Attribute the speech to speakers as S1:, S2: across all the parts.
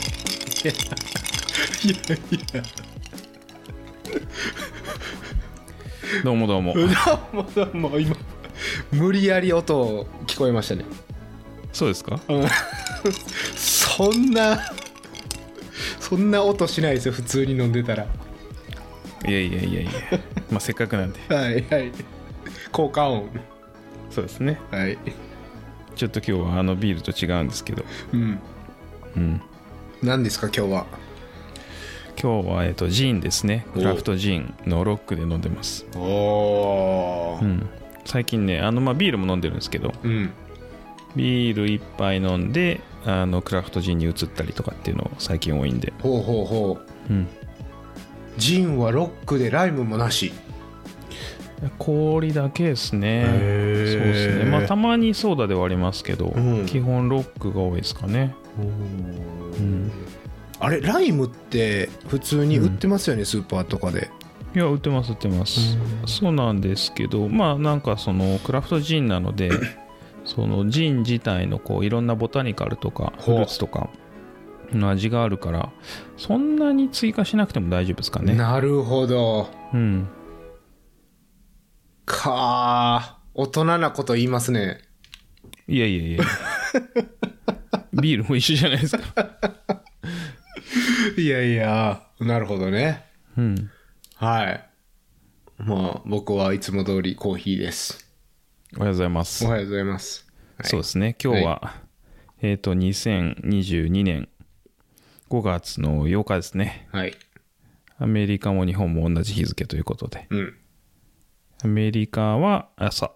S1: やいやいや
S2: どうもどうも
S1: どうもどうも今無理やり音聞こえましたね
S2: そうですか
S1: そんなそんな音しないですよ普通に飲んでたら
S2: いやいやいやいやまあせっかくなんで
S1: はいはい効果音
S2: そうですね
S1: はい
S2: ちょっと今日はあのビールと違うんですけど
S1: うん
S2: うん
S1: 何ですか今日は
S2: 今日はえっとジーンですねクラフトジーンのロックで飲んでます
S1: おお
S2: うん最近ねあのまあビールも飲んでるんですけど
S1: うん
S2: ビール一杯飲んであのクラフトジーンに移ったりとかっていうの最近多いんで
S1: ほうほうほう
S2: うん
S1: ジンはロックでライムもなし
S2: 氷だけですね
S1: へ
S2: そう
S1: ー
S2: ですねまあたまにソーダではありますけど、
S1: うん
S2: 基本ロックが多いですかねうん
S1: あれライムって普通に売ってますよね、スーパーとかで
S2: いや売ってます売ってます、そうなんですけどまあなんかそのクラフトジンなのでそのジン自体のこういろんなボタニカルとかフ
S1: ほう
S2: ルーツとかの味があるからそんなに追加しなくても大丈夫ですかね
S1: なるほど
S2: うん
S1: かあ大人なこと言いますね
S2: いやいやいやビールも一緒じゃないですか
S1: いやいやなるほどね
S2: うん
S1: はいまあ僕はいつも通りコーヒーです
S2: おはようございます
S1: おはようございます
S2: そうですね今日は、えっ、と2022年5月の8日ですね
S1: はい
S2: アメリカも日本も同じ日付ということで
S1: うん
S2: アメリカは朝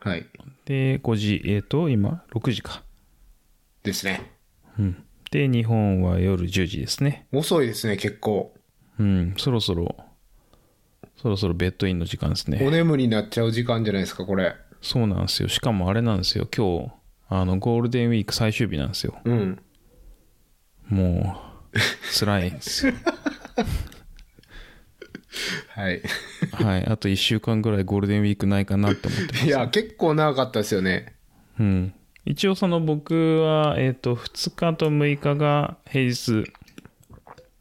S1: はい
S2: で5時えっ、と今6時か
S1: ですね
S2: うんで日本は夜10時ですね
S1: 遅いですね結構
S2: うんそろそろそろそろベッドインの時間ですね
S1: お眠りになっちゃう時間じゃないですかこれ
S2: そうなんですよしかもあれなんですよ今日あのゴールデンウィーク最終日なんですよ
S1: うん
S2: もう 辛いんですよ
S1: はい
S2: はいあと1週間ぐらいゴールデンウィークないかなって思って
S1: いや結構長かったですよね
S2: うん、一応その僕は、えー、と2日と6日が平日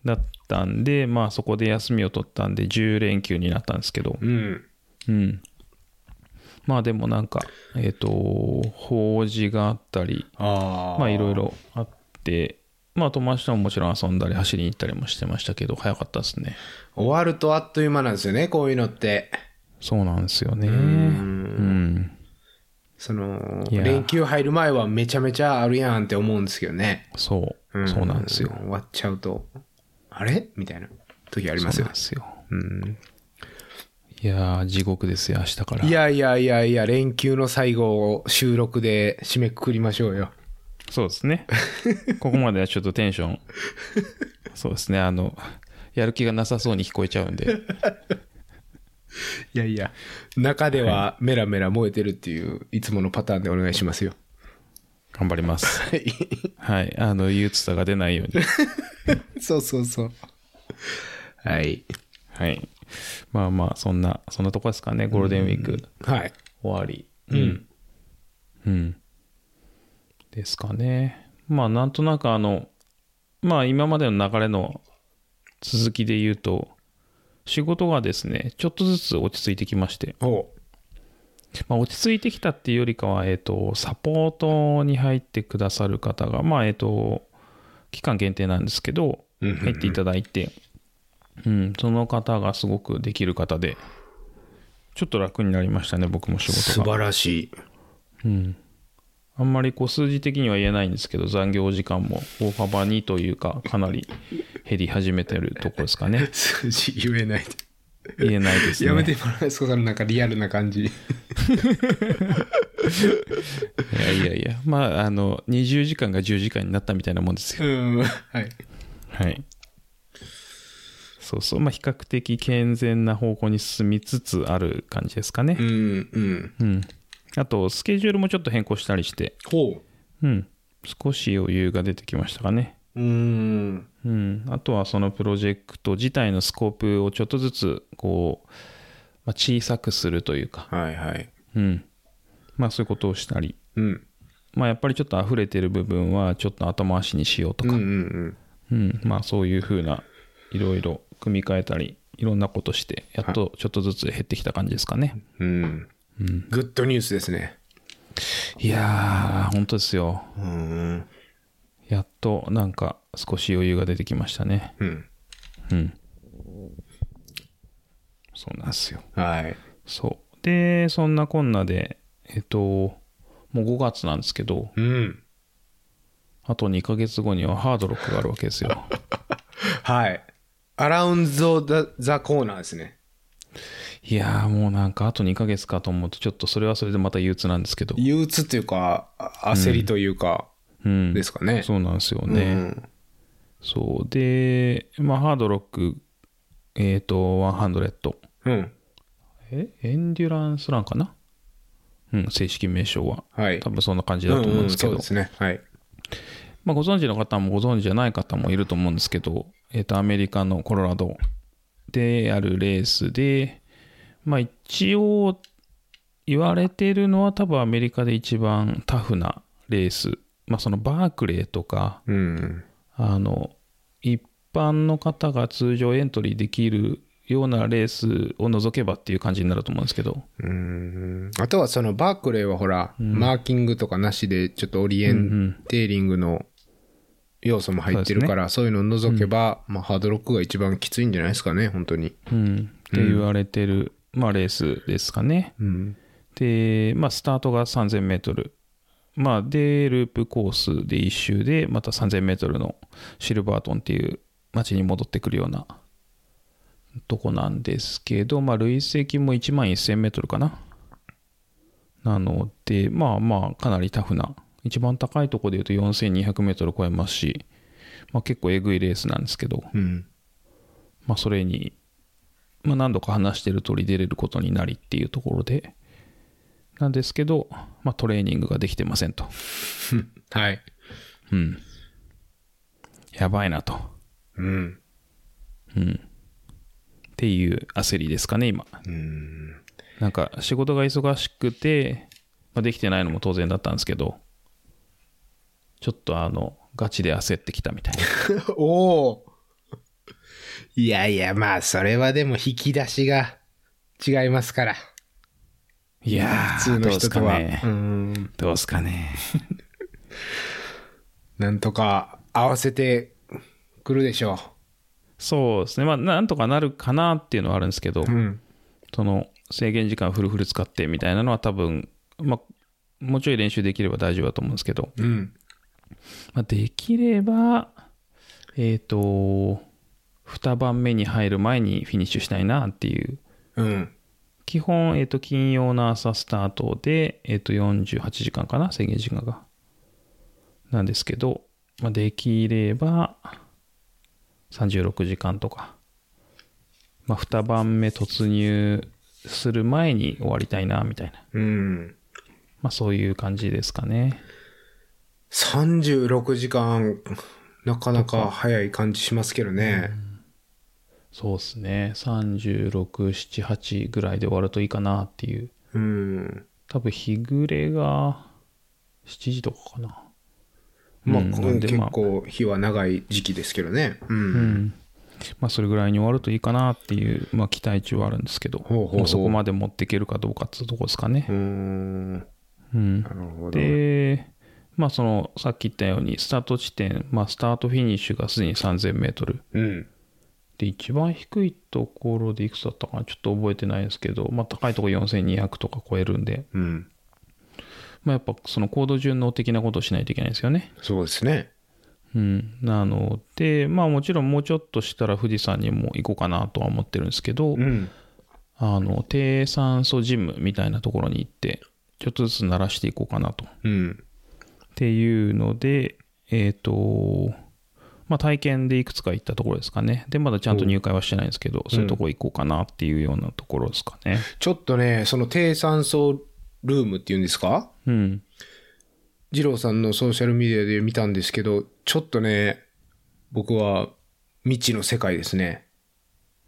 S2: だったんでまあそこで休みを取ったんで10連休になったんですけど
S1: うん
S2: うんまあでもなんかえっ、と法事があったり
S1: あ
S2: まあいろいろあってまあ友達とももちろん遊んだり走りに行ったりもしてましたけど早かったですね
S1: 終わるとあっという間なんですよねこういうのって
S2: そうなんですよねうん
S1: その
S2: いや
S1: 連休入る前はめちゃめちゃあるやんって思うんですけどね、
S2: そう、そうなんですよ
S1: 終わっちゃうとあれみたいな時あります
S2: そ
S1: よ
S2: うなんですよ、いやー地獄ですよ明日から
S1: いやいやいやいや連休の最後を収録で締めくくりましょうよ
S2: そうです ね。ここまではちょっとテンション。そうですね。あの、やる気がなさそうに聞こえちゃうんで。
S1: いやいや中ではメラメラ燃えてるっていういつものパターンでお願いしますよ
S2: 頑張ります。
S1: はい
S2: はい。あの、憂鬱さが出ないように。
S1: そうそうそうはい
S2: はい。まあまあ、そんな、そんなとこですかね。ゴールデンウィーク
S1: はい
S2: 終わり。うん。うん。ですかね。まあ、なんとなくあの、まあ、今までの流れの続きで言うと、仕事がですね、ちょっとずつ落ち着いてきまして。
S1: ほ
S2: まあ、落ち着いてきたっていうよりかは、えー、とサポートに入ってくださる方が、まあえー、と期間限定なんですけど
S1: うんうんうん
S2: 入っていただいて、うん、その方がすごくできる方でちょっと楽になりましたね僕も仕
S1: う
S2: 事
S1: 素
S2: が
S1: 晴らしい
S2: あんまりこう数字的には言えないんですけど残業時間も大幅にというかかなり減り始めてるところですかね
S1: 数字言えないで
S2: 言えないですね
S1: やめてもらえますかそのなんかリアルな感じ
S2: いやいやいやまああの20時間が10時間になったみたいなもんですよ
S1: うんはい
S2: はい。そうそう。まあ、比較的健全な方向に進みつつある感じですか
S1: う
S2: ね。
S1: んうん
S2: うん。あと、スケジュールもちょっと変更したりして、
S1: ほ
S2: うん。少し余裕が出てきましたかね。
S1: ううん
S2: うん。あとは、そのプロジェクト自体のスコープをちょっとずつ、こう、まあ、小さくするというか、
S1: はいはい
S2: うん。まあ、そういうことをしたり、
S1: うん
S2: まあ、やっぱりちょっと溢れてる部分は、ちょっと後回しにしようと
S1: うん
S2: か、
S1: うん
S2: うん、まあそういうふうないろいろ組み替えたりいろんなことしてやっとちょっとずつ減ってきた感じですかね、
S1: うん。グッドニュースですね。
S2: い、やー本当ですよ
S1: うん。
S2: やっとなんか少し余裕が出てきましたね
S1: うん。
S2: うんそうなんですよ
S1: はい。
S2: そうでそんなこんなでえっともう5月なんですけど
S1: うん。
S2: あと2ヶ月後にはハードロックがあるわけで すよ
S1: はい。アラウンドザ・ザ・コーナーですね。
S2: いやーもうなんかあと2ヶ月かと思うとちょっとそれはそれでまた憂鬱なんですけど
S1: 憂鬱というか、あ焦りというか、
S2: うん
S1: ですかね。
S2: そうなんですよ
S1: う
S2: ね、
S1: ん。
S2: そうで、まあ、ハードロック、えっ、ー、と、100。
S1: うん。
S2: えエンデュランスランかなうん、正式名称は。
S1: はい。
S2: 多分そんな感じだと思うんですけど、
S1: うんうんそうですね。はい。
S2: まあ、ご存知の方もご存知じゃない方もいると思うんですけど、えっ、と、アメリカのコロラドであるレースで、まあ、一応、言われてるのは多分アメリカで一番タフなレース。まあ、そのバークレーとか、
S1: うん。
S2: あの一般の方が通常エントリーできるようなレースを除けばっていう感じになると思うんですけど、
S1: うんあとはそのバークレーはほら、マーキングとかなしでちょっとオリエンテーリングの要素も入ってるから、そういうのを除けば、まあハードロックが一番きついんじゃないですかね、本当に。
S2: うん、って言われてる、まあ、レースですかね。
S1: うん。
S2: で、まあ、スタートが 3000m、まあ、でループコースで1周でまた 3000m のシルバートンっていう街に戻ってくるようなとこなんですけど、まあ、累積も1万 1000m かななのでまあまあかなりタフな一番高いとこでいうと 4200m 超えますし、まあ、結構えぐいレースなんですけど、
S1: うん。
S2: まあ、それに、まあ、何度か話してる通り出れることになりっていうところでなんですけど、まあ、トレーニングができてませんと
S1: はい。
S2: うんやばいなと
S1: うん。
S2: っていう焦りですかね今
S1: うん。
S2: なんか仕事が忙しくて、まあ、できてないのも当然だったんですけどちょっとあのガチで焦ってきたみたいな
S1: おおいやいや、まあ、それはでも引き出しが違いますから。
S2: いやー
S1: 普通の人とは。
S2: どうですか
S1: う
S2: ね
S1: ん。
S2: どうですかね
S1: なんとか合わせてくるでしょ
S2: そうですねまあなんとかなるかなっていうのはあるんですけど、
S1: う。うん。
S2: その制限時間フルフル使ってみたいなのは多分、まあ、もうちょい練習できれば大丈夫だと思うんですけど、
S1: うん。
S2: まあ、できれば、えっ、と、2番目に入る前にフィニッシュしたいなっていう。
S1: うん。
S2: 基本、えっ、と、金曜の朝スタートで、えっ、と、48時間かな、制限時間が。なんですけど、まあ、できれば、36時間とか、まあ、2番目突入する前に終わりたいな、みたいな。
S1: うん。
S2: まあ、そういう感じですかね。
S1: 36時間、なかなか早い感じしますけどね。
S2: そうですね。36、7、8ぐらいで終わるといいかなっていう。
S1: うん。
S2: 多分日暮れが7時とかかな。
S1: まあ、
S2: うん
S1: こ
S2: なんで
S1: 結
S2: まあ
S1: 構日は長い時期ですけどね。う。
S2: うんん。まあそれぐらいに終わるといいかなっていう、まあ、期待値はあるんですけど、
S1: ほうほうほう
S2: まあそこまで持っていけるかどうかっていうとこですか
S1: う
S2: ね。
S1: ん。な
S2: うん、
S1: るほど。
S2: で、まあそのさっき言ったようにスタート地点、まあ、スタートフィニッシュがすでに3000メートル。
S1: うん。
S2: で一番低いところでいくつだったかなちょっと覚えてないですけど、まあ、高いところ4200とか超えるんで、
S1: うん。
S2: まあ、やっぱその行動順応的なことをしないといけないですよね。
S1: そうですね。
S2: うん、なのでまあもちろんもうちょっとしたら富士山にも行こうかなとは思ってるんですけど、
S1: うん。
S2: あの低酸素ジムみたいなところに行ってちょっとずつ慣らしていこうかなと。
S1: うん。
S2: っていうのでえっ、とまあ体験でいくつか行ったところですかねでまだちゃんと入会はしてないんですけど、そういうとこ行こうかなっていうようなところですかね。
S1: ちょっとね、その低酸素ルームっていうんですか
S2: うん
S1: 二郎さんのソーシャルメディアで見たんですけど、ちょっとね、僕は未知の世界ですね。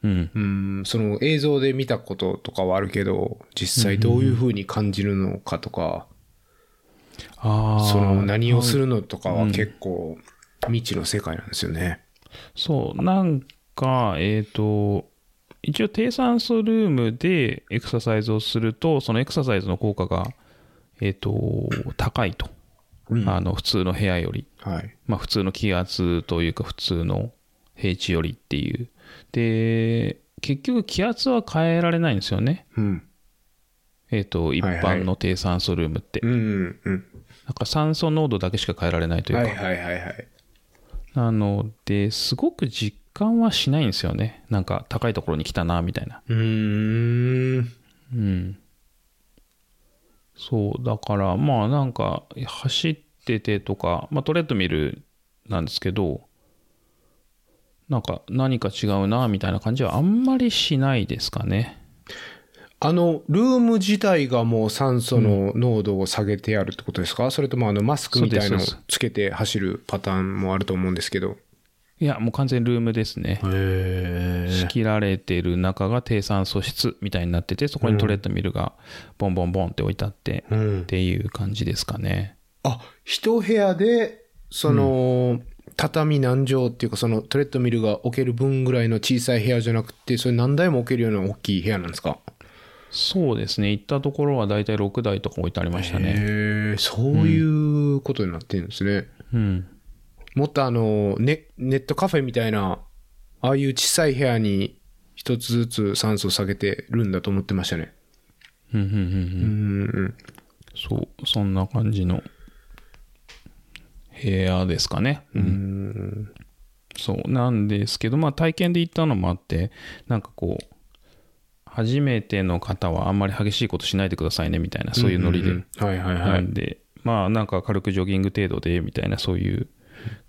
S2: うん
S1: うん、その映像で見たこととかはあるけど、実際どういう風に感じるのかとか、
S2: ああ
S1: その何をするのとかは結構未知の世界なんですよね。
S2: そう、なんか、えっ、と、一応低酸素ルームでエクササイズをすると、そのエクササイズの効果が、えっ、と、高いと。
S1: うん
S2: あの、普通の部屋より。
S1: はい。
S2: まあ、普通の気圧というか、普通の平地よりっていう。で、結局気圧は変えられないんですよね。
S1: うん。
S2: えっ、と、一
S1: はいはい
S2: 般の低酸素ルームって。
S1: うんうんうん。
S2: なんか酸素濃度だけしか変えられないという
S1: は
S2: か。
S1: いはいはいはい。
S2: なので、すごく実感はしないんですよね。なんか高いところに来たな、みたいな。
S1: うーん。
S2: うん。そう、だから、まあなんか、走っててとか、まあトレッドミルなんですけど、なんか何か違うな、みたいな感じはあんまりしないですかね。
S1: あの、ルーム自体がもう酸素の濃度を下げてやるってことですか、それともあの、マスクみたいのを
S2: そうですそう
S1: つけて走るパターンもあると思うんですけど。
S2: いや、もう完全にルームですね。仕切られてる中が低酸素室みたいになってて、そこにトレッドミルがボンボンボンって置いてあって、
S1: うん
S2: っ。ていう感じですかね。
S1: あ、一部屋で、その、畳何畳っていうか、そのトレッドミルが置ける分ぐらいの小さい部屋じゃなくて、それ何台も置けるような大きい部屋なんですか
S2: そうですね。行ったところは大体6台とか置いてありましたね。
S1: へえ、そういうことになってるんですね。
S2: うん。
S1: もっとあの、ね、ネットカフェみたいな、ああいう小さい部屋に一つずつ酸素を下げてるんだと思ってましたね。
S2: うんうんうんうん
S1: うんうん。
S2: そう、そんな感じの部屋ですかね。うん。そう、なんですけど、まあ体験で行ったのもあって、なんかこう、初めての方はあんまり激しいことしないでくださいねみたいな、そういうノリで。
S1: んうんはいはいは。
S2: ないんで、まあなんか軽くジョギング程度でみたいな、そういう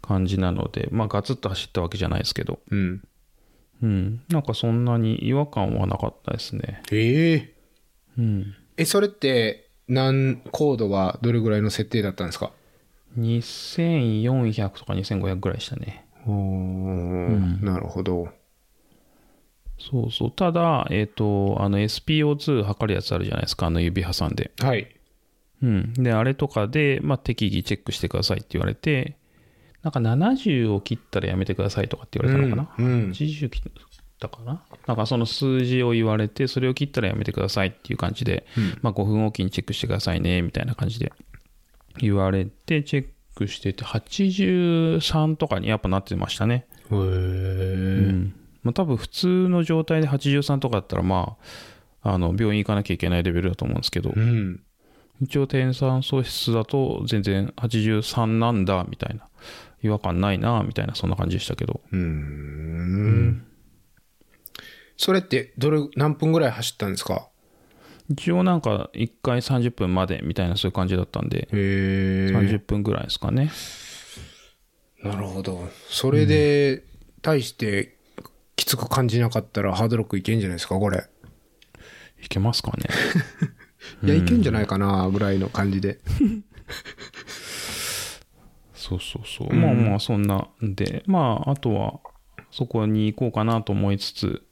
S2: 感じなので、まあガツッと走ったわけじゃないですけど、
S1: うん。
S2: うん、なんかそんなに違和感はなかったですね。
S1: ええ
S2: うん。
S1: え、それって、何、高度はどれぐらいの設定だったんですか
S2: 2400とか2500ぐらいでしたね。
S1: おーなるほど。
S2: そうそう。ただ、えっ、と、あの SPO2 測るやつあるじゃないですか、あの指挟んで。
S1: はい。
S2: うん。で、あれとかで、まあ、適宜チェックしてくださいって言われて、なんか70を切ったらやめてくださいとかって言われたのかな。
S1: うんうん
S2: 80切ったかな。なんかその数字を言われて、それを切ったらやめてくださいっていう感じで、まあ、5分おきにチェックしてくださいね、みたいな感じで言われて、チェックしてて、83とかにやっぱなってましたね。
S1: へえ、
S2: うんまあ、多分普通の状態で83とかだったら、まあ、あの病院行かなきゃいけないレベルだと思うんですけど、
S1: うん。
S2: 一応低酸素室だと全然83なんだみたいな違和感ないなみたいなそんな感じでしたけど
S1: うーん。それって、どれ、何分ぐらい走ったんですか
S2: 一応なんか1回30分までみたいなそういう感じだったんで
S1: へえ
S2: 30分ぐらいですかね、
S1: なるほど。それで、対して、きつく感じなかったらハードロックいけんじゃないですか、これ。
S2: いけますかね
S1: いや、いけんじゃないかな、ぐらいの感じで。
S2: そうそうそうまあまあそんなんでまああとはそこに行こうかなと思いつつ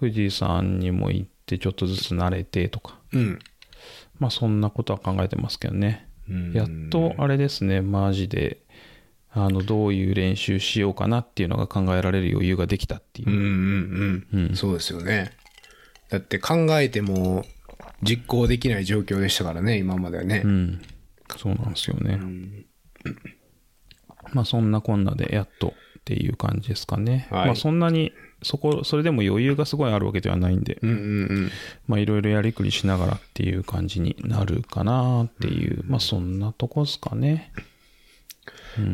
S2: 富士山にも行ってちょっとずつ慣れてとか
S1: うん。
S2: まあそんなことは考えてますけどね。
S1: うん
S2: やっとあれですね、マジで、あの、どういう練習しようかなっていうのが考えられる余裕ができたっていうう。
S1: んうんうん。そうですよね。だって考えても、実行できない状況でしたからね、今まではね
S2: うん。。そうなんですよね。まあそんなこんなでやっとっていう感じですかね。
S1: はい
S2: まあそんなに、そこ、それでも余裕がすごいあるわけではないんで、
S1: うんうんうん。
S2: まあいろいろやりくりしながらっていう感じになるかなっていう、まあそんなとこですかね。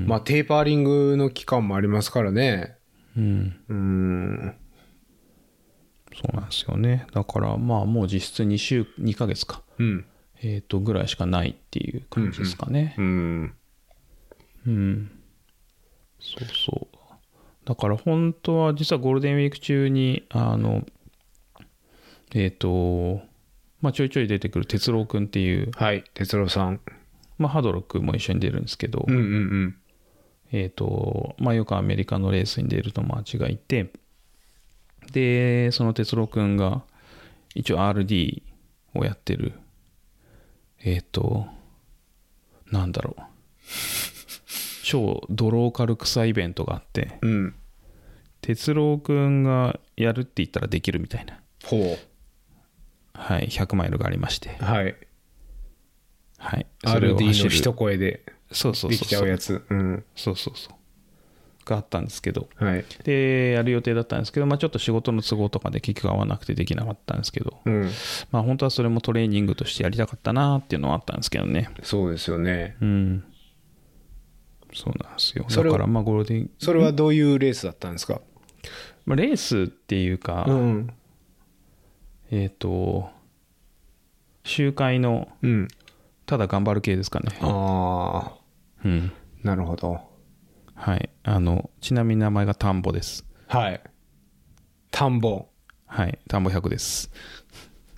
S1: まあ、テーパーリングの期間もありますからね。
S2: うん。
S1: うん。
S2: そうなんですよね。だからまあもう実質2週、2ヶ月か。
S1: うん。
S2: えっ、と、ぐらいしかないっていう感じですかね。
S1: うん。
S2: うん、そうそう。だから本当は実はゴールデンウィーク中に、あの、えっ、と、まあちょいちょい出てくる哲郎くんっていう、
S1: はい、哲郎さん。
S2: まあハドロックも一緒に出るんですけど、
S1: うんうん
S2: えっ、と、まあよくアメリカのレースに出る友達がいて、で、その哲郎くんが一応 RD をやってる、えっ、と、なんだろう。 超ドローカル草イベントがあって
S1: うん。
S2: 哲郎くんがやるって言ったらできるみたいな、
S1: ほ
S2: はい、100マイルがありまして
S1: う。、はい。
S2: はい、それを
S1: RD の
S2: 走
S1: 一
S2: る
S1: 声で
S2: そうそう
S1: で
S2: そ
S1: き
S2: う
S1: ちゃ
S2: そ
S1: う
S2: う
S1: やつ。うん。
S2: そうそうそうがあったんですけど
S1: はい。
S2: でやる予定だったんですけど、まあ、ちょっと仕事の都合とかで結局合わなくてできなかったんですけど、
S1: うん。
S2: まあ、本当はそれもトレーニングとしてやりたかったなっていうのはあったんですけどね
S1: そうですよね。
S2: うんそうなんですよ
S1: それ
S2: だ
S1: を
S2: からまあゴールデン、
S1: それはどういうレースだったんですか
S2: まあ、レースっていうか、
S1: ん。
S2: えっ、と集会の
S1: うん。
S2: ただ頑張る系ですかね
S1: ああ、
S2: うん
S1: なるほど。
S2: はいあのちなみに名前が田んぼです
S1: はい。田んぼ。
S2: はい田んぼ100です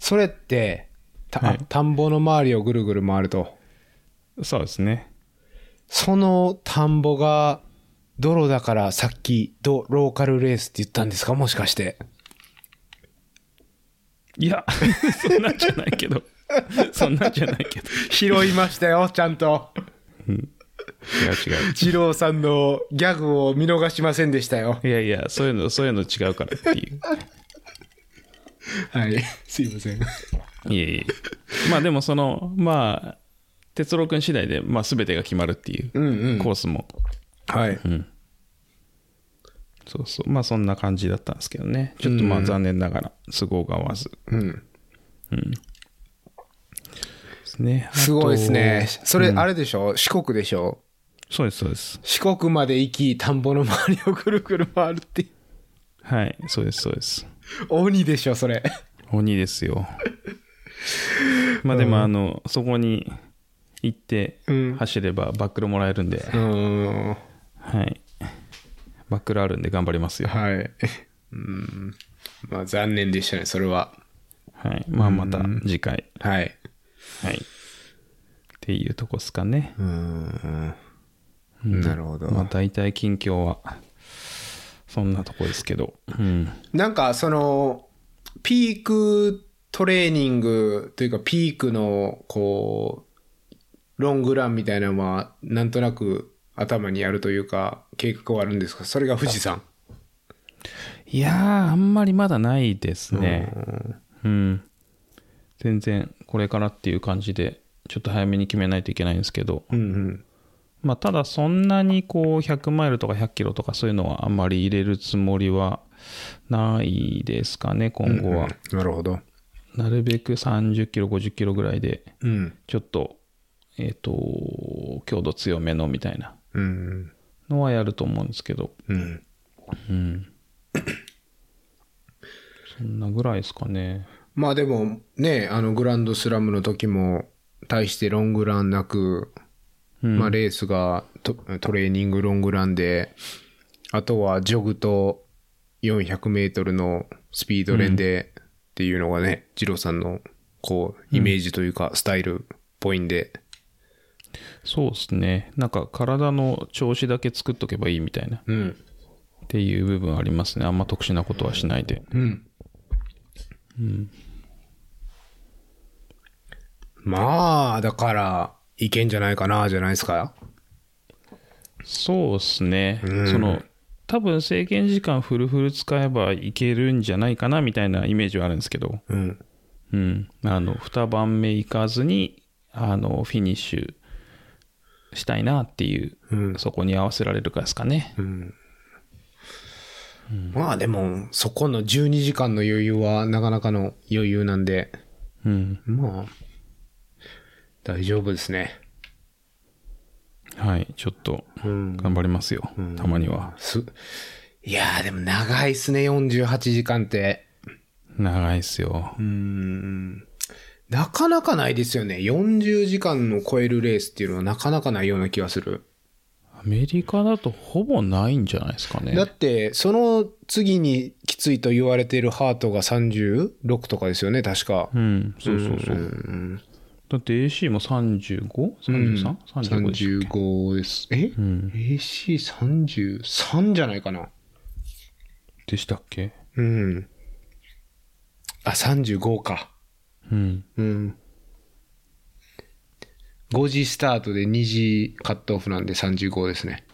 S1: それって、た
S2: はい
S1: 田んぼの周りをぐるぐる回ると。
S2: そうですね
S1: その田んぼが泥だからさっきドローカルレースって言ったんですかもしかして。
S2: いや そんなんじゃないけどそんなんじゃないけど
S1: 拾いましたよ、ちゃん と。
S2: 違う違う
S1: 二郎さんのギャグを見逃しませんでしたよ。
S2: いやいやそういうのそういうの違うからっていう
S1: はい。 すいません。
S2: いえいえまあでもそのまあ哲郎君次第で、まあ、全てが決まるっていう
S1: うんうん。
S2: コースも、
S1: はい。
S2: そうそうまあそんな感じだったんですけどねちょっとまあ残念ながら都合が合わず
S1: うん。
S2: ですね
S1: すごいですね。
S2: あと
S1: それ、あれでしょ、四国でしょ
S2: そうですそうです
S1: 四国まで行き、田んぼの周りをぐるぐる回るって、
S2: はいそうですそうです
S1: 鬼でしょ、それ。
S2: 鬼ですよまあでもあの、そこに行って
S1: うん
S2: 走ればバックルもらえるんで、
S1: うーん。
S2: はいバックルあるんで頑張りますよ
S1: はい。うん。まあ、残念でしたね、それは。
S2: はいまあまた次回
S1: はい。
S2: はいっていうとこですかね
S1: うーん。なるほど。
S2: まあ大体近況はそんなとこですけど、うん、
S1: なんか、その、ピークトレーニングというか、ピークの、こう、ロングランみたいなのは、なんとなく頭にあるというか、計画はあるんですかそれが富士山。
S2: いやーあんまりまだないですねうん、全然これからっていう感じでちょっと早めに決めないといけないんですけど、
S1: うんうん。
S2: まあ、ただそんなにこう100マイルとか100キロとかそういうのはあんまり入れるつもりはないですかね今後は、
S1: なるほど。
S2: なるべく30キロ50キロぐらいで
S1: うん。
S2: ちょっとえっ、と強度強めのみたいな
S1: うん。
S2: のはやると思うんですけど
S1: うん。
S2: うん。 そんなぐらいですかね。
S1: まあでもね、あのグランドスラムの時も、大してロングランなく、
S2: うん
S1: まあレースがトトレーニングロングランで、あとはジョグと400メートルのスピード連でっていうのがね、ジローさんのこう、イメージというかスタイルっぽいんで、
S2: そうですね。なんか体の調子だけ作っとけばいいみたいな。っ
S1: うん。
S2: ていう部分ありますね。あんま特殊なことはしないで。
S1: うん。まあ、だから、いけんじゃないかな、じゃないですか。
S2: そうですね。その、多分制限時間フルフル使えばいけるんじゃないかなみたいなイメージはあるんですけど。
S1: うん。
S2: うん。あの、2番目行かずに、あの、フィニッシュしたいなっていう、
S1: うん
S2: そこに合わせられるかですかね。
S1: まあでも、そこの12時間の余裕はなかなかの余裕なんで、
S2: うん。
S1: まあ、大丈夫ですね。
S2: はい。ちょっと。
S1: うん。
S2: 頑張りますよ、たまには
S1: す、いやーでも長いっすね、48時間って。
S2: 長いっすよ、
S1: うん。なかなかないですよね。40時間の超えるレースっていうのはなかなかないような気がする。
S2: アメリカだとほぼないんじゃないですかね
S1: だって、その次にきついと言われているハートが36とかですよね、確か。
S2: うんそうそうそう、だって AC も 35?33?35 でしょ
S1: 35です。え、?AC33 じゃないかな。
S2: でしたっけ
S1: うん。あ、35か。
S2: うん
S1: うん。5時スタートで2時カットオフなんで35ですね。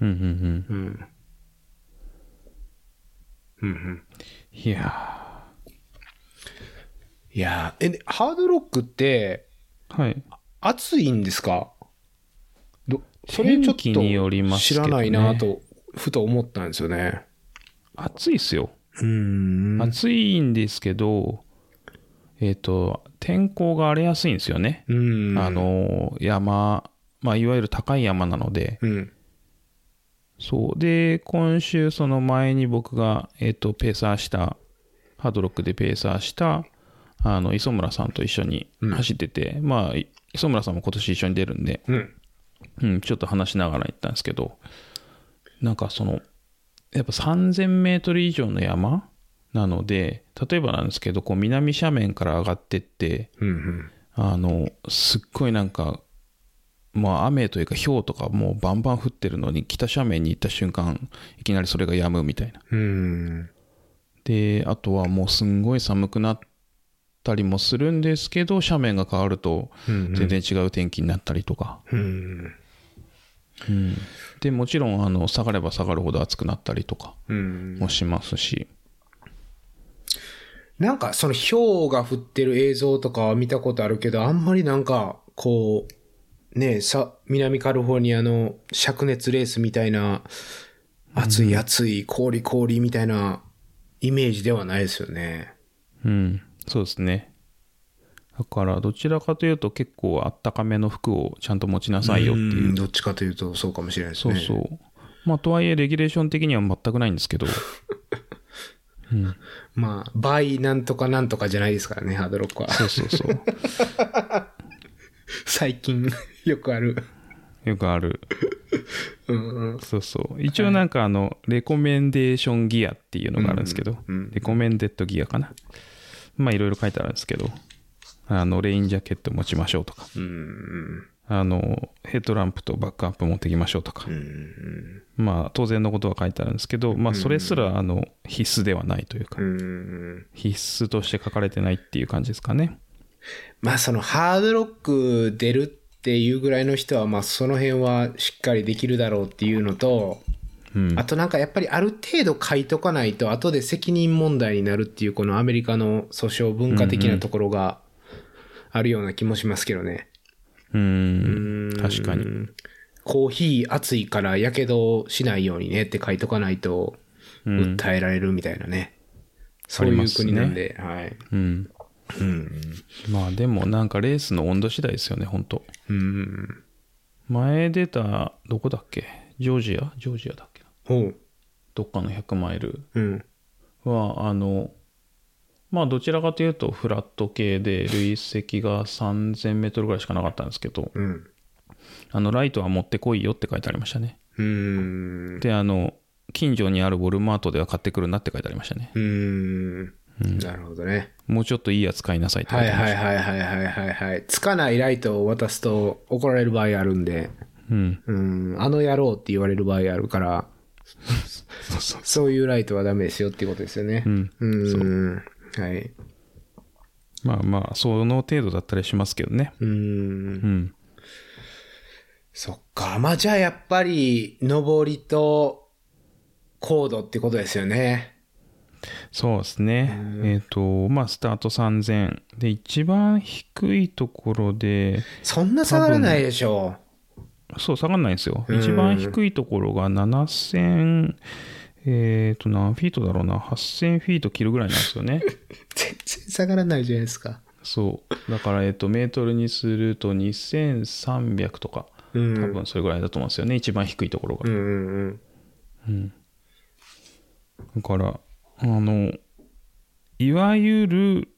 S2: うんうんうん
S1: うん。うんうん。
S2: いや
S1: いやーえ、でハードロックって、
S2: ーはい
S1: 暑いんですかどそれちょっ
S2: 天気により
S1: と
S2: ます
S1: 知
S2: けど
S1: ら
S2: ね
S1: ないなと、ふと思ったんですよね。
S2: 暑いっすよ
S1: うーん。
S2: 暑いんですけどえっ、と天候が荒れやすいんですよね、
S1: うん。
S2: あ、の山まあいわゆる高い山なので
S1: うん。
S2: そうで今週その前に僕がえっ、とペーサーしたハードロックでペーサーしたあの磯村さんと一緒に走ってて、まあい磯村さんも今年一緒に出るんで
S1: うん。
S2: うん、ちょっと話しながら行ったんですけど、なんかその、やっぱ3000メートル以上の山なので、例えばなんですけど、こう南斜面から上がってって、
S1: うんうん。
S2: あの、すっごいなんか、まあ雨というか氷とかもうバンバン降ってるのに、北斜面に行った瞬間、いきなりそれが止むみたいな。
S1: うん。
S2: で、あとはもうすんごい寒くなったりもするんですけど、斜面が変わると
S1: うん
S2: 全然違う天気になったりとか。
S1: うん。
S2: でもちろんあの下がれば下がるほど暑くなったりとか
S1: うん。
S2: もしますし、
S1: なんかその氷が降ってる映像とかは見たことあるけど、あんまりなんか、こう、ねえ、さ、南カリフォルニアの灼熱レースみたいな、熱い熱い氷氷みたいなイメージではないですよね。
S2: うん、そうですねだからどちらかというと結構あったかめの服をちゃんと持ちなさいよってい
S1: う
S2: う
S1: んどっちかというとそうかもしれないです
S2: そう
S1: ね。
S2: そうまあとはいえレギュレーション的には全くないんですけどうん、
S1: まあ、倍なんとかなんとかじゃないですからね、ハードロックは。
S2: そうそうそう
S1: 最近よくある。
S2: よくある
S1: うんうん。
S2: そうそう一応なんかあの、レコメンデーションギアっていうのがあるんですけど、
S1: うんうん
S2: レコメンデッドギアかなまあいろいろ書いてあるんですけどあのレインジャケット持ちましょうとか
S1: うんうん。
S2: あのヘッドランプとバックアップ持ってきましょうとか、
S1: うんうん
S2: まあ当然のことは書いてあるんですけど、まあ、それすらあの必須ではないというか、
S1: うんうん。
S2: 必須として書かれてないっていう感じですかね
S1: まあそのハードロック出るっていうぐらいの人はまあその辺はしっかりできるだろうっていうのと、
S2: うん
S1: あとなんかやっぱりある程度書いとかないと後で責任問題になるっていうこのアメリカの訴訟文化的なところがあるような気もしますけどね。
S2: う
S1: うんーん
S2: 確かに。
S1: コーヒー熱いからやけどしないようにねって書いとかないと
S2: うん
S1: 訴えられるみたいなね。そうい
S2: ありま
S1: う
S2: すね
S1: 国なんで、はい。
S2: うん
S1: うん。
S2: まあでもなんかレースの温度次第ですよね本当
S1: うん。
S2: 前出たどこだっけジョージアジョージアだっけな
S1: ほう。
S2: どっかの100マイル
S1: うん。
S2: はあのまあどちらかというとフラット系で累積が 3000m ぐらいしかなかったんですけど、
S1: うん。
S2: あのライトは持ってこいよって書いてありましたね。
S1: うーん。
S2: で、あの、近所にあるウォルマートでは買ってくるなって書いてありましたね。
S1: うーん。なるほどね。
S2: もうちょっといいやつ買いなさいって書い
S1: は
S2: て
S1: い
S2: ありま
S1: はい
S2: した。
S1: はいはいはいはいはい。つかないライトを渡すと怒られる場合あるんで、
S2: うん。
S1: うん、あの野郎って言われる場合あるから、
S2: そうそう。
S1: そういうライトはダメですよっていうことですよね。
S2: うん。
S1: うん。はい。
S2: まあまあ、その程度だったりしますけどね。
S1: うん
S2: う。ん。
S1: そっか。まあじゃあやっぱり、上りと、高度ってことですよね。
S2: そうですね。えっ、と、まあ、スタート3000。で、一番低いところで、
S1: そんな下がらないでしょ
S2: そう、下がんないんですよ。
S1: うん
S2: 一番低いところが7000、えっ、と、何フィートだろうな。8000フィート切るぐらいなんですよね。
S1: 全然下がらないじゃないですか。
S2: そうだから、えっと、メートルにすると2300とか
S1: う
S2: 多
S1: ん。
S2: 分それぐらいだと思うんですよね、一番低いところ
S1: う
S2: が、
S1: んうんうん。
S2: うんだからあのいわゆる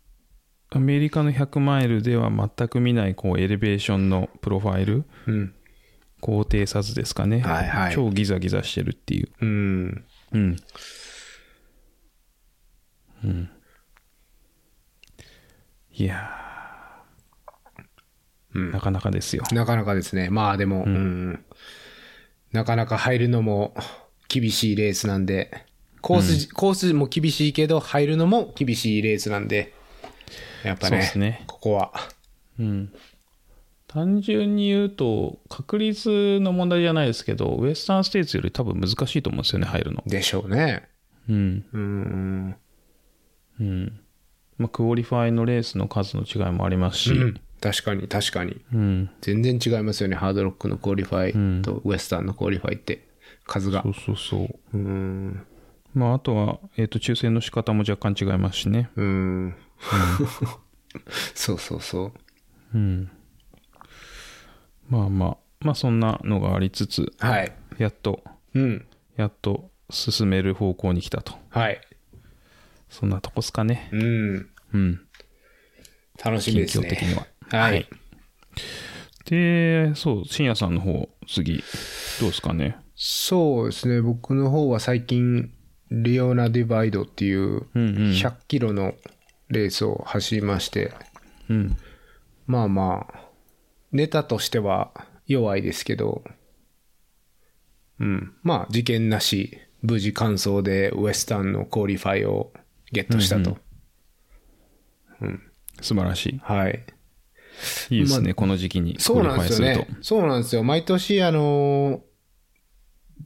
S2: アメリカの100マイルでは全く見ないこうエレベーションのプロファイル
S1: うん。
S2: 高低差図ですかね、
S1: はいはい
S2: 超ギザギザしてるっていう
S1: うん。
S2: うんうんいや
S1: う
S2: ー
S1: ん
S2: な。かなかですよ
S1: なかなかですね。まあでも、うんなかなか入るのも厳しいレースなんで、コース、コースも厳しいけど、入るのも厳しいレースなんで、やっぱ
S2: そうで
S1: ね、
S2: すね
S1: ここは。
S2: うん、単純に言うと確率の問題じゃないですけどウエスタンステイツより多分難しいと思うんですよね入るの
S1: でしょうね。
S2: うん
S1: うん。
S2: うんまあクオリファイのレースの数の違いもあります
S1: う
S2: し
S1: ん確かに確かに。
S2: うん
S1: 全然違いますよね。ハードロックのクオリファイとウエスタンのクオリファイって数が
S2: そ。うそうそう
S1: うん。
S2: まああとはえっ、と抽選の仕方も若干違いますしね
S1: うん。 そうそうそう。
S2: うんまあまあまあそんなのがありつつ
S1: はい。
S2: やっと
S1: うん。
S2: やっと進める方向に来たと
S1: はい。
S2: そんなとこっすかね
S1: うん。
S2: うん
S1: 楽しみ
S2: 近
S1: です
S2: 況
S1: ね。
S2: 的には
S1: はい。
S2: でそう深夜さんの方次どうですかね
S1: そうですね。僕の方は最近、リオナ・ディバイドっていう
S2: うんうん
S1: 100キロのレースを走りまして、
S2: うん
S1: まあまあ、ネタとしては弱いですけど、うん。まあ、事件なし、無事完走でウエスタンのクオリファイをゲットしたと。
S2: 素晴らし
S1: はい。
S2: いいいですね、この時期に
S1: そうなんですよ
S2: クオリファイ
S1: ね。そうなんですよ。毎年、あの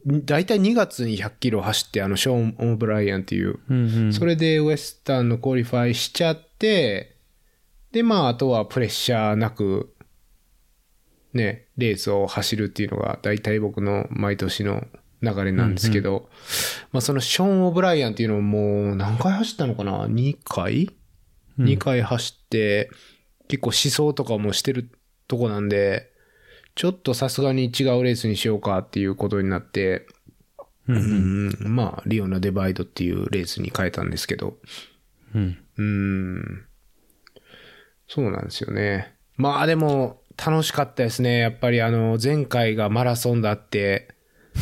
S1: ー、大体2月に100キロ走って、あの、ショーン・オブライアンっていう、
S2: するとうんうん
S1: それでウエスタンのクオリファイしちゃって、で、まあ、あとはプレッシャーなく、ね、レースを走るっていうのが、大体僕の毎年の流れなんですけど、まあ、そのショーン・オブライアンっていうのも、もう何回走ったのかな ?2 回
S2: うん
S1: ?2 回走って、結構思想とかもしてるとこなんで、ちょっとさすがに違うレースにしようかっていうことになって、
S2: うん
S1: うんまあ、リオのデバイドっていうレースに変えたんですけど、
S2: うん
S1: うん。そうなんですよね。まあでも、楽しかったですね。やっぱりあの、前回がマラソンだって、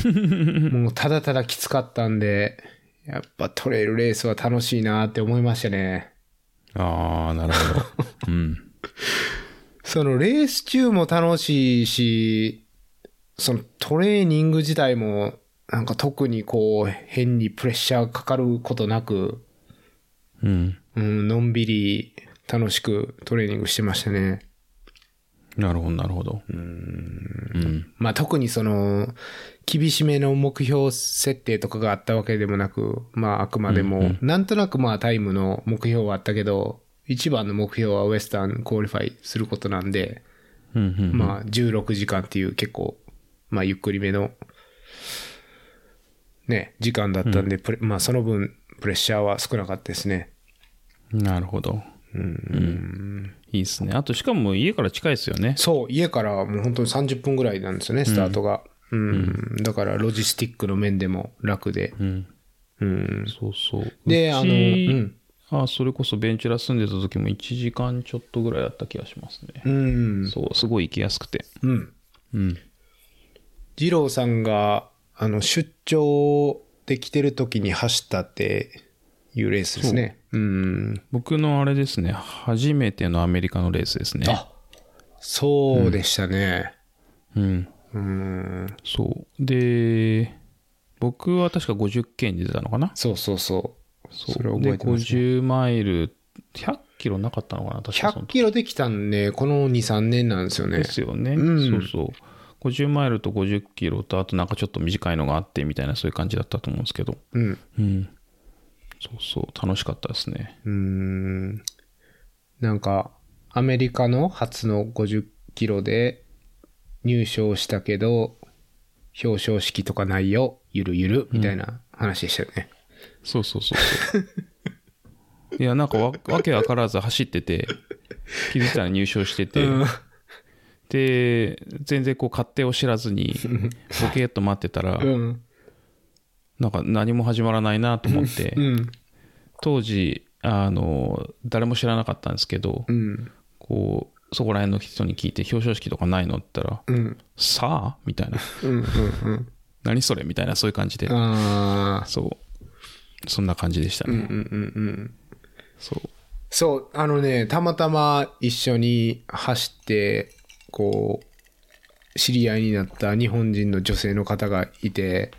S1: もうただただきつかったんで、やっぱトレイルレースは楽しいなって思いましたね。
S2: ああなるほどうん
S1: そのレース中も楽しいし、そのトレーニング自体も、なんか特にこう、変にプレッシャーかかることなく、
S2: うん
S1: うん、のんびり楽しくトレーニングしてましたね。
S2: なるほどなるほどうん
S1: まあ特にその、厳しめの目標設定とかがあったわけでもなく、まああくまでも、
S2: うんうん
S1: なんとなくまあタイムの目標はあったけど、一番の目標はウエスタンクオリファイすることなんで、
S2: うんうん
S1: まあ16時間っていう結構、まあゆっくりめの、ね、時間だったんで、プレまあその分プレッシャーは少なかったですね。
S2: なるほどうんいいですねあとしかも家から近いですよね
S1: そう、家からもう本当に30分ぐらいなんですよね、スタートが。うん。だからロジスティックの面でも楽で。
S2: うん
S1: うん。
S2: そうそう
S1: で、
S2: う
S1: あの、う
S2: ち
S1: ん。
S2: あそれこそベンチュラ住んでた時も1時間ちょっとぐらいだった気がしますね、
S1: うん。
S2: そうすごい行きやすくて
S1: うん。
S2: うん
S1: 二郎さんが、あの、出張で来てる時に走ったっていうレースですね。うん。
S2: 僕のあれですね初めてのアメリカのレースですね
S1: あそうでしたね。
S2: うん
S1: うん。
S2: そうで僕は確か50県に出たのかな
S1: そうそうそう。
S2: そう
S1: それ覚えてますね
S2: で50マイル100キロなかったのかな確かそ
S1: 100
S2: の
S1: キロできたんで、この2、3年なんですよね
S2: で。すよね、
S1: うん
S2: そうそう50マイルと50キロとあとなんかちょっと短いのがあってみたいなそういう感じだったと思うんですけど
S1: うん。
S2: うんそうそう楽しかったですね
S1: うーんなんか、アメリカの初の50キロで入賞したけど、表彰式とかないよ、ゆるゆる、みたいな話でしたよね。
S2: そうそうそうそういやなんかわわけわからず走ってて気づいたら入賞してて、で全然こう勝手を知らずにボケーっと待ってたら、
S1: うん。
S2: なんか何も始まらないなと思って、
S1: うん。
S2: 当時あの誰も知らなかったんですけど、
S1: うん。
S2: こうそこら辺の人に聞いて表彰式とかないのって言ったら
S1: うん。
S2: 「さあ?」みたいな
S1: うん。うん。うん。
S2: 「何それ?」みたいなそういう感じで
S1: ああ。
S2: そうそんな感じでした
S1: うん。
S2: ね、
S1: うん。うん。うん。
S2: そう
S1: そう、あのね、たまたま一緒に走って、こう、知り合いになった日本人の女性の方がいて、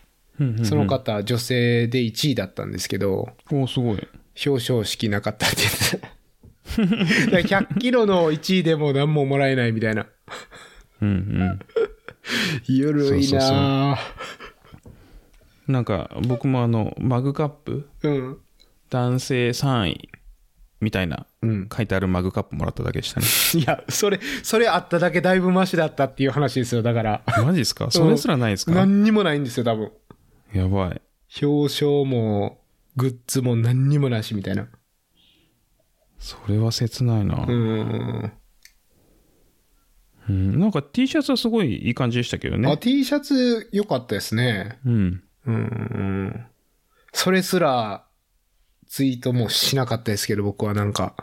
S1: その方、女性で1位だったんですけど、
S2: おおすごい
S1: 表彰式なかったって言ってた。だから100キロの1位でも何ももらえないみたいな。
S2: うんうん
S1: ゆるいな
S2: なんか僕もあのマグカップ
S1: ぁうん。
S2: 男性3位みたいな
S1: うん。
S2: 書いてあるマグカップもらっただけで したね
S1: いや、それ、それあっただけだいぶマシだったっていう話ですよ、だから。
S2: マジですかそれすらないですか
S1: 何にもないんですよ、多分。
S2: やばい
S1: 表彰も、グッズも何にもなしみたいな。
S2: それは切ないな、
S1: うん。
S2: うんなんか T シャツはすごいいい感じでしたけど
S1: あ、
S2: ね
S1: T シャツ良かったですね。
S2: うん
S1: うんうん。それすら、ツイートもしなかったですけど、僕はなんか。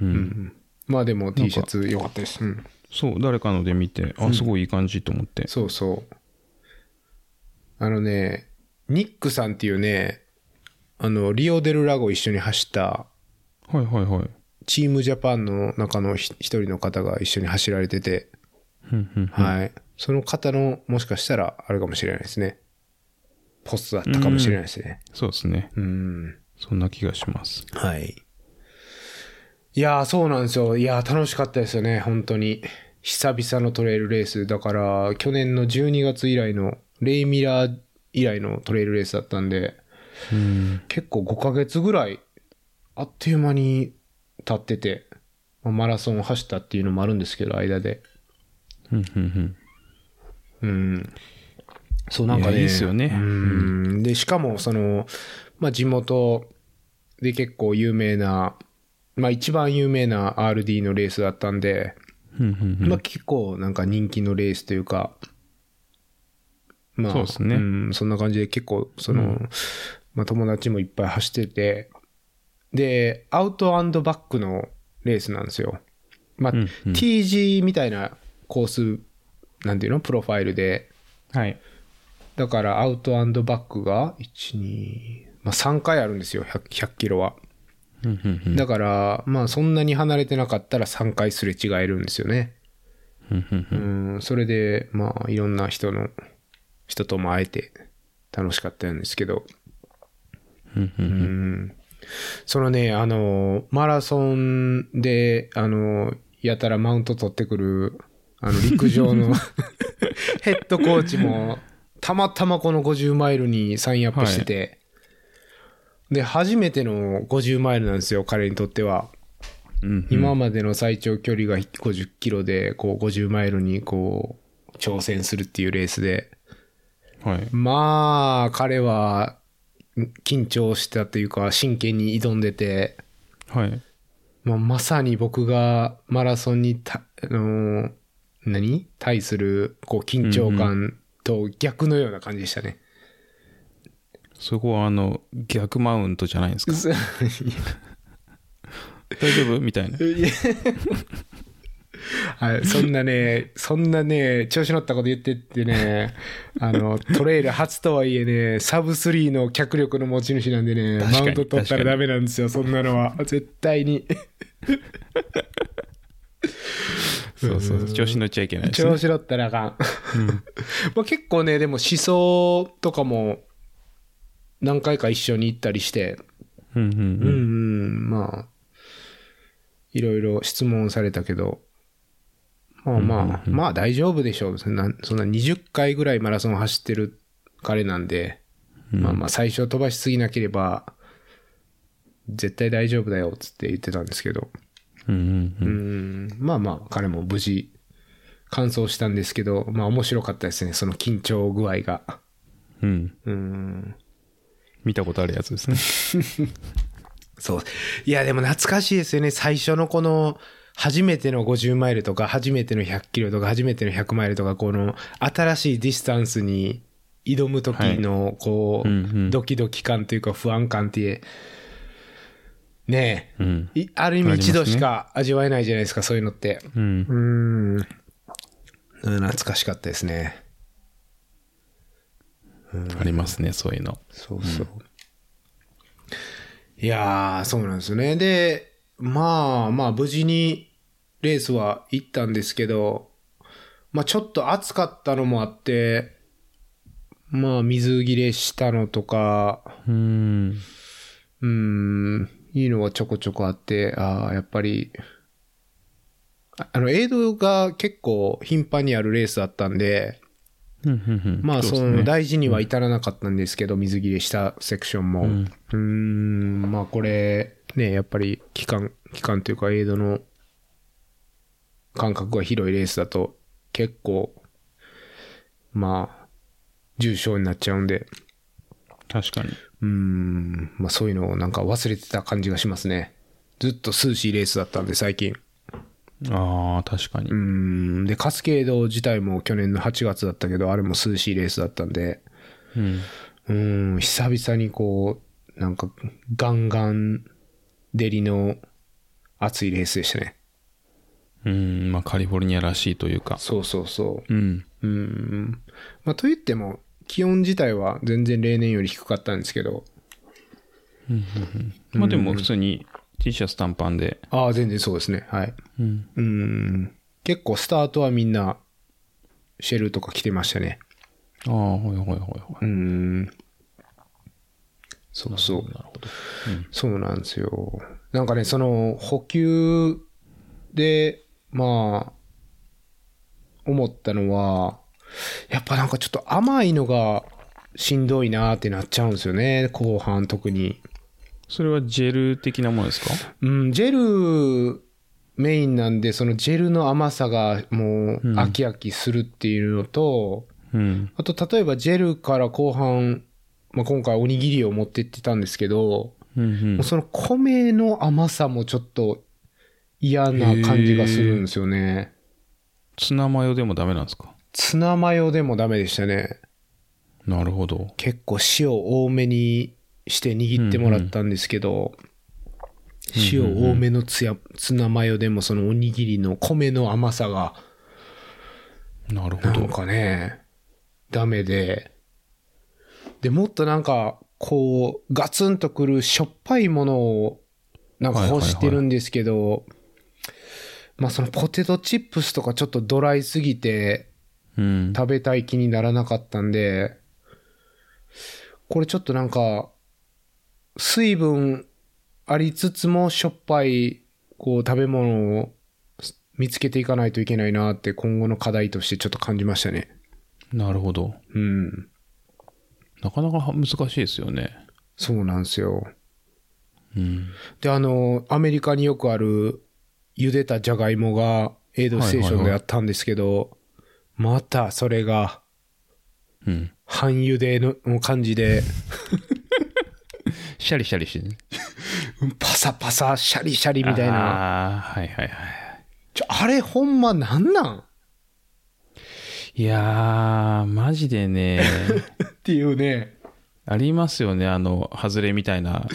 S2: うん
S1: うんまあでも T シャツ良かったです。うん。
S2: そう誰かので見てあすごいいい感じと思って、
S1: そうそう。あのね、ニックさんっていうね、あの、リオデルラゴ一緒に走った
S2: はいはいはい
S1: チームジャパンの中のひ一人の方が一緒に走られてて、
S2: うんうん
S1: はい。その方の、もしかしたら、あれかもしれないですね。ポストだったかもしれないですね。
S2: そうですね
S1: うん。
S2: そんな気がします
S1: はい。いやー、そうなんですよ。いやー、楽しかったですよね、本当に。久々のトレイルレース。だから、去年の12月以来の、レイミラー以来のトレイルレースだったんで、
S2: うん
S1: 結構5ヶ月ぐらい、あっという間に経ってて、まあマラソンを走ったっていうのもあるんですけど、間で。
S2: うんうんうん
S1: うん。そう、なんか
S2: い
S1: ね。
S2: やいいっすよね
S1: うん。で、しかも、その、まあ、地元で結構有名な、まあ、一番有名な RD のレースだったんで、
S2: うんうんうん
S1: まあ、結構なんか人気のレースというか、まあ、
S2: そうっすね
S1: ん、そんな感じで結構、その、まあ、友達もいっぱい走ってて、で、アウトバックのレースなんですよ。まあ、
S2: うんうん
S1: TG みたいなコース、なんていうのプロファイルで、
S2: はい
S1: だからアウトバックが1、2、まあ、3回あるんですよ、100, 100キロは。
S2: うんうんうん
S1: だから、まあそんなに離れてなかったら3回すれ違えるんですよね。
S2: うんうんうん
S1: うん、それで、まあいろんな人の、人とも会えて楽しかったんですけど、
S2: うんう
S1: うんん、そのね、あの、マラソンで、あの、やたらマウント取ってくる、あの、陸上 の ヘッドコーチも、たまたまこの50マイルにサインアップしてて、で、初めての50マイルなんですよ、彼にとっては。
S2: うん
S1: 今までの最長距離が50キロで、こう、50マイルに、こう、挑戦するっていうレースで。
S2: はい
S1: まあ、彼は、ん緊張したというか、真剣に挑んでて、
S2: はい
S1: まあ、まさに僕がマラソンにた、あのー何対する、こう、緊張感と逆のような感じでしたね。
S2: そこはあの逆マウントじゃないですか
S1: 嘘
S2: 大丈夫みたいない
S1: やはい、そんなね、そんなね、調子乗ったこと言ってって ね、あの、トレイル初とはいえね、サブ3の脚力の持ち主なんでね、
S2: 確か
S1: マ
S2: に
S1: ウント取ったら
S2: 確か
S1: ダ
S2: に
S1: メなんですよ、そんなのは。絶対 に。
S2: そうそう調子乗っちゃいけないですね
S1: 調子乗ったらあかん。 まあ結構ね、でも思想とかも何回か一緒に行ったりして、
S2: うんう
S1: うんうんん、まあ、いろいろ質問されたけど、まあまあ、まあ大丈夫でしょう。そんな、そんな20回ぐらいマラソン走ってる彼なんで、まあまあ最初飛ばしすぎなければ、絶対大丈夫だよ、つって言ってたんですけど、
S2: うんうんう
S1: うんん、まあまあ彼も無事、完走したんですけど、まあ面白かったですね、その緊張具合が。
S2: うん
S1: うん
S2: 見たことあるやつですね
S1: そう。いや、でも懐かしいですよね。最初のこの、初めての50マイルとか、初めての100キロとか、初めての100マイルとか、この、新しいディスタンスに挑む時の、こう、
S2: うんうん
S1: ドキドキ感というか、不安感って、ね
S2: うん
S1: え、いある意味一度しか味わえないじゃないですか、そういうのって。
S2: うん
S1: うーん。うん懐かしかったですね。
S2: ありますねそういうの
S1: そうそう。いやー、そうなんですよね。で、まあまあ、無事にレースは行ったんですけど、まあちょっと暑かったのもあって、まあ水切れしたのとか、
S2: うん
S1: うーん、いいのはちょこちょこあって、ああ、やっぱり、あの、エイドが結構頻繁にあるレースだったんで、
S2: うんうんうん
S1: まあ、
S2: うです
S1: そ
S2: ね
S1: の、大事には至らなかったんですけど、水切れしたセクションも。う
S2: うん
S1: ーん、まあ、これ、ね、やっぱり、期間、期間というか、エイドの間隔が広いレースだと、結構、まあ、重症になっちゃうんで、
S2: 確かに。
S1: うーん、まあ、そういうのをなんか忘れてた感じがしますね。ずっと涼しいレースだったんで、最近。
S2: ああ、確かに
S1: うー。んで、カスケード自体も去年の8月だったけど、あれも涼しいレースだったんで、
S2: うん。
S1: うーん、久々にこう、なんか、ガンガン、デリの熱いレースでしたね。
S2: うん、まあ、カリフォルニアらしいというか。
S1: そうそうそ
S2: うん。
S1: う。うーん。まあ、と言っても、気温自体は全然例年より低かったんですけど、
S2: まあ、でも普通に T シャツ短パンで。
S1: ああ、全然そうですね。はい。
S2: うん。
S1: うーん。結構スタートはみんな、シェルとか着てましたね。
S2: ああ、ほいほいほいほ
S1: うー
S2: い。
S1: ん。そうそう。
S2: なるほど。
S1: そうなんですよ。なんかね、その補給で、まあ、思ったのは、やっぱなんかちょっと甘いのがしんどいなーってなっちゃうんですよね、後半特に。
S2: それはジェル的なものですか
S1: うん、ジェルメインなんで、そのジェルの甘さがもう飽き飽きするっていうのと、
S2: うん。
S1: あと例えばジェルから後半、まあ、今回おにぎりを持ってってたんですけど、
S2: うん
S1: もうその米の甘さもちょっと嫌な感じがするんですよね。
S2: ツナマヨでもダメなんですか
S1: ツナマヨでもダメでしたね。
S2: なるほど。
S1: 結構塩多めにして握ってもらったんですけど、塩多めのツヤツナマヨでもそのおにぎりの米の甘さが
S2: なる
S1: な
S2: ほ
S1: ん
S2: ど。
S1: かね、ダメで、で、もっとなんか、こう、ガツンとくるしょっぱいものを、なんか
S2: はいはいはい
S1: 欲してるんですけど、まあそのポテトチップスとかちょっとドライすぎて
S2: うん。
S1: 食べたい気にならなかったんで、これちょっとなんか、水分ありつつもしょっぱい、こう食べ物を見つけていかないといけないなって今後の課題としてちょっと感じましたね。
S2: なるほど。
S1: うん。
S2: なかなか難しいですよね。
S1: そうなんですよ。
S2: うん。
S1: で、あの、アメリカによくある、茹でたじゃがいもが、エイドステーションでやったんですけど、またそれが、
S2: うん。
S1: 半茹での感じで、
S2: シャリシャリしてね。
S1: パサパサ、シャリシャリみ
S2: み
S1: た
S2: た
S1: い
S2: い
S1: な。
S2: な。ああ、はいはいはい。
S1: ちょあれ、ほんまなんなん
S2: いやー、マジ でね、
S1: っていうね。
S2: ありますよね、あの、外れみたいな、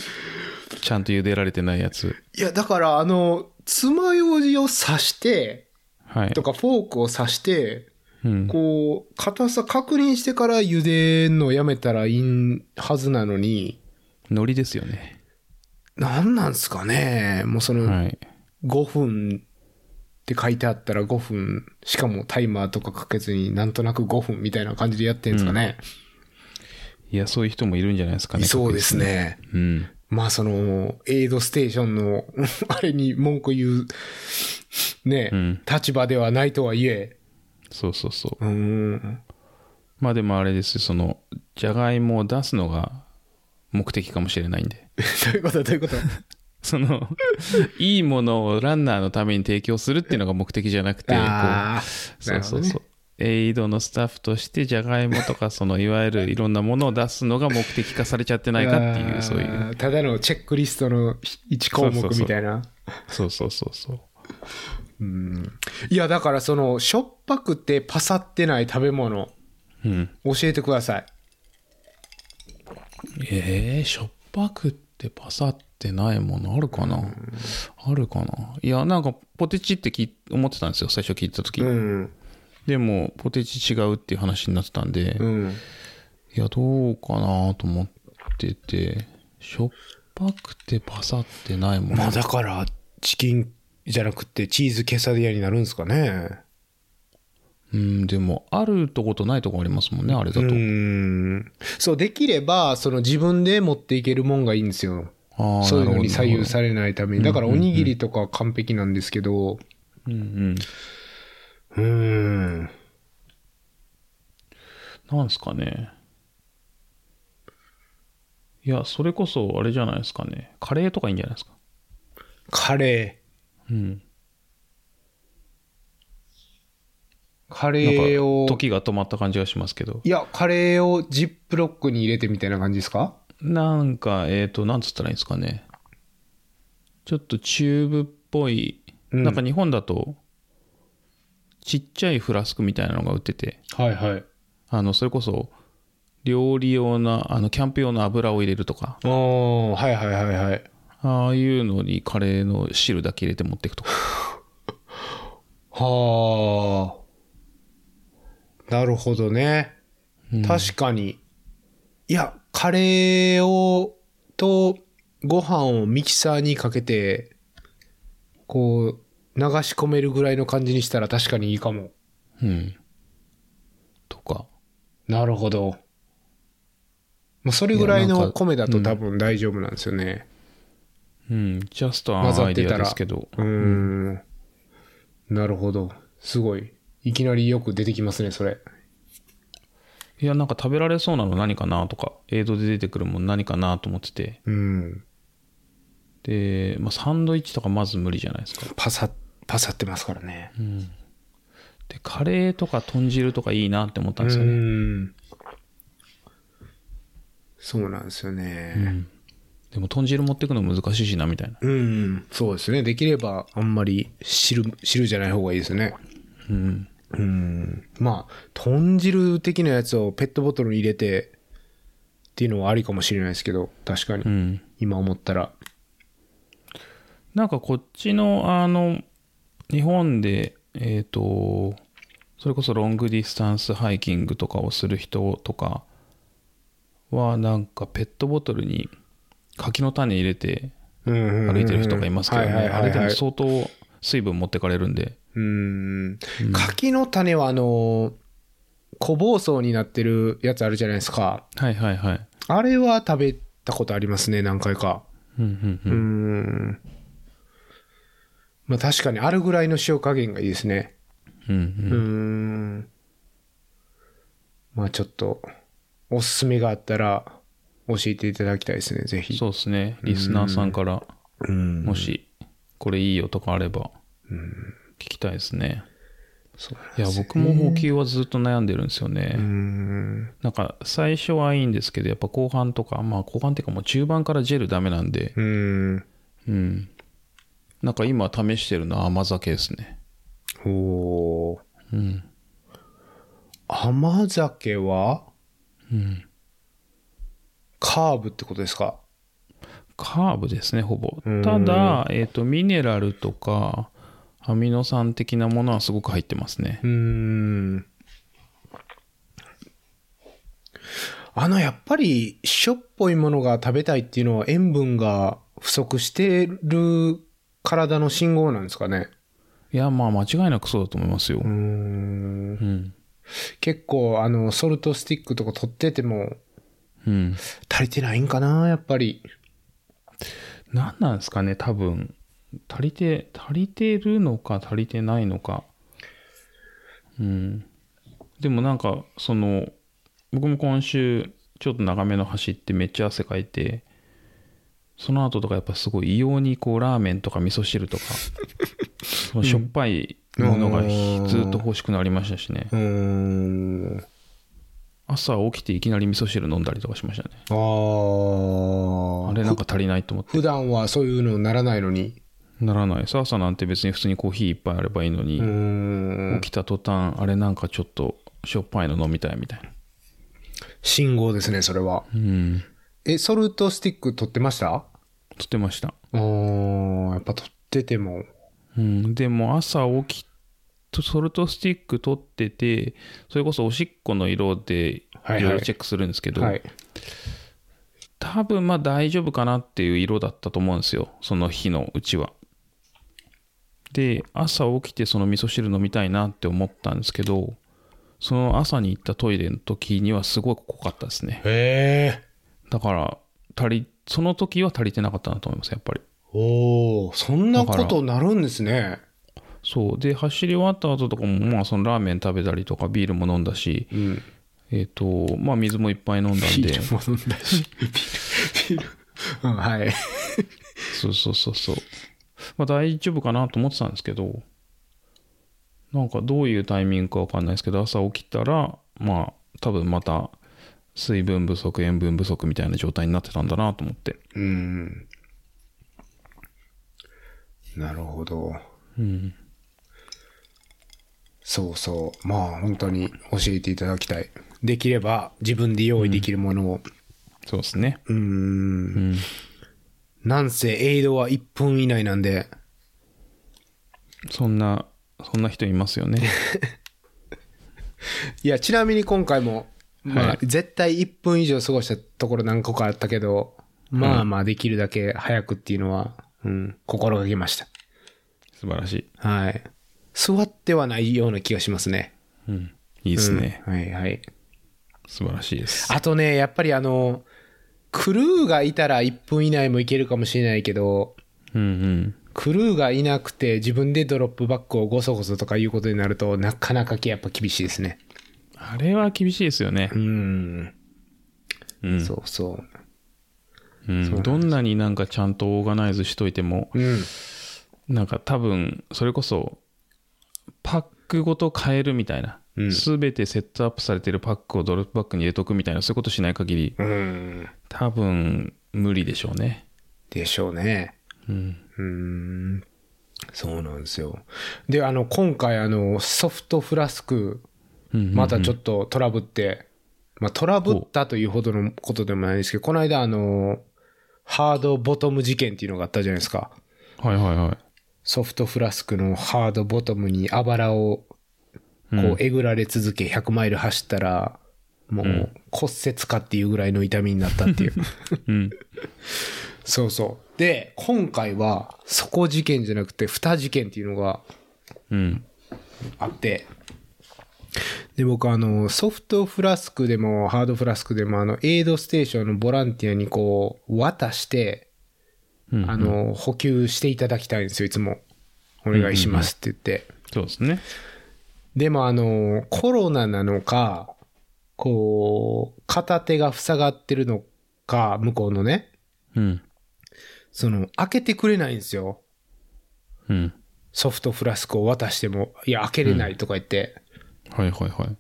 S2: ちゃんと茹でられてないやつ。
S1: いや、だから、あの、爪楊枝を刺して、
S2: はい
S1: と。かフォークを刺して、
S2: うん、
S1: こう、硬さ確認してから茹でんのやめたらいいんはずなのに、
S2: 海苔ですよね。
S1: なんなんすかねもうその、
S2: はい。
S1: 5分って書いてあったら5分、しかもタイマーとかかけずになんとなく5分みたいな感じでやってんですかね。
S2: いや、そういう人もいるんじゃないですかね。
S1: そうですね。
S2: 確実に。うん。
S1: まあその、エイドステーションの、 あれに文句言う、ね、
S2: うん
S1: 立場ではないとはいえ、
S2: そうそうそう。
S1: うーん、
S2: まあでもあれですよその、じゃがいもを出すのが目的かもしれないんで。
S1: どういうことどういう こと
S2: その、 いいものをランナーのために提供するっていうのが目的じゃなくて、こう
S1: ああ、
S2: そうそう
S1: なる
S2: そ
S1: ほ
S2: う。エイドのスタッフとして、じゃがいもとか、その、いわゆるいろんなものを出すのが目的化されちゃってない かってい
S1: あー
S2: う、そういう。
S1: ただのチェックリストの1項目みたいな。
S2: そうそうそうそう。
S1: うんいや、だからその、しょっぱくてパサってない食べ物、
S2: うん。
S1: 教えてください。
S2: えー、しょっぱくってパサってないものあるかな、あるかないや、なんか、ポテチって聞い思ってたんですよ、最初聞いた時、
S1: うん。
S2: でも、ポテチ違うっていう話になってたんで、
S1: うん。
S2: いや、どうかなと思ってて、しょっぱくてパサってないもの。
S1: まあだから、チキンじゃなくてチーズケサディアになるんですかね。
S2: うん、でも、あるとことないとこありますもんね、あれだ
S1: う
S2: と。
S1: ん。そう、できれば、その自分で持っていけるもんがいいんですよ。
S2: ああ、
S1: そういうの
S2: なるほど
S1: に左右されないために。だからおにぎりとかは完璧なんですけど、
S2: ううん
S1: うー
S2: うん。
S1: ん。
S2: なんすかね。いや、それこそあれじゃないですかね。カレーとかいいんじゃないですか。
S1: カレ
S2: うん。
S1: ー。カ
S2: なんか
S1: レーを、
S2: 時が止まった感じがしますけど。
S1: いや、カレーをジップロックに入れてみたいな感じですか
S2: なんか、えっ、と、なんつったらいいんですかね。ちょっとチューブっぽい、
S1: うん
S2: なんか日本だと、ちっちゃいフラスクみたいなのが売ってて、
S1: はいはい。
S2: あの、それこそ、料理用な、あの、キャンプ用の油を入れるとか、
S1: おー、はいはいはいはい。
S2: ああいうのにカレーの汁だけ入れて持っていくとか。
S1: はあ。なるほどね。確かに。いや、カレーを、と、ご飯をミキサーにかけて、こう、流し込めるぐらいの感じにしたら確かにいいかも。
S2: うん。とか。
S1: なるほど。まあ、それぐらい
S2: いやな
S1: の
S2: んか
S1: 米だと多分大丈夫なんですよね。
S2: うん。ジャストア
S1: 混ざ
S2: ンア
S1: っ
S2: イデ
S1: て
S2: ィ
S1: た
S2: アで
S1: ら。
S2: すけど。
S1: うーん。なるほど。すごい。いきなりよく出てきますね、それ。
S2: いや、なんか食べられそうなの何かなとか、映像で出てくるもの何かなと思ってて。
S1: うん。
S2: で、まあ、サンドイッチとかまず無理じゃないですか。
S1: パサ、パサってますからね。
S2: で、カレーとか豚汁とかいいなって思ったんですよ
S1: う
S2: ね。
S1: ん。そうなんですよね。
S2: でも豚汁持ってくの難しいしな、みたいな。
S1: うん、そうですね。できれば、あんまり汁、汁じゃない方がいいですね。
S2: うん。
S1: うん。まあ、豚汁的なやつをペットボトルに入れてっていうのはありかもしれないですけど、確かに。
S2: うん。
S1: 今思ったら。
S2: なんかこっちの、あの、日本で、えっ、と、それこそロングディスタンスハイキングとかをする人とかは、なんかペットボトルに柿の種入れて
S1: うんうんうんうん
S2: 歩いてる人がいますけど
S1: は
S2: ね、
S1: いはいはいはい
S2: あれでも相当水分持ってかれるんで、
S1: うん。柿の種は、あの、小包装になってるやつあるじゃないですか。
S2: はいはいはい。
S1: あれは食べたことありますね、何回か。
S2: うんうん
S1: う
S2: うん
S1: ーん。まあ確かにあるぐらいの塩加減がいいですね。
S2: うん
S1: うーん。まあちょっと、おすすめがあったら教えていただきたいですね、ぜ
S2: うん
S1: ひ。
S2: そうですね、リスナーさんから、
S1: うん。
S2: もしこれいいよとかあれば、聞きたいですね。
S1: そうなん
S2: いや、僕も補給はずっと悩んでるんですよね。
S1: うーん。
S2: なんか最初はいいんですけどやっぱ後半とかまあ後半っていうかもう中盤からジェルダメなんで
S1: うーん。
S2: うんなんか今試してるのは甘酒ですね
S1: おー
S2: うん
S1: 甘酒は
S2: うん
S1: カーブってことですか
S2: カーブですねほぼ
S1: うん
S2: ただえっ、とミネラルとかアミノ酸的なものはすごく入ってますね
S1: うーん。あの、やっぱり、しょっぽいものが食べたいっていうのは塩分が不足してる体の信号なんですかね。
S2: いやまあ間違いなくそうだと思いますよ
S1: うーん。
S2: うん
S1: 結構、あの、ソルトスティックとか取ってても
S2: うん
S1: 足りてないんかな、やっぱり。
S2: 何なんですかね多分足りて足りてるのか足りてないのかうんでもなんかその僕も今週ちょっと長めの走ってめっちゃ汗かいてその後とかやっぱすごい異様にこうラーメンとか味噌汁とかそのしょっぱいものがひ
S1: うん
S2: ずっと欲しくなりましたしね
S1: うーん。
S2: 朝起きていきなり味噌汁飲んだりとかしましたね
S1: あー
S2: あれなんか足りないと思って
S1: 普段はそういうのならないのに。
S2: ならないです朝なんて別に普通にコーヒー一杯あればいいのに、
S1: うーん。
S2: 起きた途端あれなんかちょっとしょっぱいの飲みたいみたいな
S1: 信号ですね、それは。
S2: うん
S1: え、ソルトスティック取ってました
S2: 撮ってました、
S1: あーやっぱ取ってても。
S2: うん、でも朝起きとソルトスティック撮っててそれこそおしっこの色で
S1: はいはい
S2: いろいろチェックするんですけど、
S1: はい。
S2: 多分まあ大丈夫かなっていう色だったと思うんですよその日のうちはで朝起きてその味噌汁飲みたいなって思ったんですけどその朝に行ったトイレの時にはすごい濃かったですね
S1: へえ。
S2: だから足りその時は足りてなかったなと思いますやっぱり
S1: おお、そんなことなるんですね。
S2: そうで走り終わった後とかも、まあ、そのラーメン食べたりとかビールも飲んだし、
S1: うん。
S2: えっ、とまあ水もいっ ぱい飲んだん
S1: ビ
S2: で
S1: ールも飲んだし、ビール、ビール。うん、はい。
S2: そうそうそうそうまあ大丈夫かなと思ってたんですけどなんかどういうタイミングかわかんないですけど朝起きたらまあ多分また水分不足塩分不足みたいな状態になってたんだなと思って
S1: うん。なるほど。
S2: うん
S1: そうそう。まあ本当に教えていただきたい。できれば自分で用意できるものを。
S2: そうですね
S1: うーん。
S2: うん
S1: なんせエイドは1分以内なんで、
S2: そんなそんな人います よね
S1: いや、ちなみに今回も、まあ、
S2: はい
S1: 絶対1分以上過ごしたところ何個かあったけど、まあまあ、できるだけ早くっていうのは、うん、心がけました。
S2: 素晴らしい
S1: はい。座ってはないような気がしますね。
S2: うんいいですね、
S1: うんはいはい。
S2: 素晴らしいです
S1: あとね、やっぱりあの、クルーがいたら1分以内もいけるかもしれないけど、
S2: うんうん
S1: クルーがいなくて自分でドロップバックをごそごそとかいうことになると、なかなかやっぱ厳しいですね。
S2: あれは厳しいですよね
S1: う、ん。
S2: うん
S1: そうそう。
S2: うんどんなになんかちゃんとオーガナイズしといても
S1: うん。
S2: なんか多分それこそパックごと変えるみたいな、
S1: うん
S2: 全てセットアップされてるパックをドロップバッグに入れとくみたいなそういうことしない限り
S1: うん。
S2: 多分無理でしょうね
S1: でしょうね。
S2: うん
S1: うーん。そうなんですよ。で、あの、今回、あの、ソフトフラスク、またちょっとトラブって、まあ、トラブったというほどのことでもないですけど、この間、あの、ハードボトム事件っていうのがあったじゃないですか。
S2: はいはいはい
S1: ソフトフラスクのハードボトムにあばらを、
S2: う
S1: こ
S2: ん
S1: う、えぐられ続け、100マイル走ったら、もう、骨折かっていうぐらいの痛みになったっていう。
S2: うん
S1: そうそう。で、今回は、底事件じゃなくて、蓋事件っていうのが
S2: うん
S1: あって、で、僕、あの、ソフトフラスクでも、ハードフラスクでも、あの、エイドステーションのボランティアにこう、渡して、
S2: うん
S1: あの、補給していただきたいんですよ、いつも。お願いしますって言って。
S2: そうですね
S1: でも、あの、コロナなのか、こう、片手が塞がってるのか、向こうのね、
S2: うん
S1: その、開けてくれないんですよ。
S2: うん
S1: ソフトフラスクを渡しても、いや、開けれないとか言って。
S2: はいはいはい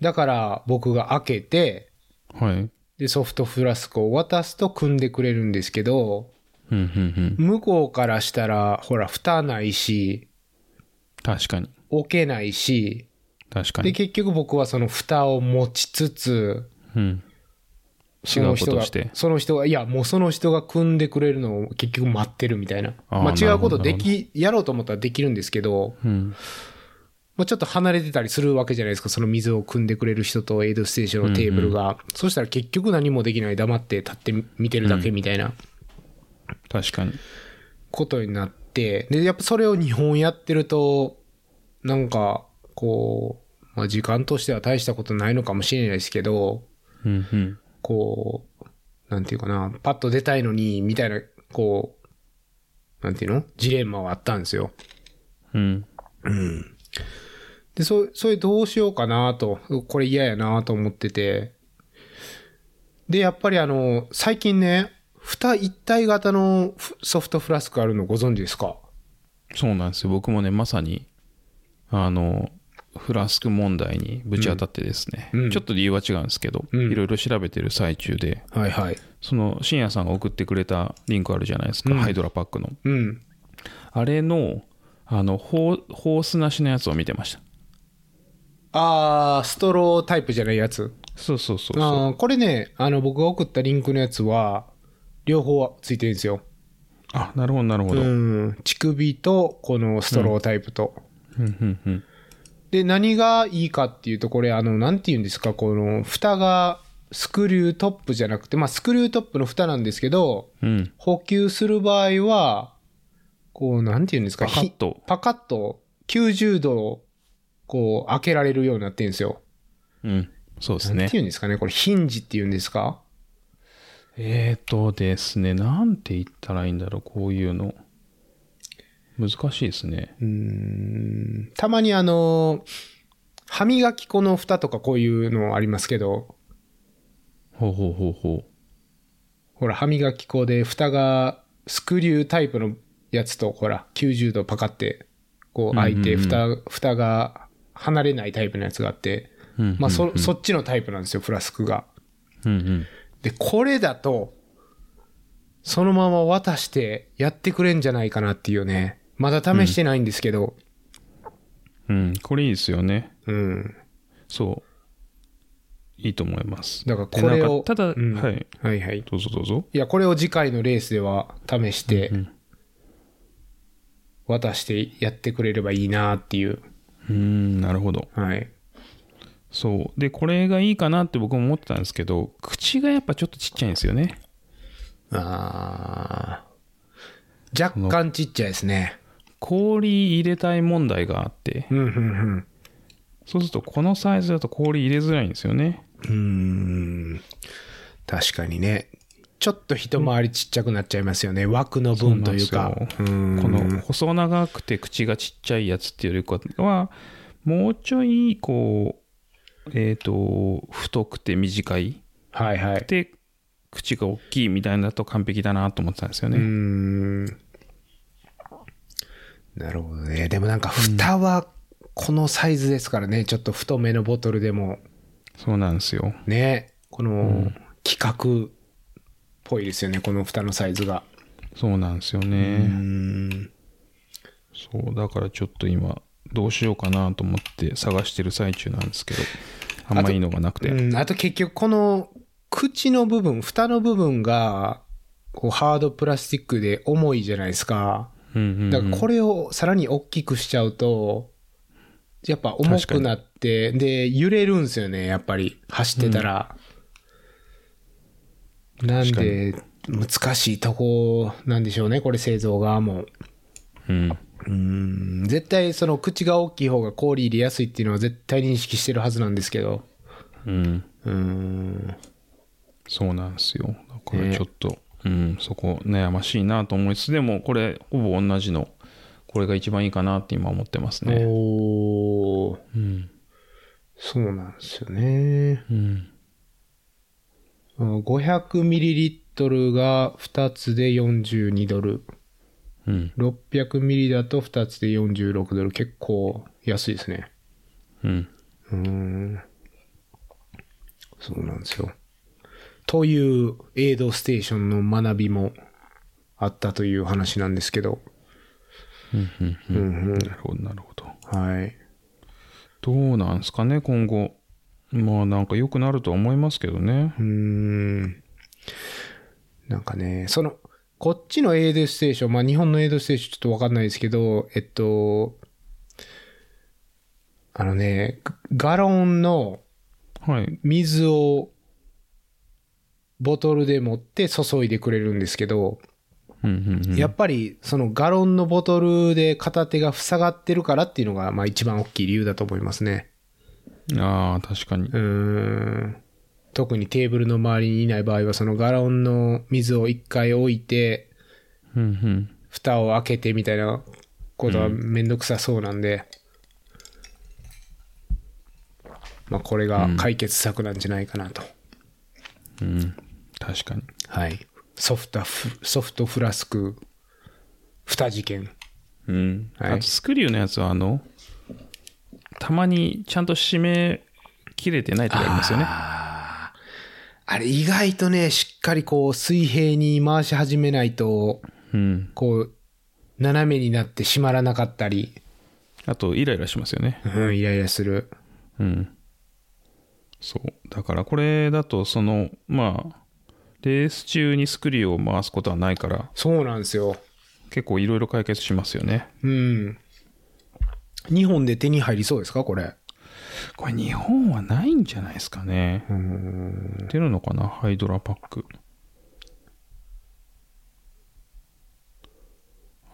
S1: だから、僕が開けて、
S2: はい
S1: で、ソフトフラスクを渡すと組んでくれるんですけど、
S2: うんうんうん
S1: 向こうからしたら、ほら、蓋ないし、
S2: 確かに
S1: 置けないし、
S2: 確か
S1: で、
S2: に
S1: 結局僕はその蓋を持ちつつ、
S2: うん
S1: その人
S2: 違うこと
S1: が
S2: をして、
S1: その人が、いや、もうその人が組んでくれるのを結局待ってるみたいな。
S2: あー
S1: まあ違うこと
S2: なる
S1: で
S2: ほど
S1: き、やろうと思ったらできるんですけど、
S2: うん
S1: まあ、ちょっと離れてたりするわけじゃないですか、その水を汲んでくれる人とエイドステーションのテーブルが。そうしたら結局何もできない、黙って立って見てるだけみたいな
S2: 確かに
S1: ことになって、で、やっぱそれを日本やってると、なんか、こう、まあ、時間としては大したことないのかもしれないですけど、
S2: うんうん
S1: こう、なんていうかな、パッと出たいのに、みたいな、こう、なんていうのジレンマはあったんですよ。
S2: うん
S1: で、そ、それどうしようかなと、これ嫌やなと思ってて。で、やっぱりあの、最近ね、蓋一体型のフソフトフラスクあるのご存知ですか
S2: そうなんですよ僕もねまさにあのフラスク問題にぶち当たってですね、
S1: うんうん
S2: ちょっと理由は違うんですけど、
S1: うん
S2: いろいろ調べてる最中で
S1: はいはい。
S2: その深夜さんが送ってくれたリンクあるじゃないですか、
S1: うん
S2: ハイドラパックの
S1: うん。
S2: あれのあのホーホースなしのやつを見てました
S1: あー、ストロータイプじゃないやつ。
S2: そうそうそうそう
S1: あーこれね、あの、僕が送ったリンクのやつは、両方ついてるんですよ。
S2: あなるほどなるほ
S1: う
S2: ど、うん、
S1: ん。乳首と、このストロータイプと。
S2: うんうん
S1: で、何がいいかっていうと、これ、あの、なんて言うんですか、この、蓋が、スクリュートップじゃなくて、まあ、スクリュートップの蓋なんですけど、
S2: うん
S1: 補給する場合は、こう、なんて言うんですか、
S2: パカッと
S1: ひパカッと、90度、こう、開けられるようになってるんですよ。
S2: うんそうです
S1: なん
S2: ね
S1: て言うんですかね、これ、ヒンジって言うんですか
S2: えーとですねなんて言ったらいいんだろうこういうの難しいですね。
S1: うんたまにあの、歯磨き粉の蓋とかこういうのありますけど、
S2: ほうほうほうほ
S1: ほら、歯磨き粉で蓋がスクリュータイプのやつと、ほら、90度パカって、こう開いて、蓋、蓋が離れないタイプのやつがあって、
S2: う。うん
S1: まあ、そ、そっちのタイプなんですよ、フラスクが。
S2: うん
S1: で、これだと、そのまま渡してやってくれんじゃないかなっていうね。まだ試してないんですけど、
S2: うん。うん、これいいですよね。
S1: うん。
S2: そう。いいと思います。
S1: だからこれを
S2: でなんかただ、
S1: うん
S2: はい。
S1: はいはい。
S2: どうぞどうぞ。
S1: いや、これを次回のレースでは試して、渡してやってくれればいいなっていう。
S2: うーん、なるほど。
S1: はい。
S2: そう。で、これがいいかなって僕も思ってたんですけど、口がやっぱちょっとちっちゃいんですよね。
S1: あー若干ちっちゃいですね。
S2: 氷入れたい問題があって、
S1: うん、うん、
S2: そうするとこのサイズだと氷入れづらいんですよね。
S1: うん。うーん。確かにね。ちょっと一回りちっちゃくなっちゃいますよね。枠の分というか。
S2: そうなんですよこの細長くて口がちっちゃいやつっていうよりかは、もうちょい、こう、えっ、と、太くて短い。
S1: はいはい。
S2: で、口が大きいみたいなのだと完璧だなと思ってたんですよ
S1: うー
S2: ね。
S1: ん。なるほどね。でもなんか蓋はこのサイズですからね。ちょっと太めのボトルでも
S2: そうなんですよ。
S1: ね。この規格っぽいですよね。この蓋のサイズが。
S2: そうなんですよ
S1: うー
S2: ね。
S1: ん。
S2: そう、だからちょっと今、どうしようかなと思って探してる最中なんですけど、あんまいいのがなくて。
S1: うん、あと結局この口の部分、蓋の部分が、こうハードプラスチックで重いじゃないですか。
S2: うんうんうん
S1: だからこれをさらに大きくしちゃうと、やっぱ重くなって、で、揺れるんですよね、やっぱり、走ってたら。なんで、難しいとこなんでしょうね、これ製造側も。
S2: うん
S1: うん、絶対その口が大きい方が氷入れやすいっていうのは絶対認識してるはずなんですけど。
S2: うん
S1: うん。
S2: そうなんですよ。だからちょっと、うん、そこ悩ましいなと思いつつ、でもこれ、ほぼ同じの、これが一番いいかなって今思ってますね。
S1: おー
S2: うん。
S1: そうなんですよね。
S2: うん。
S1: 500ml が2つで42ドル。
S2: うん。
S1: 600ml だと2つで46ドル。結構安いですね。
S2: うん。
S1: うーん。そうなんですよ。というエイドステーションの学びもあったという話なんですけど。
S2: うん。うん。
S1: うんうん。
S2: なるほど、なるほど。
S1: はい。
S2: どうなんですかね、今後。まあなんか良くなるとは思いますけどね。
S1: うーん。なんかね、その、こっちのエイドステーション、まあ日本のエイドステーションちょっとわかんないですけど、えっと、あのね、ガロンの
S2: はい。
S1: 水をボトルで持って注いでくれるんですけど、
S2: うんうんうん。
S1: やっぱりそのガロンのボトルで片手が塞がってるからっていうのが、まあ一番大きい理由だと思いますね。
S2: ああ、確かに。
S1: うーん特にテーブルの周りにいない場合は、そのガロンの水を一回置いて、
S2: うんうん。
S1: 蓋を開けてみたいなことはめんどくさそうなんで、まあこれが解決策なんじゃないかなと。
S2: うん。確かに。
S1: はい。ソフトフ、ソフトフラスク、蓋事件。
S2: うん。
S1: はい
S2: あとスクリューのやつは、あの、たまにちゃんと締め切れてないとかありますよね。
S1: あーあれ意外とね、しっかりこう水平に回し始めないと、
S2: うん。
S1: こう、斜めになって閉まらなかったり、
S2: あと、イライラしますよね。
S1: うん、イライラする。
S2: うん。そう。だから、これだと、その、まあ、レース中にスクリューを回すことはないから、
S1: そうなんですよ。
S2: 結構いろいろ解決しますよね。
S1: うん。日本で手に入りそうですかこれ。
S2: これ、日本はないんじゃないですかね。出るのかなハイドラパック。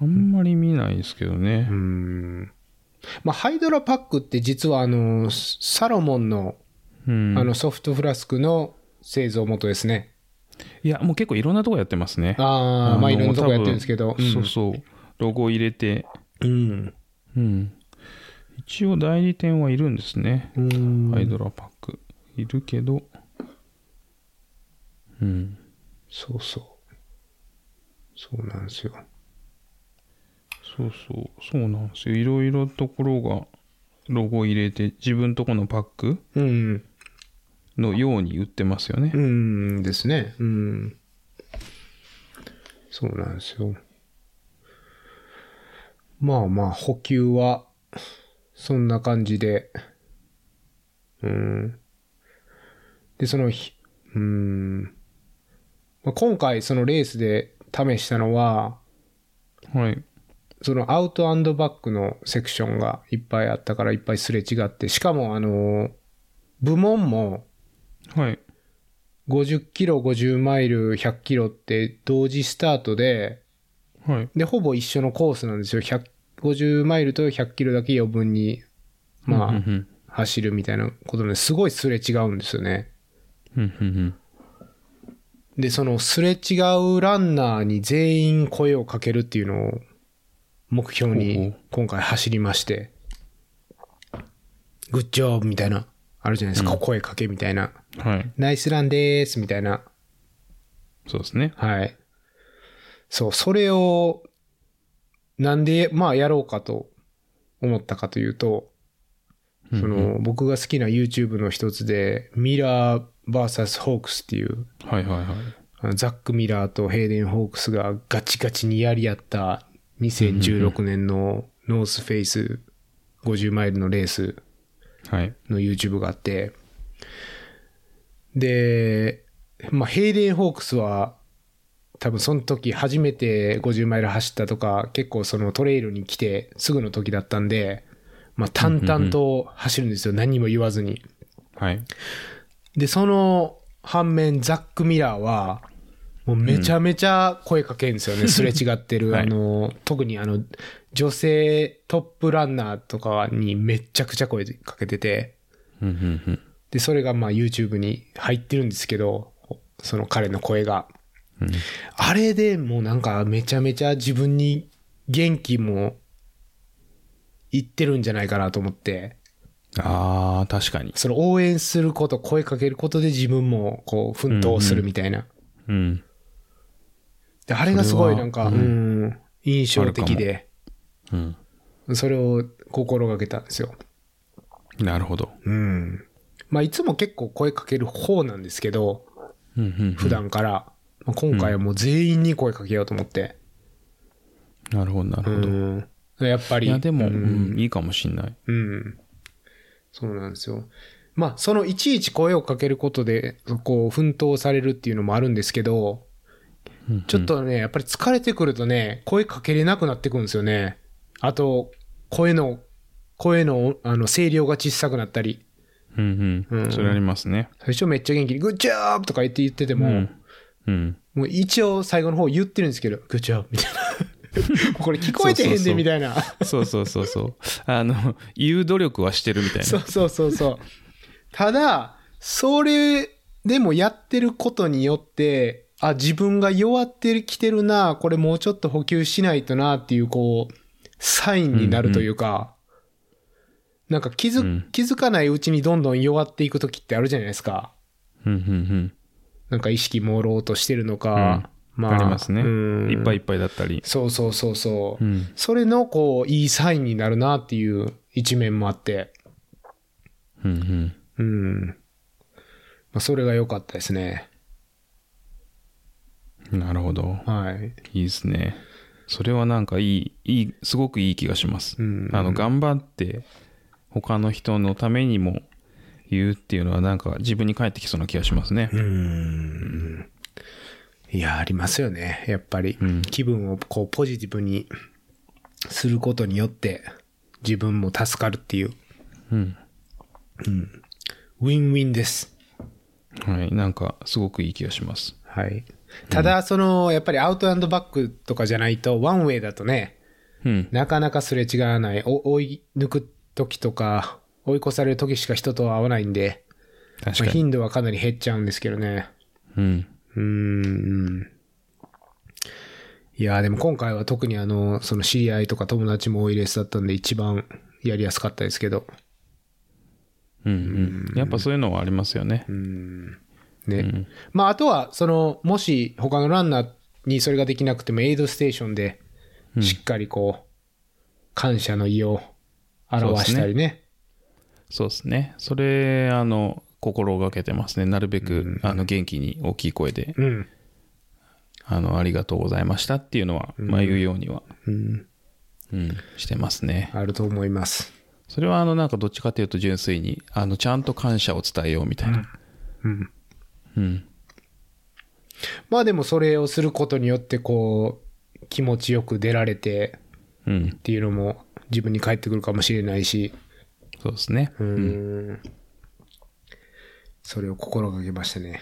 S2: あんまり見ないですけどね。
S1: うん。まあ、ハイドラパックって実はあの、サロモンの、
S2: うん
S1: あのソフトフラスクの製造元ですね。
S2: いや、もう結構いろんなとこやってますね。
S1: ああ、まあいろんなとこやってるんですけど。
S2: 多分
S1: うん
S2: そうそう。ロゴを入れて、
S1: うん。
S2: うん。一応代理店はいるんですね。
S1: うん
S2: ハイドラパック。いるけど、うん。
S1: そうそう。そうなんですよ。
S2: そうそう、そうなんですよ。いろいろところが、ロゴを入れて、自分とこのパック
S1: うん。
S2: のように売ってますよね
S1: う。んですね。うん。そうなんですよ。まあまあ、補給は、そんな感じで。うん。で、その日、うん。まあ、今回、そのレースで試したのは、
S2: はい。
S1: そのアウトバックのセクションがいっぱいあったからいっぱいすれ違って、しかもあの、部門も
S2: はい。
S1: 50キロ、50マイル、100キロって同時スタートで、
S2: はい。
S1: で、ほぼ一緒のコースなんですよ。100 50マイルと100キロだけ余分に、
S2: うんう
S1: まあ、
S2: ん
S1: 走るみたいなことですごいすれ違うんですよね。
S2: うんうんうん
S1: で、そのすれ違うランナーに全員声をかけるっていうのを目標
S2: ほう
S1: に
S2: ほ
S1: 今回走りまして、グッジョブみたいな、あるじゃないですか、声かけみたいな、
S2: うん。はい。
S1: ナイスランでーすみたいな、
S2: そうですね。
S1: はい。そう、それを、なんで、まあやろうかと思ったかというと、その、僕が好きな YouTube の一つで、ミラー VS ホークスっていう、
S2: はいはいはい。
S1: あのザック・ミラーとヘイデン・ホークスがガチガチにやり合った2016年のノースフェイス50マイルのレース
S2: はい。
S1: の YouTube があって、で、まあ、ヘイデン・ホークスは多分その時初めて50マイル走ったとか結構そのトレイルに来てすぐの時だったんで、まあ、淡々と走るんですよ。何も言わずに。
S2: はい。
S1: で、その反面、ザック・ミラーは、もうめちゃめちゃ声かけるんですよね、すれ違ってる。
S2: はい
S1: あの、特にあの、女性トップランナーとかにめちゃくちゃ声かけてて、
S2: うんうんうん
S1: で、それがまあ YouTube に入ってるんですけど、その彼の声が。
S2: うん
S1: あれでもうなんかめちゃめちゃ自分に元気もいってるんじゃないかなと思って。
S2: ああ、確かに。
S1: その応援すること、声かけることで自分もこう奮闘するみたいな。
S2: うん。
S1: であれがすごい
S2: それは
S1: なんか、うん、印象的で、
S2: うん。
S1: それを心がけたんですよ。
S2: なるほど。
S1: うん。まあいつも結構声かける方なんですけど、
S2: うんうんうん
S1: 普段から、まあ、今回はもう全員に声かけようと思って。
S2: なるほど、なるほ
S1: う
S2: ど。
S1: ん。やっぱり。
S2: いや、でも、
S1: う。
S2: うんん、いいかもしんない。
S1: うんそうなんですよ。まあそのいちいち声をかけることで、こう奮闘されるっていうのもあるんですけど、
S2: うん
S1: ちょっとね、やっぱり疲れてくるとね、声かけれなくなってくるんですよね。あと、声の、声の、あの、声量が小さくなったり、
S2: うんう
S1: うん
S2: ん。それありますね。
S1: 最初めっちゃ元気に、グッジョブとか言って言ってても、
S2: うん。うん。
S1: もう一応最後の方言ってるんですけど、グッジョブみたいな。 これ聞こえてへ
S2: そ
S1: ん
S2: うそうそ
S1: で、
S2: う
S1: みたいな。
S2: そうそうそうそう。あの、言う努力はしてるみたい
S1: そうそうそうそう。ただ、それでもやってることによって、あ、自分が弱ってきてるな、これもうちょっと補給しないとなっていう、こう、サインになるというか、なんか気づ、
S2: うん
S1: 気づかないうちにどんどん弱っていくときってあるじゃないですか。
S2: な。うんうん
S1: なんか意識朦朧としてるのか、
S2: うん。
S1: ま
S2: ありますね。
S1: うん
S2: いっぱいいっぱいだったり。
S1: そうそうそうそう。
S2: うん。
S1: それの、こう、いいサインになるなっていう一面もあって。
S2: うんうん。
S1: うん。まあ、それが良かったですね。
S2: なるほど。
S1: はい。
S2: いいですね。それはなんかいい、いい、すごくいい気がします。
S1: うん
S2: あの、頑張って、他の人のためにも言うっていうのは、なんか自分に返ってきそうな気がしますね。
S1: うん。いや、ありますよね。やっぱり。
S2: うん
S1: 気分をこうポジティブにすることによって、自分も助かるっていう。
S2: うん。
S1: ウィンウィンです。
S2: はい。なんか、すごくいい気がします。
S1: はい。ただ、その、やっぱりアウトバックとかじゃないと、ワンウェイだとね、
S2: うん。
S1: なかなかすれ違わない。お追い抜く時とか、追い越される時しか人と会わないんで、
S2: 確
S1: まあ
S2: かに。
S1: 頻度はかなり減っちゃうんですけどね。
S2: うん。
S1: うーん。いいやーでも今回は特にあの、その知り合いとか友達も多いレースだったんで一番やりやすかったですけど。
S2: うんうん。やっぱそういうのはありますよね。
S1: ね。まああとは、その、もし他のランナーにそれができなくてもエイドステーションでしっかりこう、感謝の意を表したりね。
S2: そうですね。それ、あの、心がけてますね。なるべく、あの、元気に大きい声で、
S1: うん。
S2: あの、ありがとうございましたっていうのは、まあ言うようには、
S1: うん。
S2: うん、してますね。
S1: あると思います。
S2: それは、あの、なんかどっちかというと純粋に、あの、ちゃんと感謝を伝えようみたいな。
S1: うん。
S2: うん。
S1: まあでもそれをすることによってこう、気持ちよく出られて
S2: うん
S1: っ。ていうのも自分に返ってくるかもしれないし、
S2: そうですね。
S1: うーん。それを心がけましたね。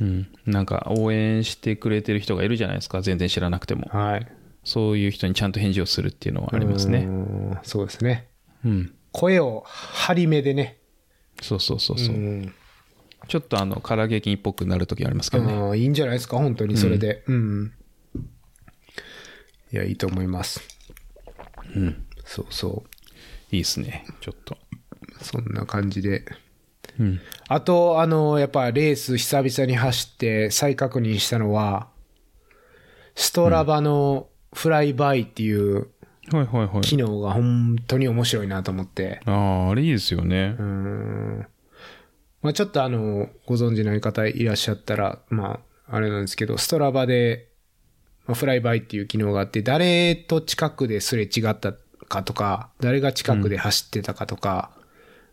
S2: うん。なんか、応援してくれてる人がいるじゃないですか。全然知らなくても。
S1: はい。
S2: そういう人にちゃんと返事をするっていうのはありますね。
S1: うーん。そうですね。
S2: うん。
S1: 声を張り目でね。
S2: そうそうそうそうう。
S1: ん。
S2: ちょっとあの、唐揚げ菌っぽくなる時ありますけどね。
S1: ああいいんじゃないですか、本当にそれで。うん。いや、いいと思います。
S2: うん。
S1: そうそ
S2: いいですね。ちょっと。
S1: う。そんな感じで。
S2: うん。
S1: あと、あの、やっぱレース久々に走って再確認したのは、ストラバのフライバイっていう
S2: はいはいはい。
S1: 機能が本当に面白いなと思って。
S2: ああ、あれいいですよね
S1: う。ーん。まあちょっとあの、ご存知ない方いらっしゃったら、まああれなんですけど、ストラバで、まあフライバイっていう機能があって、誰と近くですれ違ったかとか、誰が近くで走ってたかとか、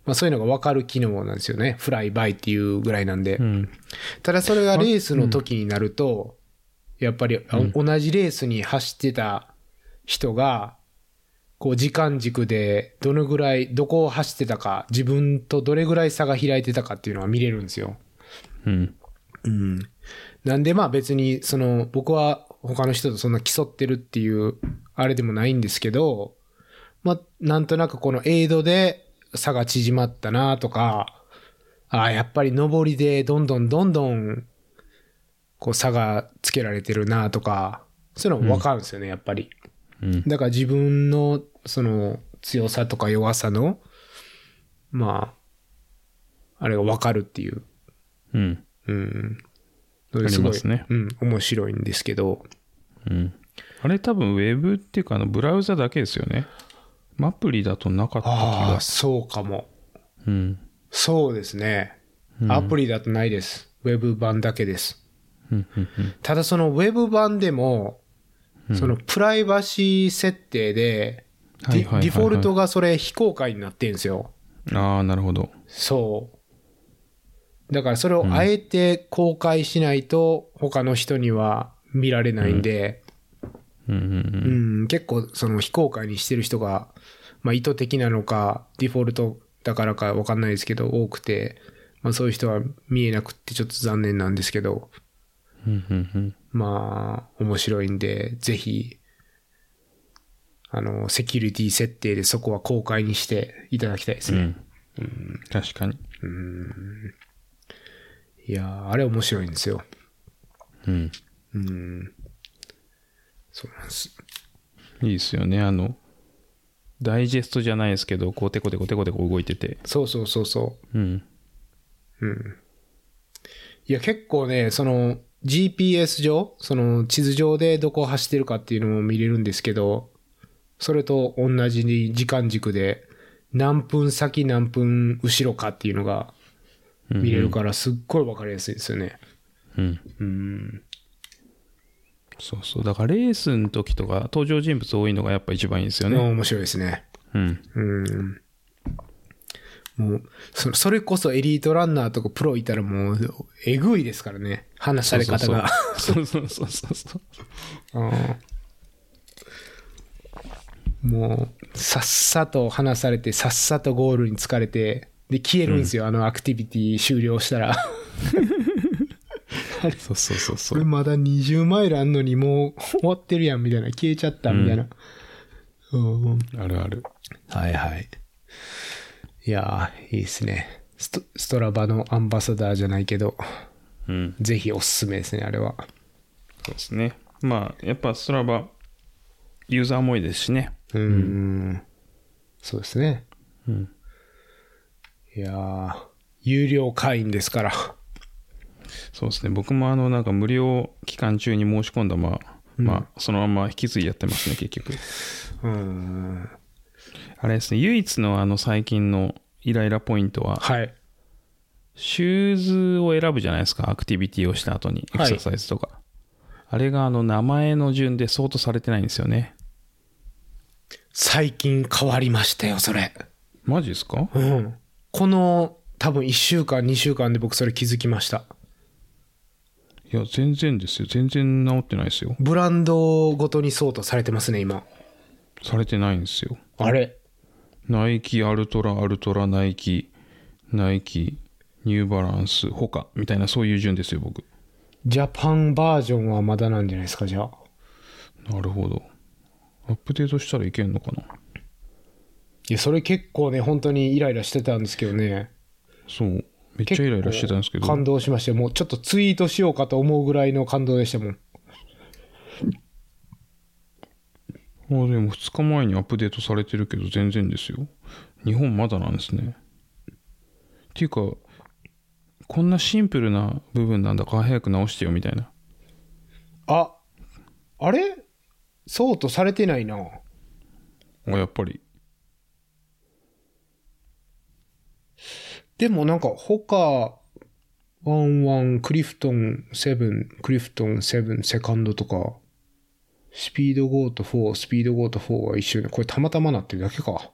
S1: まあそういうのがわかる機能なんですよね。フライバイっていうぐらいなんで。
S2: うん。
S1: ただそれがレースの時になると、やっぱりあ同じレースに走ってた人が、こう時間軸でどのぐらい、どこを走ってたか、自分とどれぐらい差が開いてたかっていうのは見れるんですよ。
S2: うん。
S1: うん。なんでまあ別に、その僕は他の人とそんな競ってるっていうあれでもないんですけど、まあなんとなくこのエイドで差が縮まったなとか、ああ、やっぱり上りでどんどんどんどんこう差がつけられてるなとか、そういうのもわかるんですよね、やっぱり。
S2: うん。
S1: だから自分のその強さとか弱さの、まあ、あれがわかるっていう。
S2: うん。
S1: うん。あ
S2: りますね
S1: うん、面白いんですけど。
S2: うん。あれ多分ウェブっていうか、あの、ブラウザだけですよね。マプリだとなかった
S1: あ
S2: 気が
S1: あ、。そうかも。
S2: うん。
S1: そうですね。アプリだとないです。ウェブ版だけです。
S2: うん。うん。
S1: ただそのウェブ版でも、そのプライバシー設定で、
S2: はい
S1: デ
S2: はいはいは
S1: ィ
S2: い
S1: ディフォルトがそれ非公開になってるんですよ。
S2: うんああ、なるほど。
S1: そう。だからそれをあえて公開しないと他の人には見られないんで、
S2: うんうんうん。
S1: うん、結構その非公開にしてる人が、まあ、意図的なのか、ディフォルトだからかわかんないですけど、多くて、まあ、そういう人は見えなくってちょっと残念なんですけど、
S2: うんうんうん。
S1: まあ、面白いんで、ぜひ、あの、セキュリティ設定でそこは公開にしていただきたいです
S2: う
S1: ね。
S2: ん。確かに。
S1: いやー、あれ面白いんですよ。
S2: うん。
S1: うん。そうなんです。
S2: いいですよね。あの、ダイジェストじゃないですけど、こう、テコテコテコテコ動いてて。
S1: そうそうそうそう。
S2: うん。
S1: いや、結構ね、その GPS 上、その地図上でどこを走ってるかっていうのも見れるんですけど、それと同じに時間軸で何分先何分後ろかっていうのが見れるからすっごいわかりやすいですよね。
S2: うん。
S1: うん。
S2: そうそう。だからレースの時とか、登場人物多いのがやっぱ一番いいですよね。
S1: 面白いですね。
S2: うん。
S1: うん。もう、そそれこそエリートランナーとかプロいたらもう、えぐいですからね。話され方が。
S2: そうそうそうそうそう。
S1: うんもう、さっさと離されて、さっさとゴールに疲れて、で、消えるんですよ、あのアクティビティ終了したら。
S2: そうそうそうそ
S1: これ まだ20マイルあんのに、もう終わってるやん、みたいな。消えちゃった、みたいな。うん
S2: あるある。
S1: はいはい。いやー、いいですねスト。ストラバのアンバサダーじゃないけど、
S2: うん。
S1: ぜひおすすめですね、あれは。
S2: そうですね。まあ、やっぱストラバ、ユーザーも多いですしね。
S1: うん。そうですね。
S2: うん。
S1: いやー有料会員ですから。
S2: そうですね。僕もあの、なんか無料期間中に申し込んだまま、まあ、そのまま引き継いでやってますね、結局。
S1: うん。
S2: あれですね、唯一のあの、最近のイライラポイントは、
S1: はい。
S2: シューズを選ぶじゃないですか、アクティビティをした後に、エ
S1: は
S2: ク
S1: い
S2: ササイズとか。あれがあの、名前の順で相当されてないんですよね。
S1: 最近変わりましたよ、それ。
S2: マジですか
S1: うん。この、多分1週間、2週間で僕それ気づきました。
S2: いや、全然ですよ。全然治ってないですよ。
S1: ブランドごとにそうとされてますね、今。
S2: されてないんですよ。
S1: あれ
S2: ナイキ、アルトラ、アルトラ、ナイキ、ナイキ、ニューバランス、ホカ、みたいなそういう順ですよ、僕。
S1: ジャパンバージョンはまだなんじゃないですか、じゃあ。
S2: なるほど。アップデートしたらいけんのかない
S1: や、それ結構ね、本当にイライラしてたんですけどね。
S2: そう。めっちゃイライラしてたんですけど。
S1: 感動しましたよもうちょっとツイートしようかと思うぐらいの感動でしたもん。
S2: あでも2日前にアップデートされてるけど全然ですよ日本まだなんですねっていうかこんなシンプルな部分なんだから早く直してよみたいな
S1: あ、あれそうとされてないな。
S2: あやっぱり
S1: でもなんか、ホカ、ワンワン、クリフトン7、クリフトン7、セカンドとか、スピードゴート4、スピードゴート4は一緒に、これたまたまなってるだけか。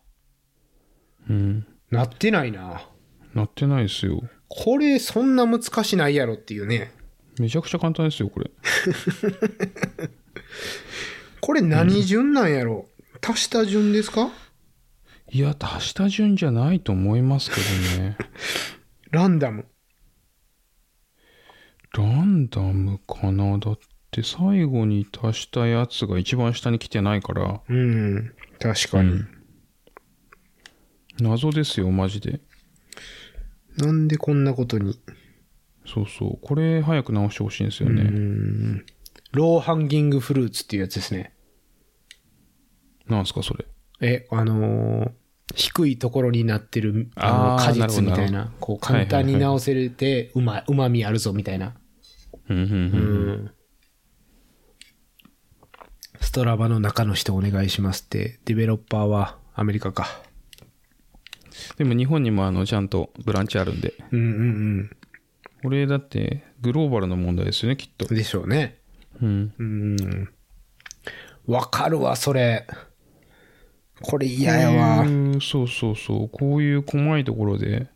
S2: うん
S1: なってないな。
S2: なってないですよ
S1: これそんな難しないやろっていうね。
S2: めちゃくちゃ簡単ですよこれ
S1: これ何順なんやろ、足した順ですか
S2: いや足した順じゃないと思いますけど ね
S1: ランダム。
S2: ランダムかなだって最後に足したやつが一番下に来てないから
S1: うん。確かに。
S2: 謎ですよマジで
S1: なんでこんなことに。
S2: そうそうこれ早く直してほしいんですよね、
S1: うん。ローハンギングフルーツっていうやつですね。
S2: なんすかそれ
S1: え、あのー低いところになってるあの
S2: あー
S1: 果実みた
S2: なるほ
S1: い
S2: どな
S1: な、こう簡単に直せれて、うま、うまみあるぞみたいな。
S2: うんうん
S1: う
S2: うん
S1: ん。ストラバの中の人お願いしますって、ディベロッパーはアメリカか。
S2: でも日本にもあのちゃんとブランチあるんで
S1: うんうん
S2: これだってグローバルの問題ですよねきっと
S1: うん。でしょうね。
S2: うん
S1: うん。わかるわ、それ。これ嫌やわ。
S2: うんそうそうそうこういう細いところで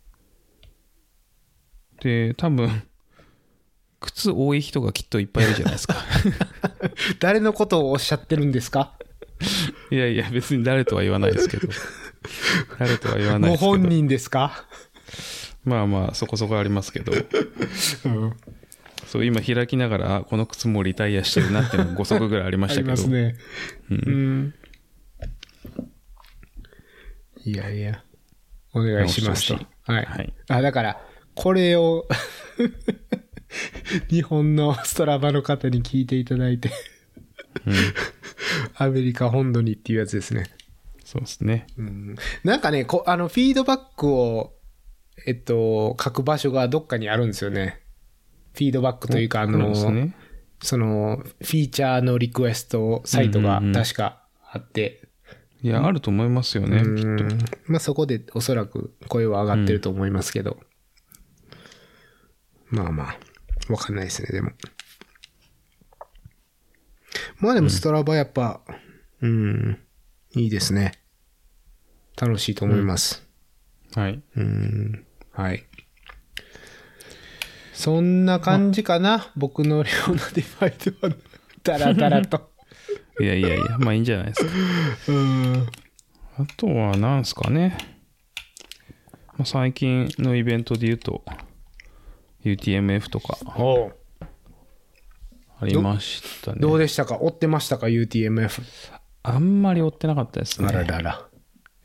S2: で多分靴多い人がきっといっぱいいるじゃない ですか
S1: 誰のことをおっしゃってるんですか
S2: いやいや別に誰とは言わないですけど誰とは言わな
S1: ご
S2: いですけど
S1: 本人ですか
S2: まあまあそこそこありますけど
S1: うん。
S2: そう今開きながらあこの靴もリタイアしてるなっていうの5足ぐらいありま
S1: あ
S2: した
S1: り
S2: け
S1: ま
S2: ど
S1: すね。うん。いやいや。お願いしますと
S2: 直して。
S1: はい。
S2: はい
S1: あ、だから、これを、日本のストラバの方に聞いていただいて、アメリカ本土にっていうやつですね。
S2: そうですね
S1: うんなんかね、こあの、フィードバックを、えっと、書く場所がどっかにあるんですよね。フィードバックというか、あ
S2: そう
S1: の、
S2: ですね
S1: その、フィーチャーのリクエストサイトが
S2: うんうんうん
S1: 確かあって、
S2: いや、あると思いますよね、きっと。
S1: うんまあそこでおそらく声は上がってると思いますけど、まあまあ、わかんないですね、でも。まあでもストラバやっぱ、うん、いいですね。楽しいと思います。
S2: はい。
S1: うんはい。そんな感じかな、僕の レオナディファイドは、ダラダラと。
S2: いやいやいや、まあいいんじゃないですか。
S1: うん。
S2: あとは、なんすかね。まあ、最近のイベントで言うと、UTMF とか
S1: おう
S2: ありました
S1: ど
S2: ね。
S1: うでしたか追ってましたか ?UTMF。
S2: あんまり追ってなかったですね。
S1: らら。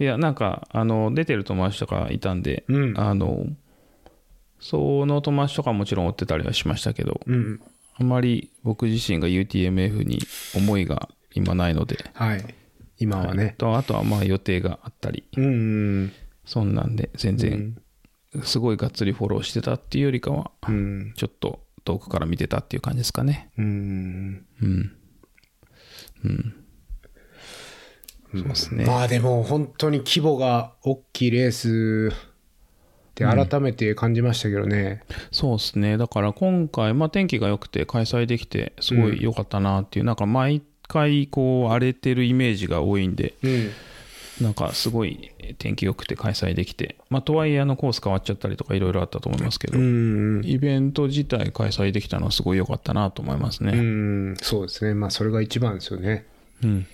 S2: いや、なんか、あの、出てる友達とかいたんで、
S1: うん
S2: あの、その友達とかもちろん追ってたりはしましたけど、
S1: うん。
S2: あまり僕自身が UTMF に思いが今ないので、
S1: はい。今はね。
S2: とあとはまあ予定があったり、
S1: うんうん
S2: そんなんで全
S1: う
S2: 然
S1: ん。
S2: すごいがっつりフォローしてたっていうよりかは、
S1: うん。
S2: ちょっと遠くから見てたっていう感じですかね。
S1: うん。
S2: うん。うん。そうですね。
S1: まあでも本当に規模が大きいレースって改めて感じましたけどね。
S2: そうですね。だから今回、まあ天気が良くて開催できて、すごい良かったなっていう、なんか毎回こう荒れてるイメージが多いんで、
S1: うん。
S2: なんかすごい天気良くて開催できて、まあとはいえあのコース変わっちゃったりとかいろいろあったと思いますけど、
S1: うん。
S2: イベント自体開催できたのはすごい良かったなと思いますね。
S1: うん。そうですね。まあそれが一番ですよね。
S2: うん、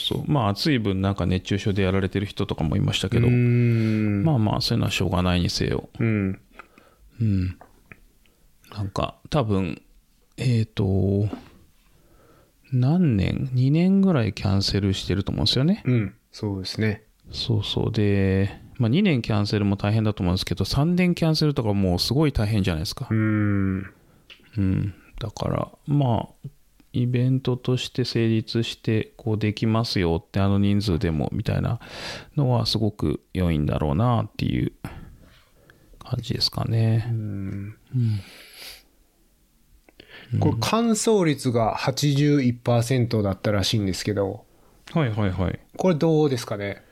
S2: そうそうまあ暑い分なんか熱中症でやられてる人とかもいましたけど、
S1: うん。
S2: まあまあそういうのはしょうがないにせよ
S1: うん。
S2: うんなんか多分えっ、と何年2年ぐらいキャンセルしてると思うんですよね
S1: うん。そうですね。
S2: そうそうで、まあ、2年キャンセルも大変だと思うんですけど3年キャンセルとかもうすごい大変じゃないですか
S1: うん。
S2: うん、だからまあイベントとして成立してこうできますよってあの人数でもみたいなのはすごく良いんだろうなっていう感じですかね。
S1: これ乾燥率が81%だったらしいんですけど、
S2: はいはいはい。
S1: これどうですかね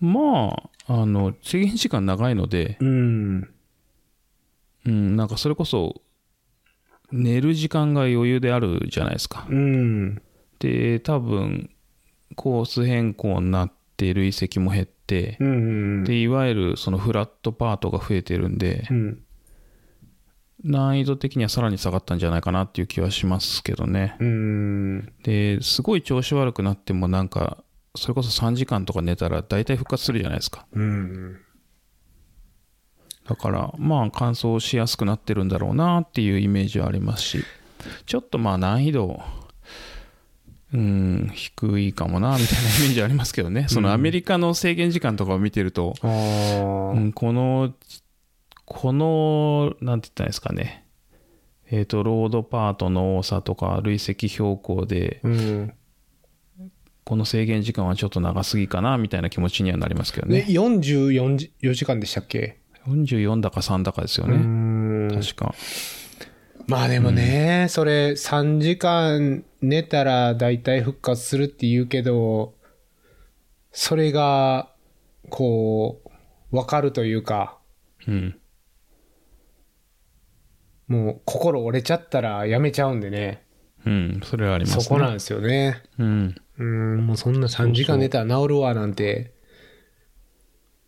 S2: まああの制限時間長いので、
S1: うん。
S2: うん、なんかそれこそ寝る時間が余裕であるじゃないですか。
S1: うん。
S2: で多分コース変更になって累積も減って、
S1: うん。
S2: でいわゆるそのフラットパートが増えてるんで、
S1: うん。
S2: 難易度的にはさらに下がったんじゃないかなっていう気はしますけどね。
S1: うん。
S2: ですごい調子悪くなってもなんかそれこそ3時間とか寝たら大体復活するじゃないですか。
S1: うん。
S2: だからまあ乾燥しやすくなってるんだろうなっていうイメージはありますしちょっとまあ難易度うん低いかもなみたいなイメージありますけどね。そのアメリカの制限時間とかを見てると、
S1: ああ。
S2: うん、この、この、なんて言ったらいいんですかね。えっ、と、ロードパートの多さとか、累積標高で、
S1: うん。
S2: この制限時間はちょっと長すぎかな、みたいな気持ちにはなりますけど
S1: ね、
S2: ね。
S1: 44時4時間でしたっけ、
S2: 44だか3だかですよ
S1: うー
S2: ね。
S1: ん
S2: 確か。
S1: まあでもね、それ3時間寝たら大体復活するって言うけど、それが、こう、わかるというか、
S2: うん。
S1: もう心折れちゃったらやめちゃうんでね。
S2: うん、それはあります
S1: そ
S2: ね。
S1: こなんですよね。
S2: うん。
S1: うーん、もうそんな3時間寝たら治るわなんて、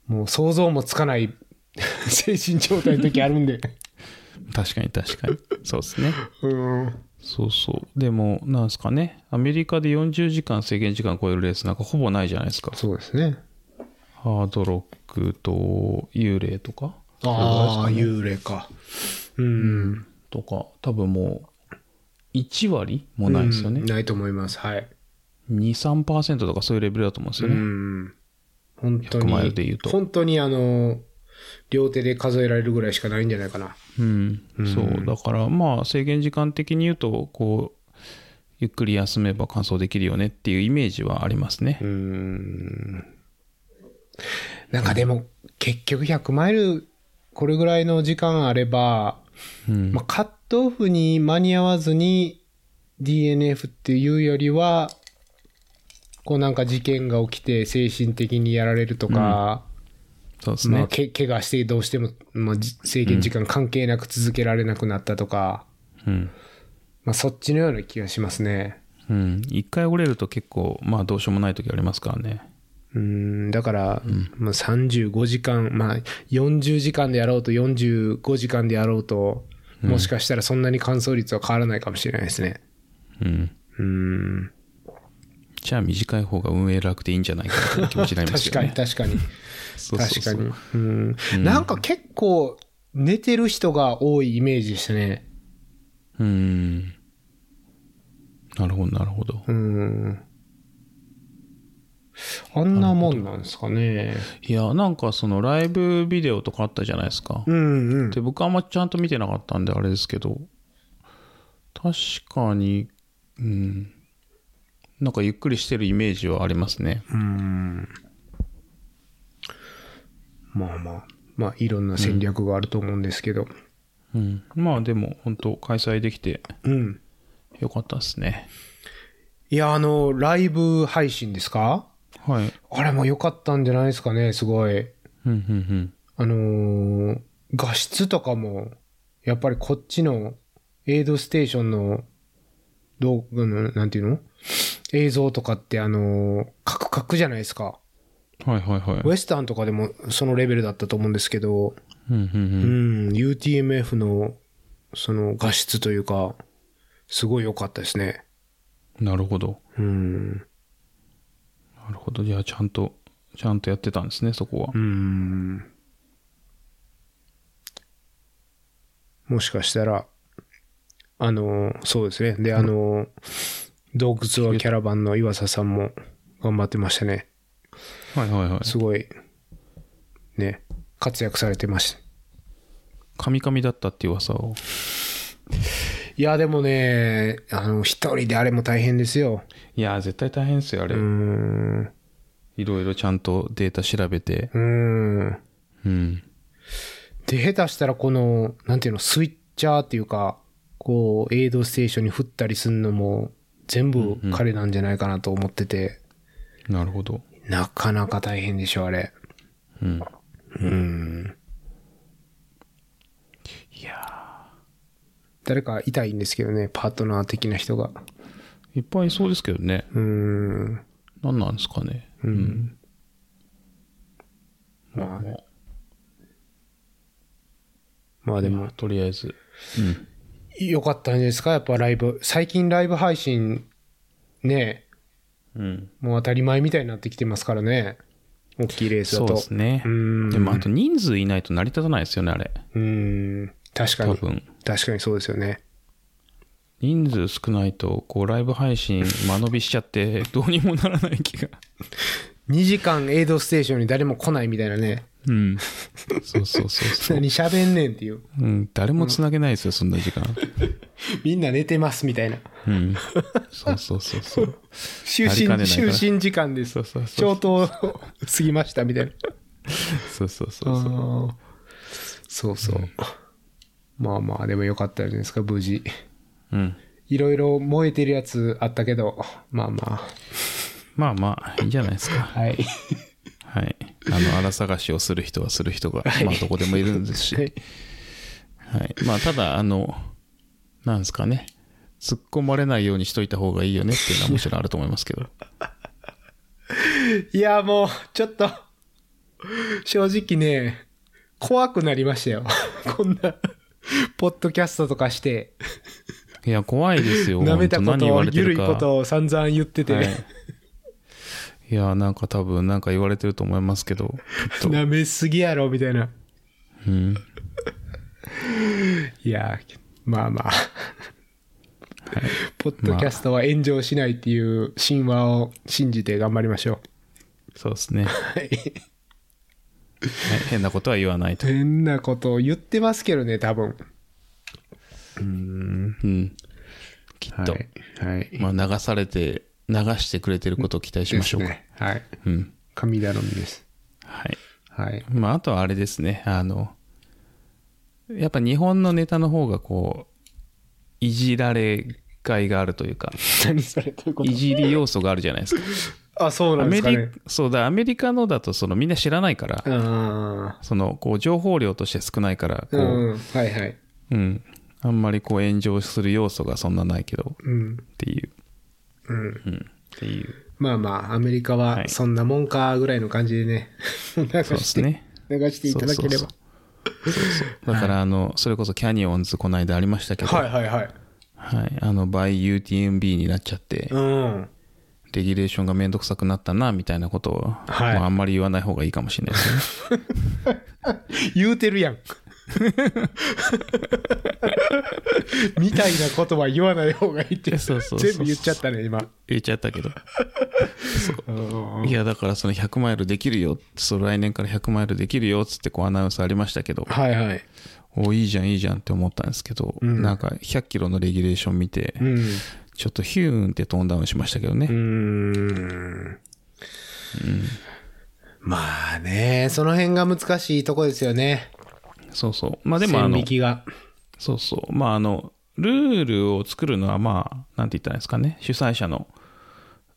S1: もう想像もつかない 精神状態の時あるんで。
S2: 確かに確かに。 そうですね。
S1: うん。
S2: そうそう。でも、なんですかね。アメリカで40時間制限時間超えるレースなんかほぼないじゃないですか。
S1: そうですね。
S2: ハードロックと幽霊とか。
S1: ああ、幽霊か。うん。
S2: とか多分もう1割もないですよね、
S1: うんないと思います。はい。
S2: 23%とかそういうレベルだと思うんです
S1: う
S2: よね、
S1: ん。本当
S2: 100マイルで
S1: に
S2: 言う、と
S1: 本当にあの、両手で数えられるぐらいしかないんじゃないかな。
S2: うんそうだからまあ制限時間的に言うとこうゆっくり休めば完走できるよねっていうイメージはありますね、
S1: うん。なんかでも、結局100マイル、これぐらいの時間あれば、
S2: うん
S1: まあ、カットオフに間に合わずに DNF っていうよりは、こうなんか事件が起きて精神的にやられるとか、
S2: そうです
S1: ま
S2: ね
S1: あ、け怪我してどうしても、まあ、じ制限時間関係なく続けられなくなったとか、
S2: うん、
S1: まあ、そっちのような気がしますね。
S2: うん、1回折れると結構まあどうしようもない時ありますからね
S1: うんだから、まあ、35時間、まあ、40時間でやろうと45時間でやろうと、もしかしたらそんなに乾燥率は変わらないかもしれないですね。
S2: うん
S1: うん
S2: じゃあ短い方が運営楽でいいんじゃないかっていう気持ちになります
S1: 確か
S2: よ
S1: に
S2: ね
S1: 確かに
S2: そうそう
S1: 確
S2: そ
S1: か
S2: う
S1: にうんなんか結構寝てる人が多いイメージでしたね
S2: うんなるほどなるほど
S1: うんあんなもんなんですかね
S2: いや、なんかそのライブビデオとかあったじゃないですか。
S1: うんうん
S2: で、僕あんまちゃんと見てなかったんであれですけど、確かに、うん。なんかゆっくりしてるイメージはありますね。
S1: うん。まあまあ、まあいろんな戦略があると思うんですけど。
S2: うん。まあでも、本当開催できて
S1: うん。
S2: よかったですね。
S1: いや、あの、ライブ配信ですか
S2: はい。
S1: あれも良かったんじゃないですかね、すごい。
S2: うん、うん、
S1: あのー画質とかも、やっぱりこっちのエイドステーションの、どう、うんなんていうの映像とかって、あのーカクカクじゃないですか。
S2: うん。はい、はい、はい。
S1: ウエスタンとかでもそのレベルだったと思うんですけど、
S2: うん、うん、う。
S1: うんん、UTMF の、その画質というか、すごい良かったですね。
S2: なるほど。
S1: うん。
S2: なるほど。じゃあ、ちゃんと、ちゃんとやってたんですね、そこは
S1: う。ん。もしかしたら、あの、そうですね。で、あの、洞窟はキャラバンの岩佐さんも頑張ってましたね。
S2: はい、はい、はい。
S1: すごい、ね、活躍されてました。
S2: カミカミだったっていう噂を。
S1: いや、でもね、あの、一人であれも大変ですよ。
S2: いやー、絶対大変ですよ、あれ。
S1: うん。
S2: いろいろちゃんとデータ調べて。
S1: うん。
S2: うん。
S1: で、下手したらこの、なんていうの、スイッチャーっていうか、こう、エイドステーションに振ったりすんのも、全部彼なんじゃないかなと思ってて、
S2: なるほど。
S1: なかなか大変でしょ、あれ。
S2: うん。
S1: うん。
S2: いや
S1: 誰かいたいんですけどね、パートナー的な人が。
S2: ーいっぱいいそうですけどね。
S1: うん。
S2: 何なんですかね。
S1: うん。まあね、まあでも、
S2: とりあえず。
S1: 良かったんじゃないですか、やっぱライブ。最近ライブ配信、ね、
S2: うん。うん。
S1: もう当たり前みたいになってきてますからね。大きいレースだ
S2: そう
S1: と。
S2: ですね
S1: う。ん。
S2: でも、あと人数いないと成り立たないですよね、あれ。
S1: うん。確か
S2: 多
S1: に。
S2: 分。
S1: 確かにそうですよね。
S2: 人数少ないと、こう、ライブ配信間延びしちゃって、どうにもならない気が。
S1: 2時間エイドステーションに誰も来ないみたいなね。
S2: うん。 そうそうそうそう。
S1: 何喋んねんっていう。
S2: うん、誰もつなげないですよ、そんな時 間。
S1: みんな寝てますみたいな。
S2: うん。そうそうそうそう。
S1: 就
S2: なりか
S1: 寝、
S2: ねないか
S1: 就
S2: ら
S1: 寝時間です
S2: そう。そうそ
S1: 消
S2: う。
S1: 灯過ぎましたみたいな。
S2: そうそうそうそう。
S1: あーそうそう。まあまあ、でもよかったじゃないですか、無事。
S2: うん。
S1: いろいろ燃えてるやつあったけど、まあま
S2: まあまあ、いいんじゃないです
S1: あ。
S2: か。
S1: はい。
S2: はい。あの、荒探しをする人はする人が、まあ、どこでもいるんですし。
S1: はい
S2: はい。まあ、ただ、あの、なんですかね。突っ込まれないようにしといた方がいいよねっていうのはもちろんあると思いますけ ど。
S1: いや、もう、ちょっと、正直ね、怖くなりましたよ。 こんな、ポッドキャストとかして、
S2: いや、怖いですよ。
S1: 舐めたこ
S2: 本当何
S1: と
S2: 言
S1: を、
S2: われて
S1: ゆる
S2: る
S1: い
S2: か
S1: ことを散々言ってて、
S2: はい。いや、なんか多分、なんか言われてると思いますけど、きっ と。
S1: 舐めすぎやろ、みたいな。
S2: うん。
S1: いや、まあまあ。ポッドキャストは炎上しないっていう神話を信じて頑張りましょ
S2: そうですね。
S1: う。はい。
S2: ね変なことは言わないと。
S1: 変なことを言ってますけどね、多分。
S2: うん。きっと。
S1: はい。はい。
S2: まあ、流されて、流してくれてることを期待しましょうか。
S1: ですね。はい。
S2: うん。
S1: 神頼みです。
S2: はい。
S1: はい。
S2: まあ、あとはあれですね。あの、やっぱ日本のネタの方がこう、いじられがいがあるとい うか、
S1: 何それどういうこ
S2: いじり要素があるじゃないですか。
S1: あ、そうなんですか
S2: ア
S1: ね
S2: メ。リそうだ、アメリカのだとそのみんな知らないから、
S1: うん。
S2: その、こう、情報量として少ないから、こ
S1: う
S2: う、
S1: ん。はいはい。
S2: うん。あんまりこう炎上する要素がそんなないけど、
S1: うん。
S2: っていう。
S1: うん。
S2: うん。っていう。
S1: まあまあ、アメリカはそんなもんかぐらいの感じでね、 流
S2: そうで
S1: し
S2: す
S1: て、
S2: ね。
S1: 流していただけれ
S2: そ
S1: ば
S2: う。だから、あの、それこそキャニオンズこの間ありましたけど、
S1: はいはいはい。
S2: はい。あの、by UTMB になっちゃって
S1: う、ん。
S2: レギュレーションがめんどくさくなったな、みたいなことを、
S1: はい
S2: まあ、あんまり言わない方がいいかもしれないですね。
S1: 言うてる やん。みたいなことは言わない方がいいって、
S2: そうそうそうそ
S1: 全部
S2: う
S1: 言っちゃったね、今。
S2: 言っちゃったけど。
S1: うん
S2: いや、だからその100マイルできるよ、そう来年から100マイルできるよ、つってこうアナウンスありましたけど、
S1: はいはい。
S2: おいいじゃんいいじゃんって思ったんですけど、
S1: うん
S2: なんか100キロのレギュレーション見て、
S1: うん。
S2: ちょっとヒューンってトーンダウンしましたけどね、
S1: うーん。まあね、その辺が難しいとこですよね。
S2: そうそうまあで
S1: で
S2: もあ
S1: 線
S2: の
S1: 引きが。
S2: そうそうまああのルールを作るのはまあなんて言ったらいいんですかね主催者の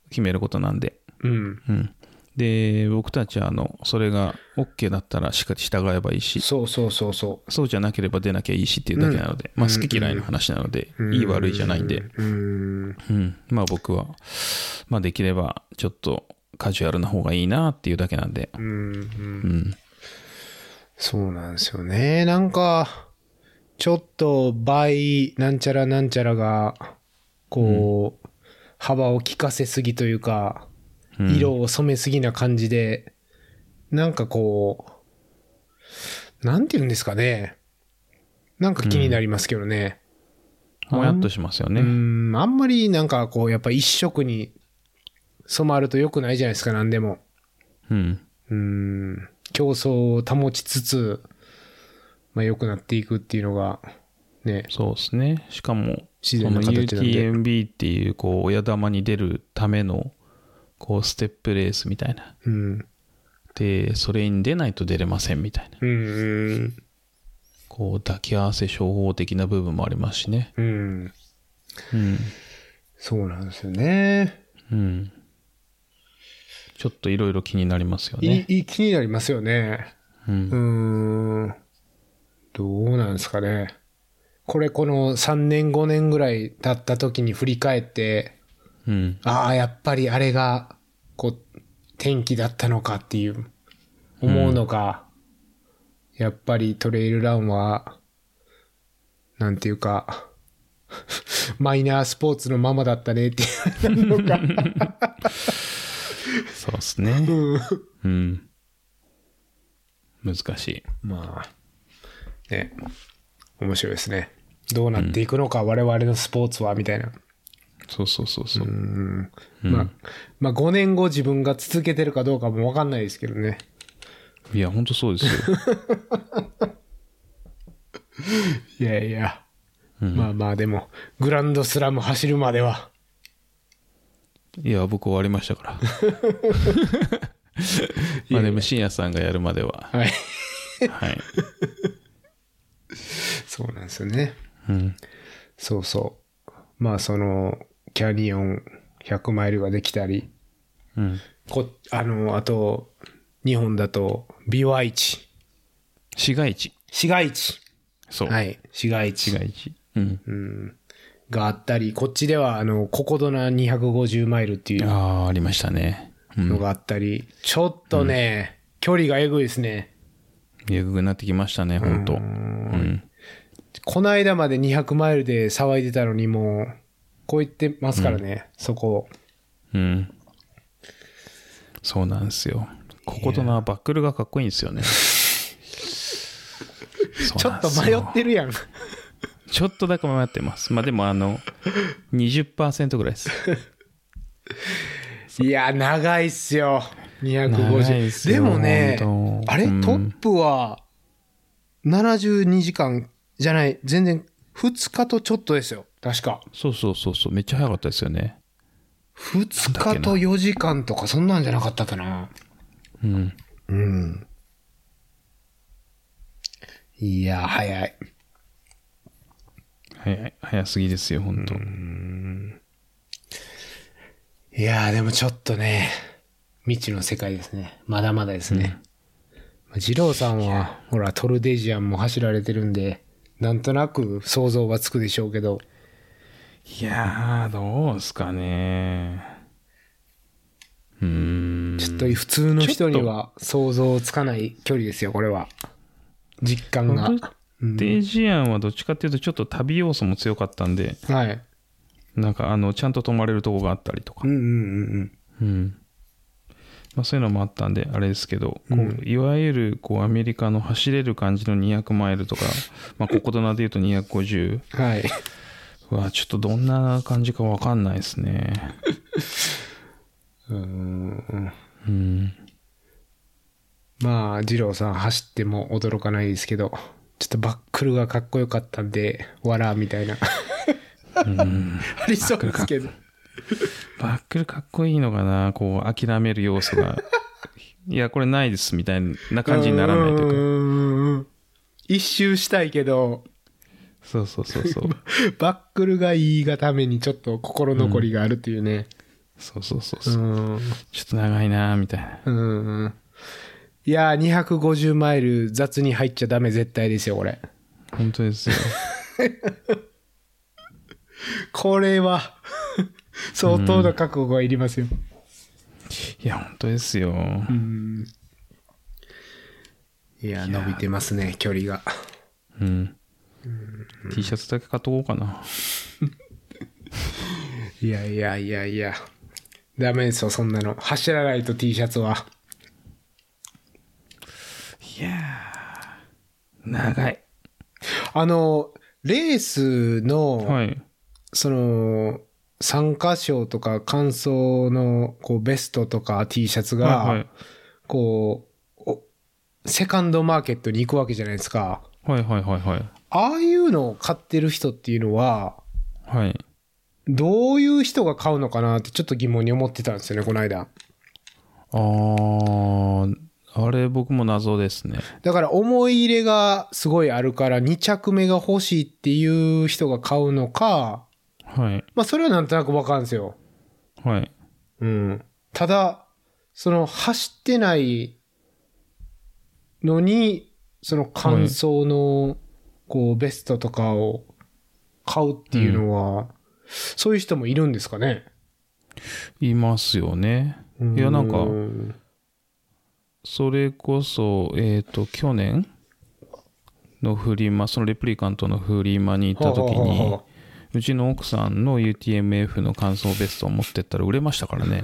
S2: 決めることなんで
S1: うん。
S2: うんで僕たちはあのそれが OK だったらしっかり従えばいいし
S1: そうそうそうそ
S2: そうじゃなければ出なきゃいいしっていうだけなので、まあ好き嫌いの話なので、いい悪いじゃないんで、
S1: う。うーん。
S2: うん、まあ僕は、まあできればちょっとカジュアルな方がいいなっていうだけなんで、
S1: うんうん。
S2: うん、
S1: そうなんですよね。なんか、ちょっと倍、なんちゃらなんちゃらが、こう、幅を利かせすぎというか、
S2: うん
S1: 色を染めすぎな感じで、なんかこう、なんて言うんですかね。なんか気になりますけどね。
S2: もやっとしますよ
S1: う
S2: ね。
S1: ん、あんまりなんかこう、やっぱ一色に染まると良くないじゃないですか、なんでも。
S2: うん、
S1: うん、競争を保ちつつ、まあ良くなっていくっていうのが、ね、
S2: そうですね。しかも、
S1: 自
S2: こ
S1: 然な
S2: の
S1: 形なんで
S2: UTMB っていう、こう、親玉に出るための、こう、ステップレースみたいな。
S1: うん、
S2: で、それに出ないと出れませんみたいな。
S1: うん、
S2: こう、抱き合わせ商法的な部分もありますしね。
S1: うん、
S2: うん。
S1: そうなんですよね。
S2: うん。ちょっといろいろ気になりますよね。
S1: いい、気になりますよね。
S2: うん
S1: う。ーん、どうなんですかね。これこの3年5年ぐらい経った時に振り返って、
S2: うん。
S1: ああ、やっぱりあれが、こう、天気だったのかっていう、思うのが、やっぱりトレイルランは、なんていうか、 マイナースポーツのままだったねっていうのが、
S2: そうですね。うん。難しい。
S1: まあ、ね、面白いですね。どうなっていくのか、我々のスポーツは、みたいな。
S2: そうそうそうそう。
S1: うんまあ、まあ5年後自分が続けてるかどうかもわかんないですけどね。
S2: いや、本当そうですよ。
S1: いやいや。まあまあでも、グランドスラム走るまでは。
S2: いや、僕終わりま したから。まあでも、深夜さんがやるまでは。
S1: はい。
S2: はい。
S1: そうなんですよね。
S2: うん。
S1: そうそう。まあその、キャニオン100マイルができたり、
S2: うん。
S1: こ、あの、あと、日本だと、ビワイチ。
S2: 市街地。
S1: 市街地。
S2: そう。
S1: はい。市街地
S2: 市街地。うん。
S1: があったり、こっちでは、あの、ココドナ250マイルっていう
S2: ああ、ありましたね。うん。
S1: のがあったり、ちょっとね、距離がえぐいですね。
S2: えぐくなってきましたね、本当うん。
S1: この間まで200マイルで騒いでたのにもう、こう言ってますからね、そこ。
S2: うん。そうなんですよ。こことなバックルがかっこいいんです よね。
S1: ち
S2: ち
S1: ょっと迷ってるやん。
S2: ちょっとだけ迷ってます。まあでもあの、20%ぐらいです。
S1: いや、長いっすよ。
S2: 長い
S1: 250。
S2: っすよ
S1: でもね
S2: 本、当
S1: あれ、
S2: うん
S1: トップは、72時間じゃない、全然、2日とちょっとですよ。確か。
S2: そうそうそうそう、めっちゃ早かったですよね。
S1: 2日と4時間とか、そんなんじゃなかったかな。
S2: うん。
S1: うん。いや、早い。
S2: 早い、早すぎですよ、本当、
S1: いやー、でもちょっとね、未知の世界ですね。まだまだですね。まあ二郎さんは、ほら、トルデジアンも走られてるんで、なんとなく想像はつくでしょうけど、
S2: いやー、どうすかね。うーん。
S1: ちょっと普通の人には想像つかない距離ですよ、これは。実感が。
S2: デジアンはどっちかっていうと、ちょっと旅要素も強かったんで、
S1: はい。
S2: なんかあの、ちゃんと泊まれるとこがあったりとか
S1: うん、うんうん
S2: うん。まあそういうのもあったんで、あれですけど、こういわゆるこうアメリカの走れる感じの200マイルとか、まあ、ここだなで言うと250。
S1: うん。はい。
S2: わちょっとどんな感じかわかんないですね
S1: うーん。
S2: うん
S1: まあ、二郎さん走っても驚かないですけど、ちょっとバックルがかっこよかったんで、わら、みたいな。
S2: うん
S1: ありそうですけど。
S2: バックルかっこいいのかなこう諦める要素が いやこれないですみたいな感じにならないというか
S1: か。一周したいけど、
S2: そうそうそうそう
S1: バックルがいいがためにちょっと心残りがあるというね。
S2: そうそうそう
S1: う
S2: そう、
S1: ん。
S2: ちょっと長いなみたいな
S1: うん。いやー、250マイル雑に入っちゃダメ絶対ですよ、これ。
S2: 本当ですよ
S1: これは、 相当な覚悟がいりますよ。
S2: いや本当ですよ、
S1: うん。いやー、伸びてますね、距離が。
S2: うん、T シャツだけ買っとこうかない
S1: や いやいやいや。ダメですよ、そんなの。走らないと T シャツは。
S2: いやー長い
S1: あの、レースの、
S2: はい
S1: その、参加賞とか感想の、こう、ベストとか T シャツが、
S2: はい
S1: こうお、セカンドマーケットに行くわけじゃないですか。
S2: はいはいはいはい
S1: ああいうのを買ってる人っていうのは、
S2: はい
S1: どういう人が買うのかなってちょっと疑問に思ってたんですよね、この間。
S2: あーあれ僕も謎ですね
S1: だから思い入れがすごいあるから2着目が欲しいっていう人が買うのか、
S2: はい
S1: まあそれはなんとなくわかるんですよ。
S2: はい
S1: うん。ただ、その走ってないのに、その感想の、こう、ベストとかを買うっていうのは、そういう人もいるんですかね。
S2: いますよねいやなんか
S1: うん
S2: それこそ、えっ、と、去年のフリマ、そのレプリカントのフリマに行った
S1: はあ
S2: 時
S1: はあ
S2: に
S1: はあ、
S2: うちの奥さんの UTMF の感想ベストを持ってったら売れましたから ね。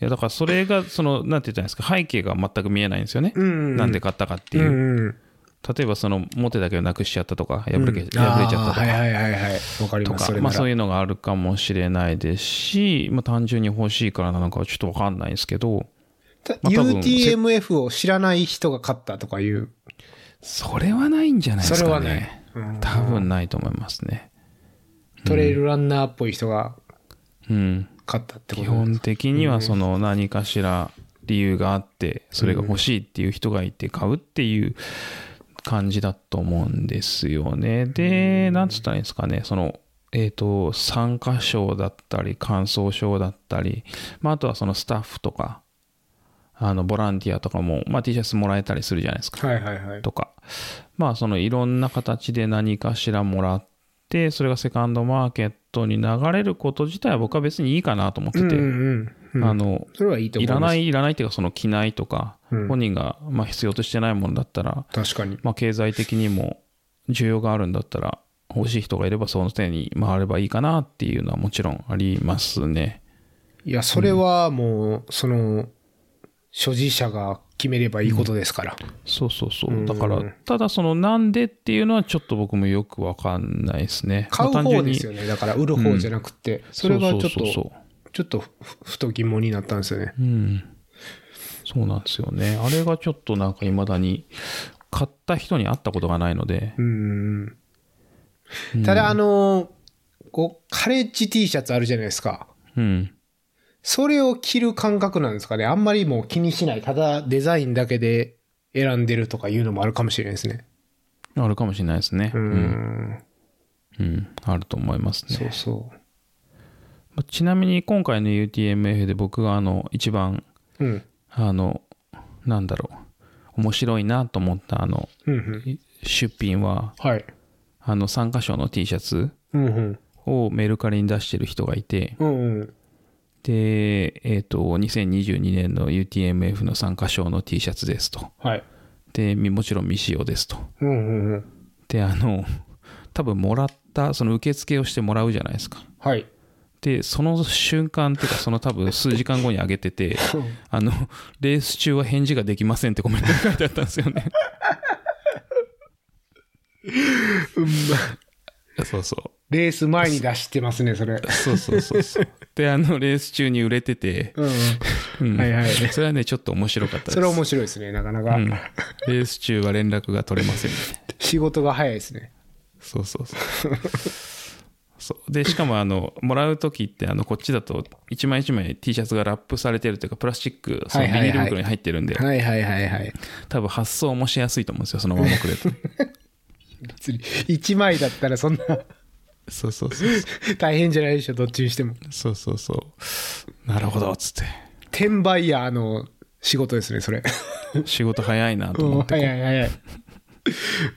S2: いや、だからそれが、その、なんて言ったらいいんですか、背景が全く見えないんですよね。
S1: うん
S2: なんで買ったかって
S1: う
S2: いう。
S1: んうん。
S2: 例えば、その、モテだけをなくしちゃったとか、破れ,、破れち
S1: あー
S2: ゃったとか
S1: は。いはいはいはい。わかり
S2: と
S1: ます。そ
S2: か
S1: れなら
S2: まあ、そういうのがあるかもしれないですし、まあ、単純に欲しいからなのかはちょっと分かんないですけど、
S1: た
S2: まあ多分
S1: UTMF を知らない人が勝ったとかいう。
S2: それはないんじゃないですかね。
S1: それはないうん
S2: 多分ないと思いますね。
S1: トレイルランナーっぽい人が
S2: うん。
S1: 勝ったってこ
S2: 基
S1: と
S2: 本的にはその何かしら理由があって、それが欲しいっていう人がいて買うっていう感じだと思うんですよね。で、なんつったらいいんですかね、その、えっ、と、参加賞だったり、感想賞だったり、まあ、あとはそのスタッフとか、あの、ボランティアとかも、まあ、T シャツもらえたりするじゃないですか。
S1: はいはいはい。
S2: とか、まあそのいろんな形で何かしらもらって、それがセカンドマーケットに流れること自体は僕は別にいいかなと思って
S1: うんう
S2: て、
S1: んうん。
S2: あの、
S1: それはいいと思
S2: い
S1: います。
S2: らない、いらないっていうかその着ないとか
S1: うん、
S2: 本人がまあ必要としてないものだったら、
S1: 確かに。
S2: まあ経済的にも需要があるんだったら、欲しい人がいればその手に回ればいいかなっていうのはもちろんありますね。
S1: いや、それはもう、その、所持者が決めればいいことですから。
S2: そうそうそうう。
S1: ん
S2: だから、ただそのなんでっていうのはちょっと僕もよくわかんないですね。
S1: 買う
S2: まあ単
S1: 方
S2: 純
S1: で
S2: に
S1: すよね。だから、売る方じゃなくて、それがちょっ
S2: そうそうそうそう
S1: と、ちょっとふ、ふと疑問になったんですよね。
S2: うん。そうなんですよね。あれがちょっとなんか未だに、買った人に会ったことがないので
S1: う。ん。ただ、あの、こう、カレッジ T シャツあるじゃないですか。
S2: うん。
S1: それを着る感覚なんですかね。あんまりもう気にしない。ただ、デザインだけで選んでるとかいうのもあるかもしれないですね。
S2: あるかもしれないですね。う。
S1: うんん。
S2: うんあると思います
S1: そ
S2: ね。
S1: うそ
S2: まあちなみに今回の UTMF で僕があの、一番、
S1: う。うん。
S2: あの、なんだろう、面白いなと思ったあの、
S1: うんうん。
S2: 出品は、
S1: はい。
S2: あの、参加賞の T シャツ
S1: うんうん。
S2: をメルカリに出してる人がいて、
S1: うんうん。
S2: で、えっ、と、2022年の UTMF の参加賞の T シャツですと。
S1: はい。
S2: で、みもちろん未使用ですと。
S1: うんうんうん。
S2: で、あの、多分もらった、その受付をしてもらうじゃないですか。
S1: はい。
S2: で、その瞬間っていうか、その多分数時間後に上げ てて、あの、レース中は返事ができませんってコメントが書いてあったんですよね。そうそう。
S1: レース前に出してますね、それ。
S2: そうそうそうそう。で、あの、レース中に売れてて、
S1: うん
S2: うん
S1: はいはい
S2: それはね、ちょっと面白かったです。
S1: それは面白いですね、なかなか。
S2: うんレース中は連絡が取れませんみたいな。
S1: 仕事が早いですね。
S2: そうそう そう。そうでしかもあのもらう時ってあのこっちだと一枚一枚 T シャツがラップされてるというかプラスチックその
S1: はいはいはい
S2: ビニール袋に入ってるんで
S1: はいはいはいはい。
S2: 多分発送もしやすいと思うんですよそのままくれ と
S1: 別に、1枚だったらそんな
S2: そうそうそう
S1: 大変じゃないでしょ、どっちにしても。
S2: そうそうそうなるほどっつっ
S1: 転売ヤーの仕事ですね、それ。
S2: て仕事早いなと
S1: も
S2: 思
S1: う
S2: って
S1: 早い早い。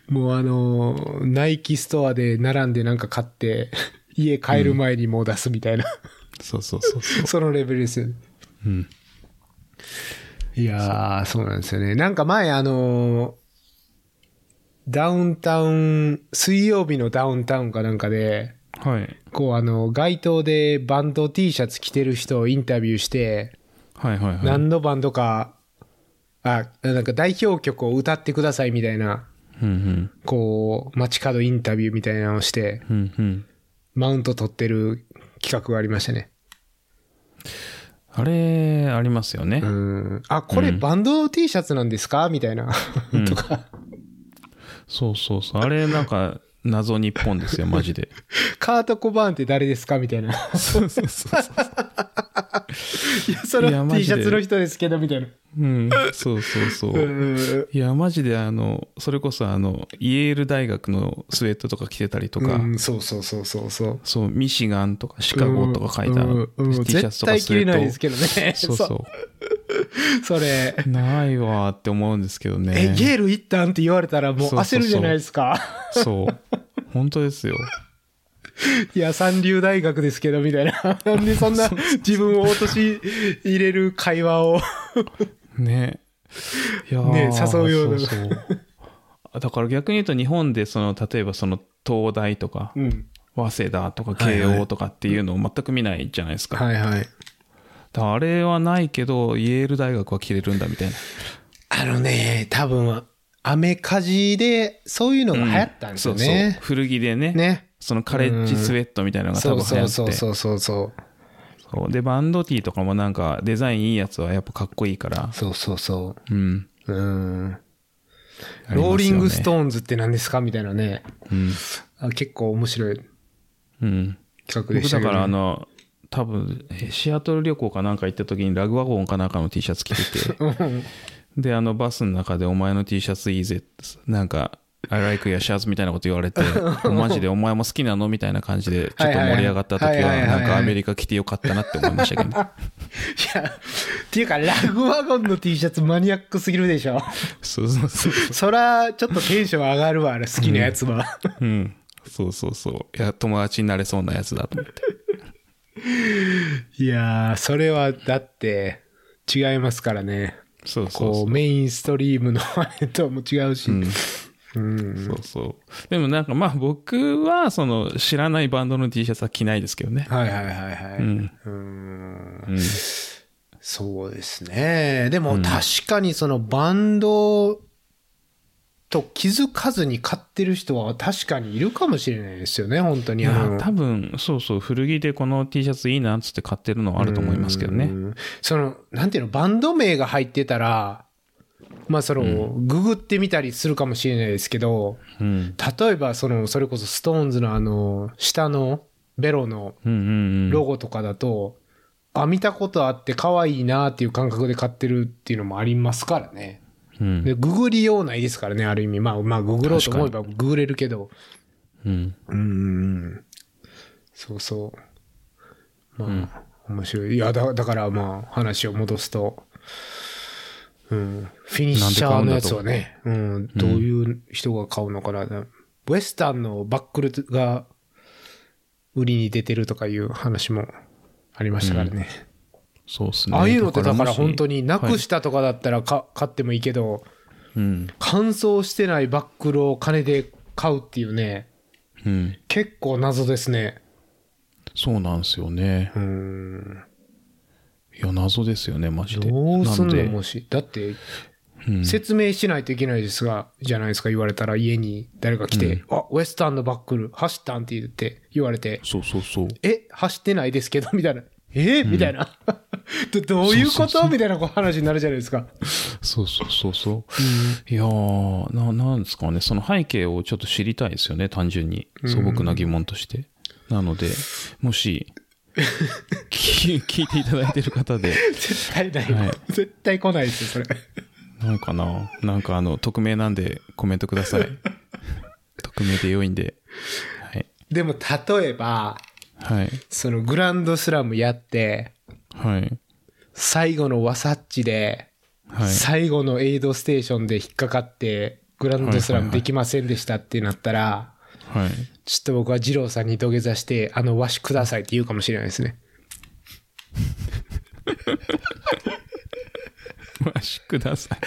S1: もうあのーナイキストアで並んでなんか買って、家帰る前にもう出すみたいな、
S2: そうそうそうそう
S1: そのレベルですよね。
S2: うん
S1: いやー、そうなんですよね。なんか前、あのーダウンタウン、水曜日のダウンタウンかなんかで、
S2: はい
S1: こうあの、街頭でバンド T シャツ着てる人をインタビューして、
S2: はいはいはい
S1: 何のバンドか、あ、なんか代表曲を歌ってくださいみたいな、
S2: うん
S1: こう、街角インタビューみたいなのをして、
S2: うんうんうん
S1: マウント取ってる企画がありましたね。
S2: あれありますよね、
S1: うん。あ、これバンドの T シャツなんですかみたいな。とか、
S2: そうそうそうあれなんか謎日本ですよマジで
S1: カート・コバーンって誰ですかみたいな。
S2: そうそうそうそう
S1: いや、そ
S2: いや
S1: の
S2: マ
S1: T
S2: ジ
S1: シ
S2: で
S1: ャツの人ですけど、みたいな。
S2: うん、そうそうそうう。
S1: ん
S2: いや、マジであの、それこそあの、イェール大学のスウェットとか着てたりとか、
S1: うん、そうそうそうそうそう。
S2: そう、ミシガンとかシカゴとか書いた
S1: うんうんうん
S2: T シャツと
S1: 絶
S2: か
S1: 対
S2: ス
S1: 着
S2: ウェ
S1: れないです
S2: ッ
S1: けどね。
S2: ト。 そうそ
S1: そそれ。
S2: う。ないわーって思うんですけど
S1: え、
S2: ね。
S1: ゲール行ったんって言われたらもう
S2: そうそうそう
S1: 焦るじゃないですか。
S2: そう。本当ですよ。
S1: いや、三流大学ですけど、みたい な。なんでそんな自分を落とし入れる会話を。
S2: ね。いやー
S1: ね誘うような
S2: そうそうあだから逆に言うと日本でその、例えばその、東大とか、
S1: うん。
S2: 早稲田とか
S1: はい
S2: 慶
S1: はい
S2: 応とかっていうのを全く見ないじゃないですか。
S1: はいはい。
S2: だからあれはないけど、イェール大学は着れるんだみたいな。
S1: あのね、多分、アメカジで、そういうのが流行ったんですよ
S2: そう
S1: ね
S2: そう。古着でね
S1: ね。
S2: そのカレッジスウェットみたいなのが多
S1: そう
S2: 分流
S1: そう
S2: 行って
S1: そうそうそうそう。
S2: そうでバンドティーとかもなんかデザインいいやつはやっぱかっこいいから
S1: そうそうそ
S2: うん
S1: う。うん。
S2: ありますよね
S1: ローリングストーンズって何ですかみたいなね。
S2: うん、
S1: あ結構面白い
S2: うん、
S1: 企画で
S2: 僕
S1: した
S2: だ
S1: けど、
S2: からあの多分えシアトル旅行かなんか行った時にラグワゴンかなんかの T シャツ着てて
S1: うん
S2: であのバスの中で「お前の T シャツいいぜ」ってなんか「I like your shirts」みたいなこと言わ れて「マジでお前も好きなの?」みたいな感じでちょっと盛り上がった時
S1: はいはいはい
S2: は
S1: はいはい
S2: なんかアメリカ着てよかったなって思いました けど
S1: いや、っていうか、ラグワゴンの T シャツマニアックすぎるでしょ。
S2: そうそうそう
S1: そら、ちょっとテンション上がるわ、あれ、好きなやつは。
S2: うん。そうそうそう。いや、友達になれそうなやつだと思って。
S1: いやー、それは、だって、違いますからね。
S2: そう
S1: こ、
S2: そううそう。
S1: メインストリームのあれとも違うし。うん。
S2: そうそう。でもなんかまあ僕は、その、知らないバンドの T シャツは着ないですけどね。
S1: はいはいはいはい。
S2: うん。
S1: うーん
S2: うん。
S1: そうですね。でも、確かにそのバンドと気づかずに買ってる人は確かにいるかもしれないですよね、本当
S2: い
S1: に。あ
S2: や
S1: の、
S2: 多分、そうそう、古着でこの T シャツいいなっつって買ってるのはあると思いますけど
S1: う
S2: ね。
S1: ん。その、なんていうの、バンド名が入ってたら、まあその、ググってみたりするかもしれないですけど、
S2: うん。
S1: 例えばその、それこそストーンズのあの、下のベロの
S2: うんうんう
S1: ロ
S2: ん。
S1: ゴとかだと、あ、見たことあって可愛いなっていう感覚で買ってるっていうのもありますからね。
S2: うん
S1: で、ググりようないですからね、ある意味。まあ、まあ、ググろうと思えばググれるけど。
S2: うん。
S1: うんうんうん。そうそう。まあ、面白い。いやだ、だからまあ、話を戻すと、うん、フィニッシャーのやつはね、うん、どういう人が買うのかな。ウエスタンのバックルが売りに出てるとかいう話もありましたからね。
S2: そうっすね。
S1: ああいうのってだから本当
S2: に。
S1: になくしたとかだったらか、買ってもいいけど、
S2: うん。
S1: 乾燥してないバックルを金で買うっていうね、
S2: うん。
S1: 結構謎ですね。
S2: そうなんですよね。
S1: うーん。
S2: いや、謎ですよね、マジで。
S1: どうすん
S2: なん
S1: の
S2: で
S1: もし。だって、
S2: うん
S1: 説明しないといけないですが、じゃないですか、言われたら家に誰か来て、あ、ウエスタンのバックル、走ったんって言って、言われて、
S2: そうそうそう。
S1: え、走ってないですけど、みたいな。えーみたいな。 どどういうことみたいなこう話になるじゃないですか。
S2: そうそうそうそう。いやーな、なんですかね、その背景をちょっと知りたいですよね、単純に。素朴な疑問として。なので、も し、聞聞いていただいてる方で、
S1: 絶対ない、
S2: はい
S1: 絶対来ないですよ、それ。
S2: なんかな、なんかあの、匿名なんでコメントくだ さい。匿名で良いんで。はい。
S1: でも、例えば、
S2: はい。
S1: そのグランドスラムやって、
S2: はい。
S1: 最後のワサッチで、
S2: はい。
S1: 最後のエイドステーションで引っかかって、グランドスラムできませんでしたってなったら、
S2: はい。
S1: ちょっと僕は二郎さんに土下座して、あの和紙くださいって言うかもしれないですね。
S2: お待ちください。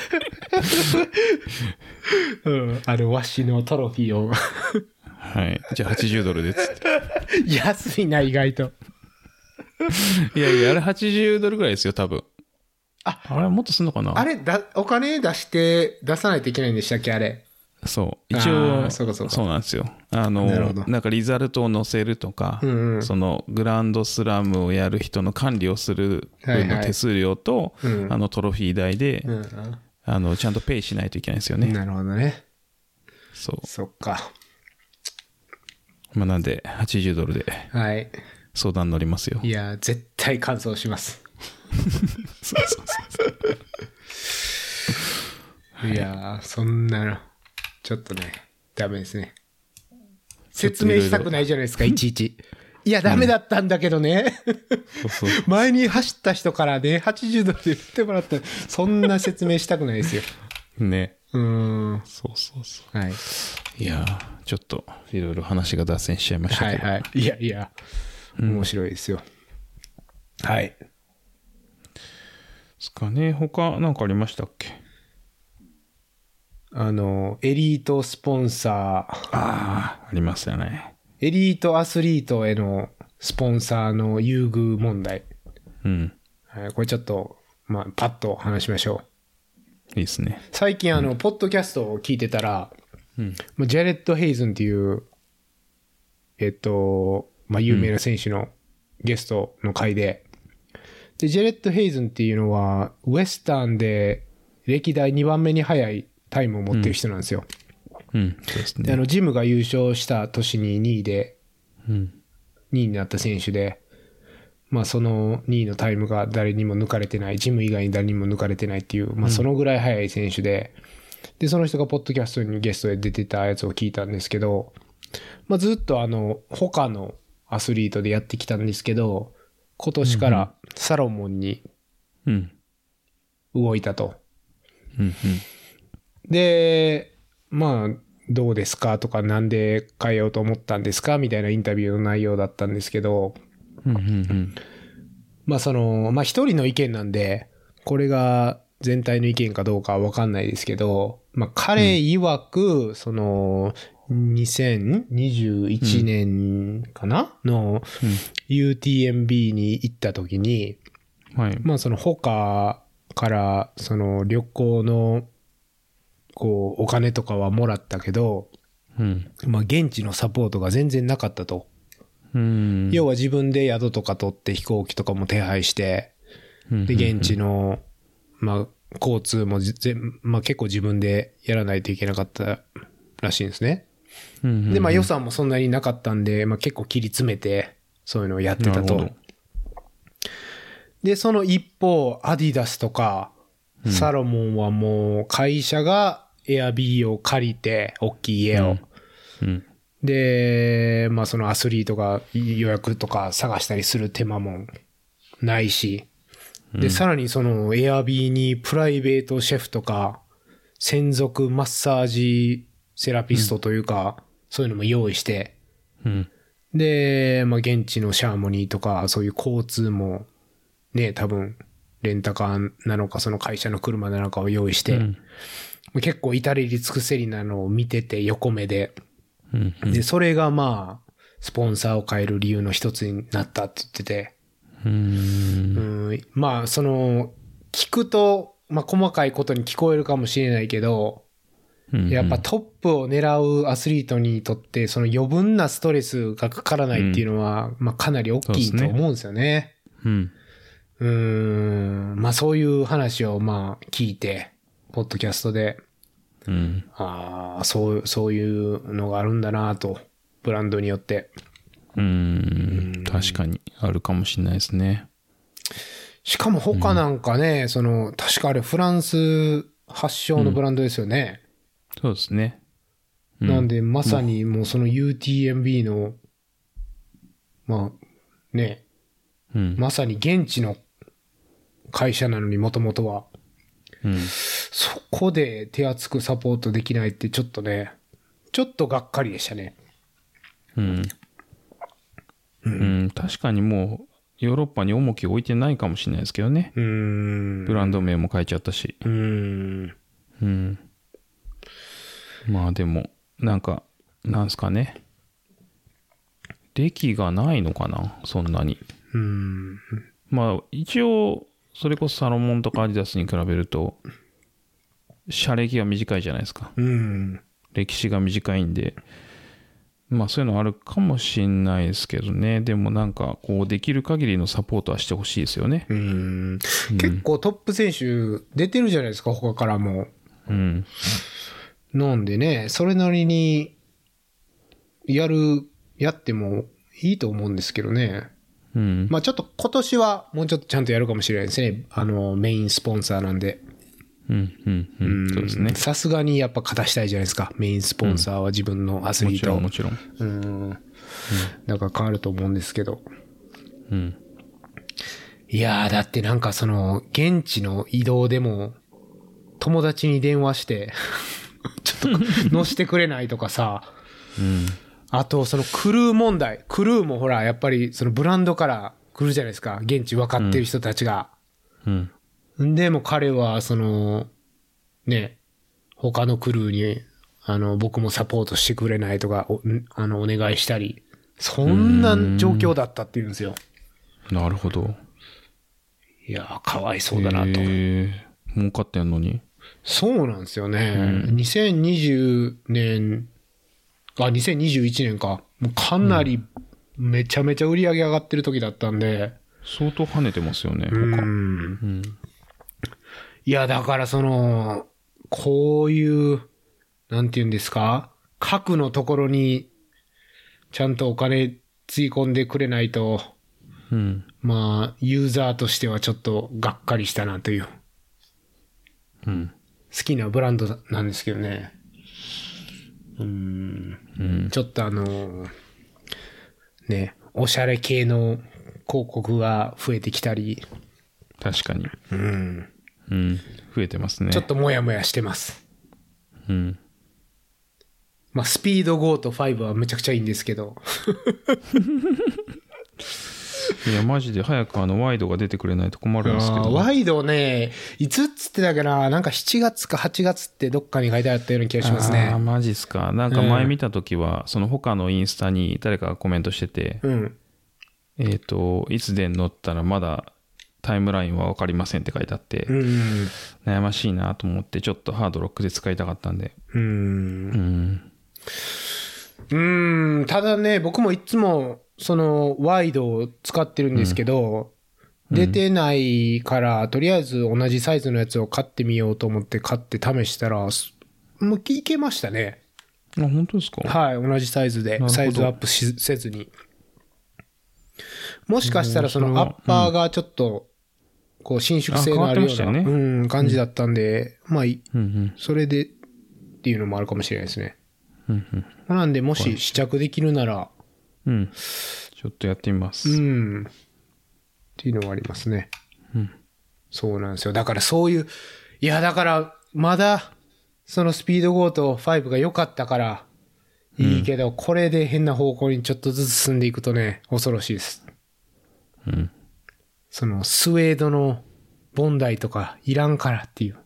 S1: うん。あの和紙のトロフィ ーを。
S2: はい。じゃあ80ドルでっつっ
S1: 安いな、意外と。
S2: て。いやいや、あれ80ドルぐらいですよ、多分。
S1: あ、
S2: あれもっとすんのかな
S1: あれ、だ、お金出して、出さないといけないんでしたっけ、あれ。
S2: そう。一
S1: あー
S2: 応、
S1: そうかそうか
S2: なんですよ。あの、
S1: なる
S2: な
S1: ほど
S2: んかリザルトを載せるとか、
S1: うんうん
S2: そのグランドスラムをやる人の管理をする分
S1: はいは
S2: の
S1: い
S2: 手数料と、
S1: うん
S2: あのトロフィー代で、
S1: うん、
S2: あの、ちゃんとペイしないといけないんですよ
S1: う
S2: ね。
S1: ん。なるほどね。
S2: そ
S1: そっか。
S2: う。まあ、なんで、80ドルで
S1: はい。
S2: 相談乗りますよ
S1: い。やー、絶対感想します。
S2: そうそうそうそう
S1: いやー、そんなの、ちょっとね、ダメですね。説明したくないじゃないですか、いちいち。いや、ダメだったんだけど ね。
S2: そうそう
S1: 前に走った人からね、80度で振ってもらったそんな説明したくないですよ。
S2: ね。
S1: うーん。は
S2: そうそうそ
S1: い。
S2: う。いやーちょっと、いろいろ話が脱線しちゃいました
S1: は
S2: け
S1: い
S2: ど。
S1: はい。いやいや、面白いですよ。はい。
S2: ですかね。他、なんかありましたっけ
S1: あの、エリートスポンサー、
S2: ああ、ありますよね。
S1: エリートアスリートへのスポンサーの優遇問題。
S2: うん。
S1: はいこれちょっと、まあ、パッと話しましょう。
S2: いいですね。
S1: 最近あの、ポッドキャストを聞いてたら、
S2: うん。
S1: まあジャレット・ヘイズンっていう、えっと、まあ、有名な選手のゲストの回で、で、ジャレット・ヘイズンっていうのは、ウエスタンで歴代2番目に速いタイムを持ってる人なんですよ。
S2: うん。そうです
S1: で、あ
S2: ね。
S1: の、ジムが優勝した年に2位で、
S2: うん。
S1: 2位になった選手で、まあ、その2位のタイムが誰にも抜かれてない、ジム以外に誰にも抜かれてないっていう、まあ、そのぐらい速い選手で、で、その人がポッドキャストにゲストで出てたやつを聞いたんですけど、まあ、ずっとあの、他のアスリートでやってきたんですけど、今年からサロモンに
S2: うん。
S1: 動いたと。
S2: うん。
S1: で、まあ、どうですかとか、なんで変えようと思ったんですかみたいなインタビューの内容だったんですけど、
S2: うん。うん。うん。
S1: まあその、まあ一人の意見なんで、これが全体の意見かどうかはわかんないですけど、まあ彼曰く、その、2021年かな、の UTMB に行った時に、
S2: うん。はい。
S1: まあその他から、その旅行の、こう、お金とかはもらったけど、
S2: うん。
S1: まあ現地のサポートが全然なかったと。
S2: うん。
S1: 要は自分で宿とか取って飛行機とかも手配して、
S2: うん
S1: で、現地の、まあ、交通もじ全、まあ結構自分でやらないといけなかったらしいんですね。
S2: うん。
S1: で、まあ予算もそんなになかったんで、まあ結構切り詰めて、そういうのをやってた
S2: な
S1: と
S2: るほ。
S1: で、その一方、アディダスとか、サロモンはもう会社がエアビーを借りて、大きい家を。
S2: うん。
S1: で、まあそのアスリートが予約とか探したりする手間もないし、で、さらにその Airb にプライベートシェフとか、専属マッサージセラピストというか、そういうのも用意して、
S2: うん。
S1: で、まあ現地のシャーモニーとか、そういう交通も、ね、多分、レンタカーなのか、その会社の車なのかを用意して、
S2: うん
S1: 結構至れり尽くせりなのを見てて横目で、
S2: うん。
S1: で、それがまあ、スポンサーを変える理由の一つになったって言ってて、
S2: うん。
S1: うん、まあ、その、聞くと、まあ、細かいことに聞こえるかもしれないけど、
S2: うん。
S1: やっぱトップを狙うアスリートにとって、その余分なストレスがかからないっていうのは、まあ、かなり大きいと思うんですよね。
S2: うん。
S1: うーん、まあそういう話をまあ聞いて、ポッドキャストで、
S2: うん。
S1: ああ、そう、そういうのがあるんだなと、ブランドによって。
S2: うん。確かに、あるかもしれないですね。
S1: しかも他なんかね、その、確かあれフランス発祥のブランドですよね。
S2: そうですね。うん
S1: なんで、まさにもうその UTMB の、まあ、ね、
S2: うん。
S1: まさに現地の会社なのにもともとは、
S2: うん。
S1: そこで手厚くサポートできないってちょっとね、ちょっとがっかりでしたね。
S2: うん。うん。確かにもう、ヨーロッパに重きを置いてないかもしれないですけどね。
S1: うーん。
S2: ブランド名も変えちゃったし。
S1: うーん。
S2: うん。まあでも、なんか、なんすかね。歴がないのかなそんなに。
S1: うーん。
S2: まあ一応、それこそサロモンとかアディダスに比べると、社歴が短いじゃないですか。
S1: うん。
S2: 歴史が短いんで、まあそういうのあるかもしんないですけどね。でもなんか、こう、できる限りのサポートはしてほしいですよね。
S1: うーん結構トップ選手出てるじゃないですか、他からも。
S2: うん。
S1: なんでね、それなりに、やる、やってもいいと思うんですけどね。
S2: うん。
S1: まあちょっと今年はもうちょっとちゃんとやるかもしれないですね。あの、メインスポンサーなんで。
S2: うん。うん。うん。そうですね
S1: ん。さすがにやっぱ勝たしたいじゃないですか。メインスポンサーは自分のアス
S2: も
S1: リー
S2: ち
S1: ト
S2: ろ
S1: を。
S2: ん、もちろん。
S1: うん。なんか変わると思うんですけど。
S2: うん。
S1: いやー、だってなんかその、現地の移動でも、友達に電話して、 ちょっと乗してくれないとかさ、
S2: うん。
S1: あとそのクルー問題。クルーもほら、やっぱりそのブランドから来るじゃないですか。現地分かってる人たちが。
S2: うん。
S1: ん、でも彼は、その、ね、他のクルーに、あの、僕もサポートしてくれないとか、おんあの、お願いしたり、そんな状況だったっていうんですよ。
S2: なるほど。
S1: いやー、かわいそうだなと。
S2: へー儲かってんのに。
S1: そうなんですよね。2020年、あ、2021年か。もうかなり、めちゃめちゃ売り上げ上がってる時だったんで。
S2: 相当跳ねてますよね。
S1: うん。
S2: 他うん。
S1: いや、だからその、こういう、なんて言うんですか核のところに、ちゃんとお金つい込んでくれないと、
S2: うん。
S1: まあ、ユーザーとしてはちょっとがっかりしたなという。
S2: うん。
S1: 好きなブランドなんですけどね。うーん。
S2: うん。
S1: ちょっとあのーね、おしゃれ系の広告が増えてきたり、
S2: 確かに。
S1: うん。
S2: うん。増えてますね。
S1: ちょっともやもやしてます。
S2: うん。
S1: まあ、スピード5と5はめちゃくちゃいいんですけど。
S2: いや、マジで早くあの、ワイドが出てくれないと困るんですけ
S1: あー
S2: ど。
S1: ワイドね、いつっつってたかな、なんか7月か8月ってどっかに書いてあったような気がします
S2: あ
S1: ね。
S2: ーマジっすか。なんか前見たときは、その他のインスタに誰かがコメントしてて、
S1: うん。
S2: えっ、と、いつで乗ったらまだタイムラインは分かりませんって書いてあって、
S1: うん。
S2: 悩ましいなと思って、ちょっとハードロックで使いたかったんで。
S1: うん
S2: う。ん。
S1: うーん、ただね、僕もいつも、その、ワイドを使ってるんですけど、出てないから、とりあえず同じサイズのやつを買ってみようと思って買って試したら、すもういけましたね。
S2: あ、本当ですか
S1: はい、同じサイズで
S2: る、ほど
S1: サイズアップしせずに。もしかしたら、そ
S2: う
S1: の
S2: んそれ
S1: ア
S2: は
S1: ッパーがちょっと、こう、伸縮性のあるよう
S2: あ変わ
S1: な、
S2: ってましたよ
S1: うん、感じだったんで、まあ、い
S2: うんうん。
S1: それでっていうのもあるかもしれないですね。
S2: うんうん。
S1: なんで、もし試着できるなら、
S2: うん。ちょっとやってみます。
S1: うん。っていうのはありますね。
S2: うん
S1: そうなんですよ。だからそういう、いや、だから、まだ、そのスピード5と5が良かったから、いいけど、これで変な方向にちょっとずつ進んでいくとね、恐ろしいです。
S2: うん。
S1: その、スウェードのボンダイとかいらんからっていう。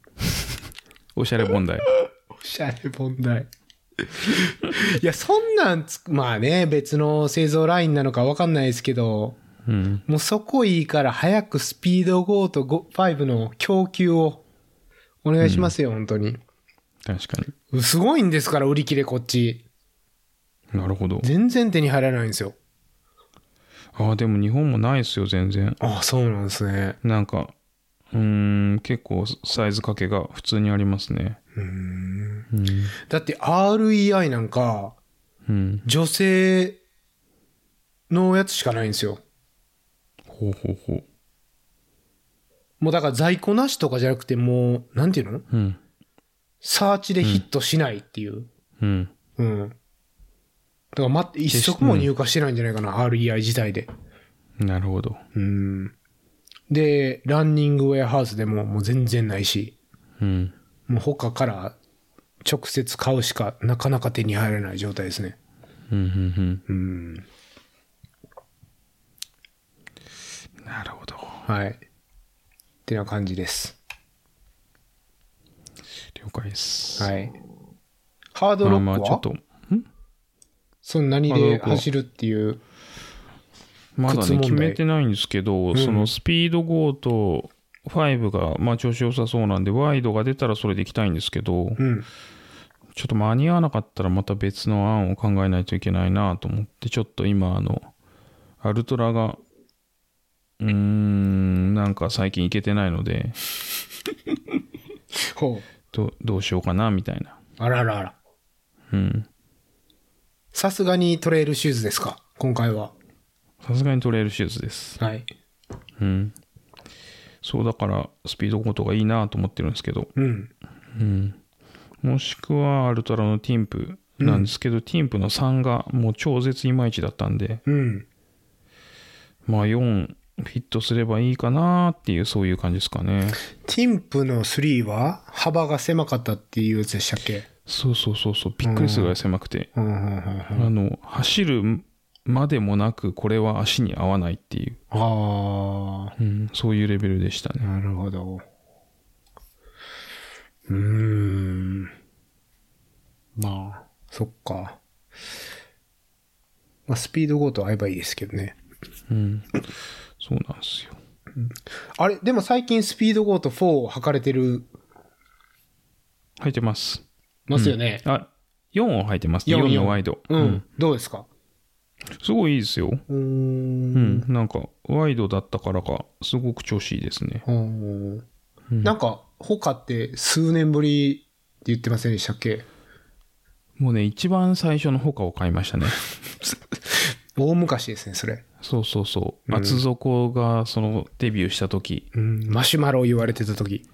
S2: おしゃれ問題。
S1: おしゃれボンダイ。いや、そんなんつく、まあね、別の製造ラインなのかわかんないですけど、
S2: うん。
S1: もうそこいいから早くスピード5と5 5の供給をお願いしますよ、本当に。
S2: 確か
S1: すごいんですから、売り切れこっち。
S2: に。なるほど。
S1: 全然手に入らないんですよ。
S2: あああでも日本もないですよ全然
S1: ああ、そうなんですね。
S2: なんかうーん結構サイズ掛けが普通にありますね
S1: うーん。
S2: うん、
S1: だって REI なんか、
S2: うん、
S1: 女性のやつしかないんですよ。
S2: ほうほうほう
S1: もうだから在庫なしとかじゃなくて、もう、なんていうの
S2: うん
S1: サーチでヒットしないっていう。
S2: うん
S1: うん。だから待って、一足も入荷してないんじゃないかな、REI 自体で。
S2: なるほど
S1: うん。で、ランニングウェアハウスでももう全然ないし、
S2: うん
S1: もう他から直接買うしかなかなか手に入らない状態ですね。
S2: うんうん
S1: うん。
S2: うんなるほど
S1: はい。ってな感じです。
S2: 了解です
S1: はい。ハード
S2: ま
S1: ロ
S2: あ
S1: ックは、
S2: まあちょっと
S1: その何
S2: ハードロ
S1: で
S2: ックは
S1: 走るっていう、
S2: まだ
S1: 靴
S2: ね
S1: 問題
S2: 決めてないんですけど、
S1: ん
S2: そのスピード5と5がまあ調子良さそうなんでワイドが出たらそれで行きたいんですけ
S1: う
S2: ど、
S1: ん。
S2: ちょっと間に合わなかったらまた別の案を考えないといけないなと思ってちょっと今あのアルトラがうーんなんか最近行けてないので
S1: ほう。
S2: どどうしようかなみたいな
S1: あらあらあら。
S2: うん
S1: さすがにトレイルシューズですか今回は。
S2: さすがにトレイルシューズです
S1: はい。
S2: うんそうだからスピード5とかいいなと思ってるんですけど
S1: うん。
S2: うん、もしくはアルトラのティンプなんですけど、ティンプの3がもう超絶いまいちだったんで、
S1: うん。
S2: まあ4フィットすればいいかなっていうそういう感じですかね。
S1: ティンプの3は幅が狭かったっていうやつでしたっけ
S2: そうそうそうそう、びっくりするぐらい狭くて、
S1: うんうんうんうん。
S2: あの、走るまでもなくこれは足に合わないっていう、
S1: あ
S2: うん、そういうレベルでした
S1: あ、
S2: ね。
S1: なるほど。うーん。まあ、そっか。まあ、スピード5と合えばいいですけどね。
S2: うん、そうなんですよ。
S1: あれ、でも最近スピード5と4を測れてる、
S2: 履いてます。
S1: ますよね。
S2: あ、4を履いてますね。
S1: 4
S2: 4のワイド。
S1: うん。どうですか
S2: すごいいいですよ。
S1: うーん
S2: うん、なんかワイドだったからかすごく調子いいですね。
S1: うん。
S2: うん
S1: なんか、他って数年ぶりって言ってませんでしたっ け
S2: もうね一番最初のホカを買いました ね。
S1: 大昔ですね、それ。
S2: そうそうそう厚底がそのデビューした時
S1: うん、マシュマロ言われてた時。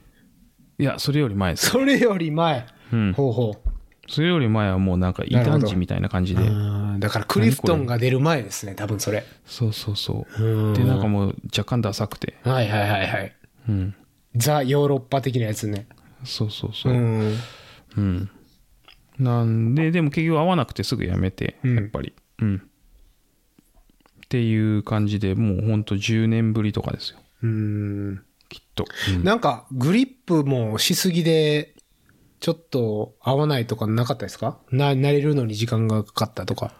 S2: いやそれより前です。
S1: それより前。
S2: うん、
S1: ほうほ
S2: それより前はもうなんか異
S1: なるほ
S2: 端
S1: ど
S2: 児みたいな感じ
S1: う
S2: で
S1: うん。だから、クリフトンが出る前ですね、多分それ。
S2: そうそうそうう。
S1: ん
S2: でなんかもう若干ダサくて、
S1: はいはいはいはい。
S2: うん、
S1: ザ・ヨーロッパ的なやつね。
S2: そうそうそうう。
S1: ん。
S2: うん、なんででも結局合わなくてすぐやめて
S1: うん
S2: やっぱり、うんっていう感じでもうほんと10年ぶりとかですよ
S1: うん。
S2: きっと。うん
S1: なんか、グリップもしすぎで、ちょっと合わないとかなかったですかな、慣れるのに時間がかかったとか。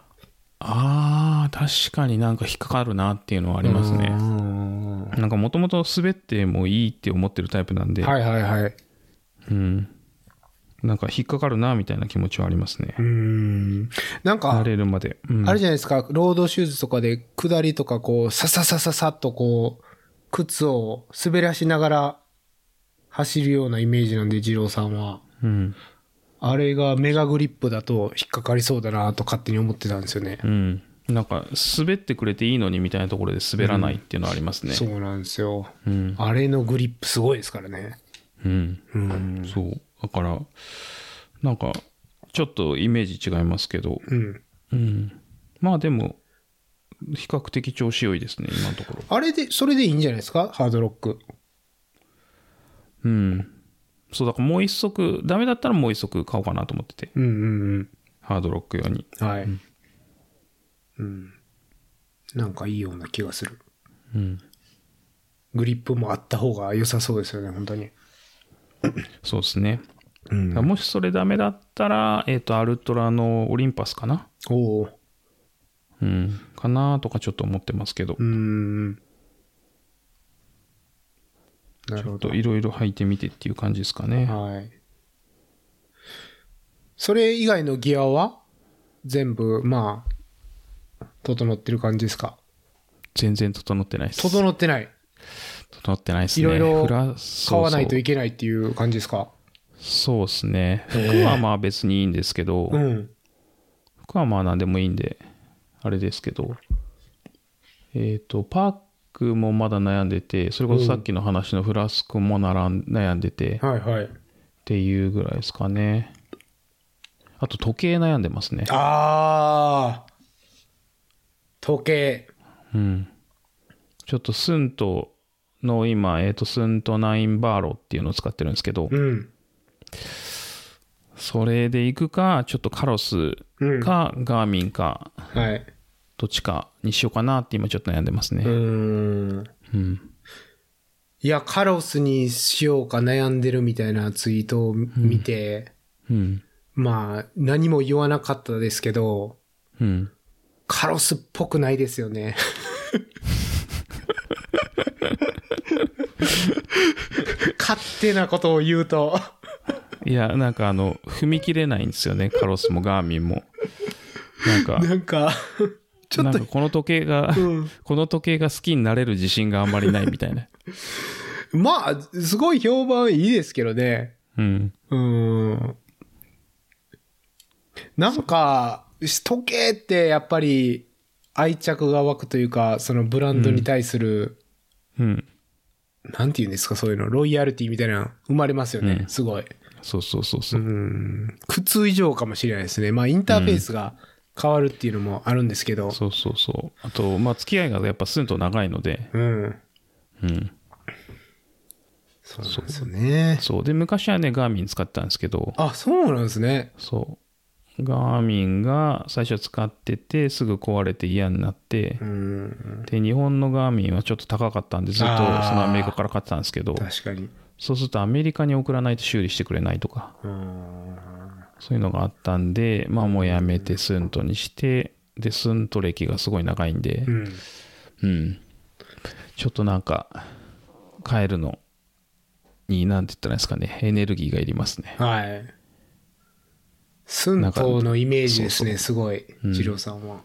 S2: あー確かになんか引っかかるなっていうのはあります
S1: う
S2: ね
S1: んは
S2: なんかもともと滑ってもいいって思ってるタイプなんで、
S1: いはいはい。
S2: うんなんか引っかかるなみたいな気持ちはありますね
S1: うーん。なん
S2: 慣
S1: か、
S2: れるまで、うん
S1: あれじゃないですか、ロードシューズとかで、下りとか、こう、さささささっとこう、靴を滑らしながら走るようなイメージなんで、二郎さんは。
S2: うん
S1: あれがメガグリップだと引っかかりそうだなと勝手に思ってたんですよね。
S2: うんなんか滑ってくれていいのにみたいなところで滑らないっていうのはありますね
S1: そうなんですよ。
S2: うん
S1: あれのグリップすごいですからね。
S2: うん、
S1: うん。
S2: そうだからなんかちょっとイメージ違いますけど、
S1: うん。
S2: うん、まあでも比較的調子良いですね今のところ
S1: あれで、それでいいんじゃないですかハードロック。
S2: うん。そう、だからもう一足、ダメだったらもう一足買おうかなと思ってて、
S1: うんうん
S2: ハードロック用に。
S1: うん。はい。うん。なんかいいような気がする。
S2: うん。
S1: グリップもあった方が良さそうですよね、本当に。
S2: そうですね。
S1: う
S2: だ
S1: ん
S2: からもしそれダメだったら、えっ、と、アルトラのオリンパスかな
S1: おう
S2: うん。かなとかちょっと思ってますけど
S1: う、ん。なる
S2: ちょ
S1: ほ
S2: っ
S1: ど
S2: と。いろいろ履いてみてっていう感じですかね。
S1: はい。それ以外のギアは全部、まあ、整ってる感じですか
S2: 全然整ってないです。
S1: 整ってない。
S2: 整ってないですね。
S1: いろいろ
S2: フラそうそう
S1: 買わないといけないっていう感じですか
S2: そうですね。服
S1: ー
S2: はまあ別にいいんですけど、
S1: うん。
S2: 服はまあ何でもいいんで、あれですけど、えっ、と、パックもまだ悩んでて、それこそさっきの話のフラスクもならん悩んでて、っ
S1: はいはい。
S2: ていうぐらいですかね。あと時計悩んでますね。
S1: あー。時計。
S2: うん。ちょっとスントの今、えっ、と、スントナインバーロっていうのを使ってるんですけど、
S1: うん。
S2: それで行くか、ちょっとカロス
S1: うん。
S2: か、ガーミンか、
S1: はい。
S2: どっちかにしようかなって今ちょっと悩んでます
S1: う
S2: ね。
S1: ーん。
S2: うん。
S1: いや、カロスにしようか悩んでるみたいなツイートを見て、
S2: うん。
S1: まあ、何も言わなかったですけど、
S2: うん。
S1: カロスっぽくないですよね。勝手なことを言うと。
S2: いや、なんかあの、踏み切れないんですよね。カロスもガーミンも。なんか、
S1: なんか、ちょっ
S2: な
S1: と
S2: んか、この時計が、
S1: うん
S2: この時計が好きになれる自信があんまりないみたいな。
S1: まあ、すごい評判いいですけどね。
S2: うん。
S1: うーん。なんか、時計ってやっぱり愛着が湧くというか、そのブランドに対する、
S2: うん。
S1: なんて言うんですか、そういうの、ロイヤルティみたいなの生まれますよね、
S2: うん
S1: すごい。
S2: そうそうそうそうう。
S1: ん。苦痛以上かもしれないですね。まあ、インターフェースが変わるっていうのもあるんですけど、
S2: そうそうそう。あと、まあ、付き合いがやっぱスンと長いので、
S1: うん。
S2: うん。
S1: そうなんですよね。
S2: そう。で、昔はね、ガーミン使ってたんですけど、
S1: あ、そうなんですね。
S2: そう。ガーミンが最初使ってて、すぐ壊れて嫌になって
S1: う、ん。
S2: で、日本のガーミンはちょっと高かったんで、ずっとそ
S1: あー
S2: のアメリカから買ってたんですけど、
S1: 確かに。
S2: そうするとアメリカに送らないと修理してくれないとか、
S1: うん。
S2: そういうのがあったんで、まあもうやめてスントにして、で、スント歴がすごい長いんで
S1: う、ん。
S2: うん。ちょっとなんか、変えるのに、なんて言ったらいいんですかね、エネルギーがいりますね。
S1: はい。寸法のイメージですね、すごい、
S2: うん
S1: 二郎さんは。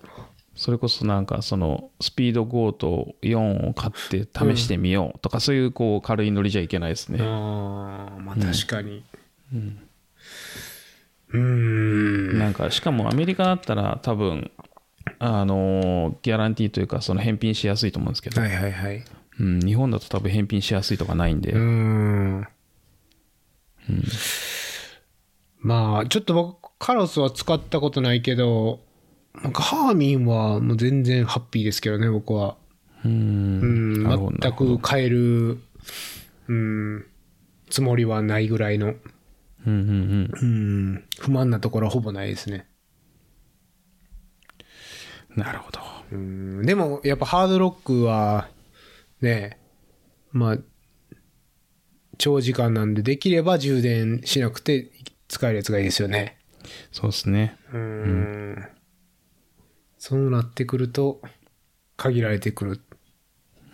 S2: それこそなんかそのスピード5と4を買って試してみようとか、そういうこう軽いノリじゃいけないですね、
S1: ああ、まあ確かに。
S2: うん
S1: うーん。
S2: なんかしかもアメリカだったら多分あのーギャランティーというかその返品しやすいと思うんですけど、
S1: はいはいはい。う
S2: うん、日本だと多分返品しやすいとかないんで、
S1: ーん。まあ、ちょっと僕、カロスは使ったことないけど、なんかハーミンはもう全然ハッピーですけどね、僕は。
S2: うん
S1: うん、
S2: なるほどな
S1: 全く変える、うん、つもりはないぐらいの、
S2: うんうんうん
S1: うん、不満なところはほぼないですね。
S2: なるほど
S1: うんでもやっぱハードロックはねまあ長時間なんでできれば充電しなくて使えるやつがいいですよね
S2: そうですね
S1: うんそうなってくると限られてくる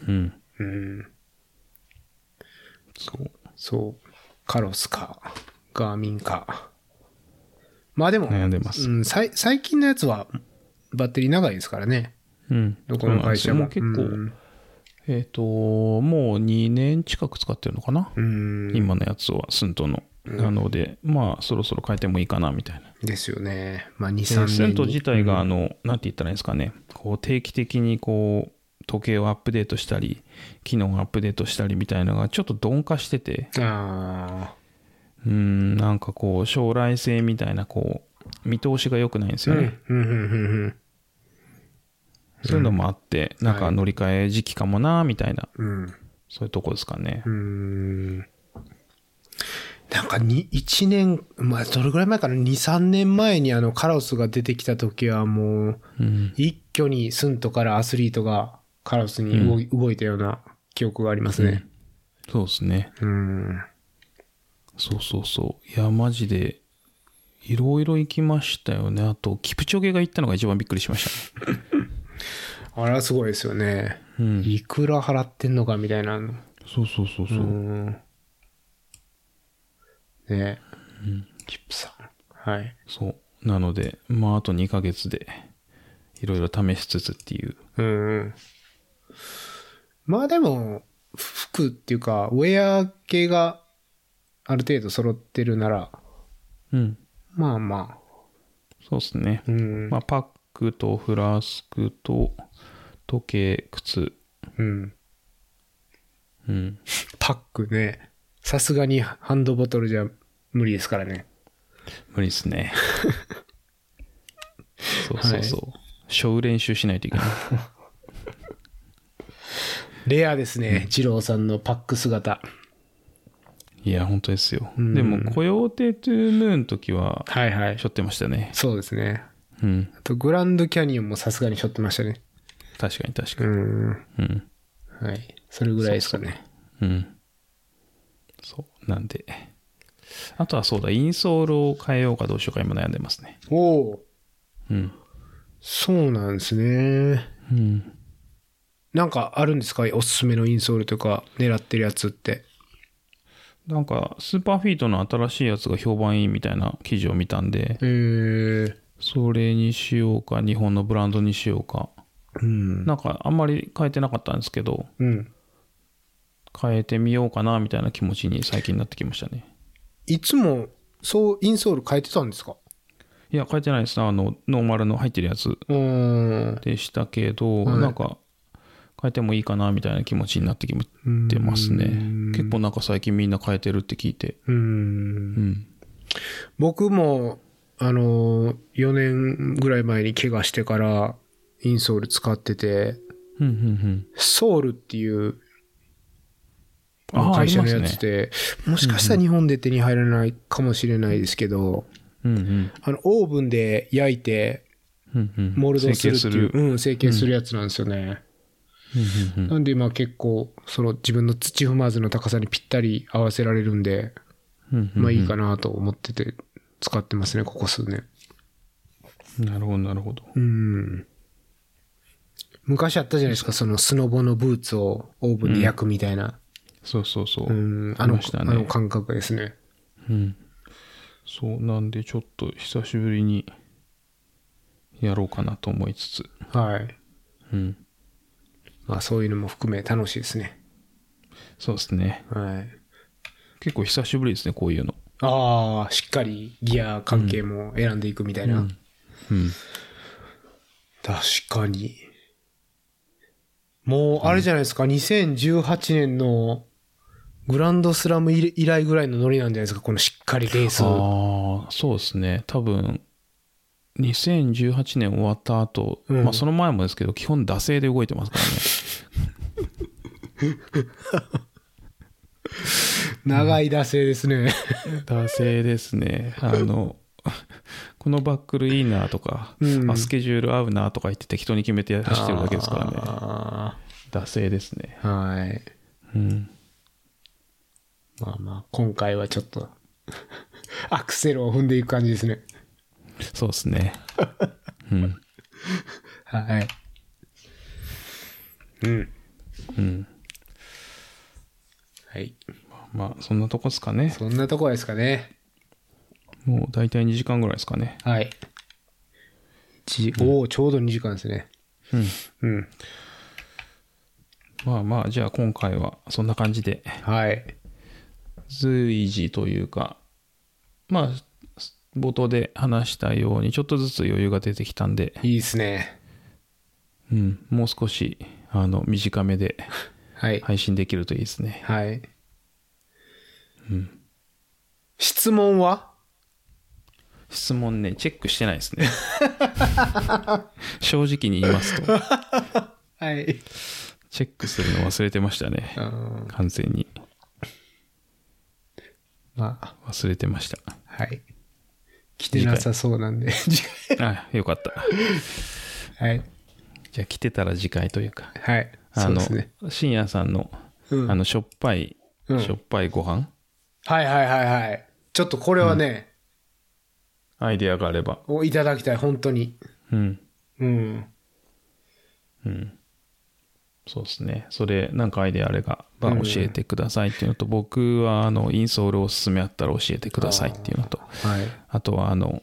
S2: うん
S1: うん
S2: そう
S1: そうカロスかガーミンかまあでも
S2: 悩んでます
S1: うん、さい最近のやつはバッテリー長いですからね
S2: うん
S1: どこの会社も
S2: そうなんですよもう結構、
S1: うん
S2: えっ、ともう2年近く使ってるのかな、
S1: うん
S2: 今のやつはスントの、なのでまあそろそろ変えてもいいかなみたいな
S1: ですよね。まあ、2、
S2: で
S1: 3
S2: ス
S1: 年
S2: ント
S1: に
S2: 自。体があの、なんて言ったらいいんですかねこう定期的にこう時計をアップデートしたり機能をアップデートしたりみたいなのがちょっと鈍化してて
S1: あ
S2: うーんなんかこう将来性みたいなこう見通しが良くないんです
S1: あ。う
S2: よ
S1: ん
S2: ね、、
S1: うん、うん、
S2: そういうのもあって、なん
S1: は
S2: か
S1: い
S2: 乗り換え時期かもなみたいな
S1: うん。うん。
S2: そういうとこですかね
S1: うーん。なんかに、1年、まあ、どれぐらい前かな、2、3年前にあの、カラオスが出てきた時はもう、
S2: うん
S1: 一挙にスントからアスリートがカラオスに動い,、動いたような記憶がありますね。
S2: そうですね
S1: うん。
S2: そうそうそういやマジでいろいろ行きましたよねあとキプチョゲが行ったのが一番びっくりしましたね
S1: あれはすごいですよね。
S2: うん
S1: いくら払ってんのかみたいなの。
S2: そうそうそうそう、
S1: うん。ねえ。キップさん。はい。
S2: そう。なので、まあ、あと2ヶ月で、いろいろ試しつつっていう
S1: うんうん。まあでも、服っていうか、ウェア系がある程度揃ってるなら、
S2: うん。
S1: まあまあ、
S2: そうですね。
S1: うん。
S2: まあ、パックとフラスクと時計、靴。
S1: うん。
S2: うん。
S1: パックね。さすがにハンドボトルじゃ無理ですからね。
S2: 無理ですね。そうそうそう。ショー練習しないといけない。
S1: レアですね。二郎さんのパック姿。
S2: いや、本当ですよ。
S1: ん
S2: でも、コヨーテトゥームーンの時は、
S1: はいは
S2: し。ょってましたね。
S1: そうですね。
S2: うん。
S1: あと、グランドキャニオンもさすがにしょってましたね。
S2: 確かに確か
S1: う
S2: に。
S1: ん。
S2: うん。
S1: はい。それぐらいですかね。
S2: うん。そう。なんで。あとはそうだ、インソールを変えようかどうしようか今悩んでますね。
S1: おおー
S2: うん。
S1: そうなんですね。
S2: うん。
S1: なんかあるんですかおすすめのインソールとか狙ってるやつって。
S2: なんか、スーパーフィートの新しいやつが評判いいみたいな記事を見たんで、
S1: えー、
S2: それにしようか、日本のブランドにしようか。
S1: うん。
S2: なんか、あんまり変えてなかったんですけど、
S1: うん。
S2: 変えてみようかな、みたいな気持ちに最近なってきましたね。
S1: いつも、そう、インソール変えてたんですか
S2: いや、変えてないですね。あの、ノーマルの入ってるやつ
S1: うーん。
S2: でしたけど、
S1: はい
S2: なんか、変えてもいいかな、みたいな気持ちになってきてますね。結構なんか最近みんな変えてるって聞いて。
S1: うん。
S2: うん。
S1: 僕も、あの、4年ぐらい前に怪我してから、インソール使ってて、
S2: うん、うん、うん。
S1: ソウルっていう
S2: あー
S1: 会社のや
S2: ありま
S1: つ
S2: す
S1: で、もしかしたら日本で手に入らないかもしれないですけど、
S2: うん、うん。
S1: あの、オーブンで焼いて、
S2: うんうん、
S1: モルドするって
S2: 整形
S1: いう、うん、成形するやつなんですよね。
S2: うんうん
S1: なんで、まあ結構、その自分の土踏まずの高さにぴったり合わせられるんで、
S2: うんうんうん
S1: まあいいかなと思ってて、使ってますね、ここ数年。
S2: なるほど、なるほど。
S1: うん。昔あったじゃないですか、そのスノボのブーツをオーブンで焼くみたいな。
S2: そうそうそう。
S1: う、
S2: うん
S1: あ
S2: あり
S1: の、
S2: まし
S1: あ
S2: たね
S1: の感覚ですね。
S2: んそう、なんでちょっと久しぶりにやろうかなと思いつつ。
S1: はい。
S2: うん。
S1: まあそういうのも含め楽しいですね。
S2: そうですね。
S1: はい。
S2: 結構久しぶりですね、こういうの。
S1: ああ、しっかりギア関係も選んでいくみたいな。
S2: うん。
S1: 確かに。もう、あれじゃないですか、2018年のグランドスラム以来ぐらいのノリなんじゃないですか、このしっかりレース。
S2: ああ、そうですね。多分、2018年終わった後、
S1: うん
S2: まあその前もですけど、基本惰性で動いてますからね。
S1: 長い惰性ですね。
S2: 惰性ですね。あの、 このバックルいいなとか、
S1: うん
S2: あスケジュール合うなとか言って適当に決めて走ってるだけですからね。
S1: ら
S2: 惰性ですね。
S1: ね。はい。
S2: うん。
S1: まあまあ、今回はちょっと、 アクセルを踏んでいく感じですね。
S2: そうですね。うん。
S1: はい。うん。
S2: うん。
S1: はい。
S2: まあ、そんなとこですかね。
S1: そんなとこですかね。
S2: もう大体2時間ぐらいですかね。
S1: はい。ちおお、ちょうど2時間ですね。
S2: うん。
S1: うん。
S2: まあまあ、じゃあ今回はそんな感じで、
S1: はい。
S2: 随時というか、まあ、冒頭で話したように、ちょっとずつ余裕が出てきたんで、
S1: いいですね。
S2: うん、もう少し、あの、短めで
S1: はい。
S2: 配信できるといいですね。
S1: はい。質問は
S2: 質問ね、チェックしてないですね。 正直に言いますと、
S1: はい。
S2: チェックするの忘れてましたね。
S1: うん。
S2: 完全に
S1: まあ、
S2: 忘れてました。
S1: はい。来てなさそうなんで。 次
S2: あ、よかった。
S1: 回はい。
S2: じゃあ来てたら次回というか、
S1: はい。
S2: あ
S1: そうで
S2: の、
S1: すね。
S2: 深夜さんの、
S1: うん
S2: あの、しょっぱい、
S1: うん
S2: しょっぱいご飯、
S1: はいはいはいはい。ちょっとこれはね、
S2: アイデアがあれば。
S1: をいただきたい、本当に。
S2: うん。
S1: うん。
S2: うん。そうですね。それ、なんかアイデアあれば、まあ教えてくださいっていうのと、僕は、あの、インソールおすすめあったら教えてくださいっていうのと、
S1: はい。
S2: あとは、あの、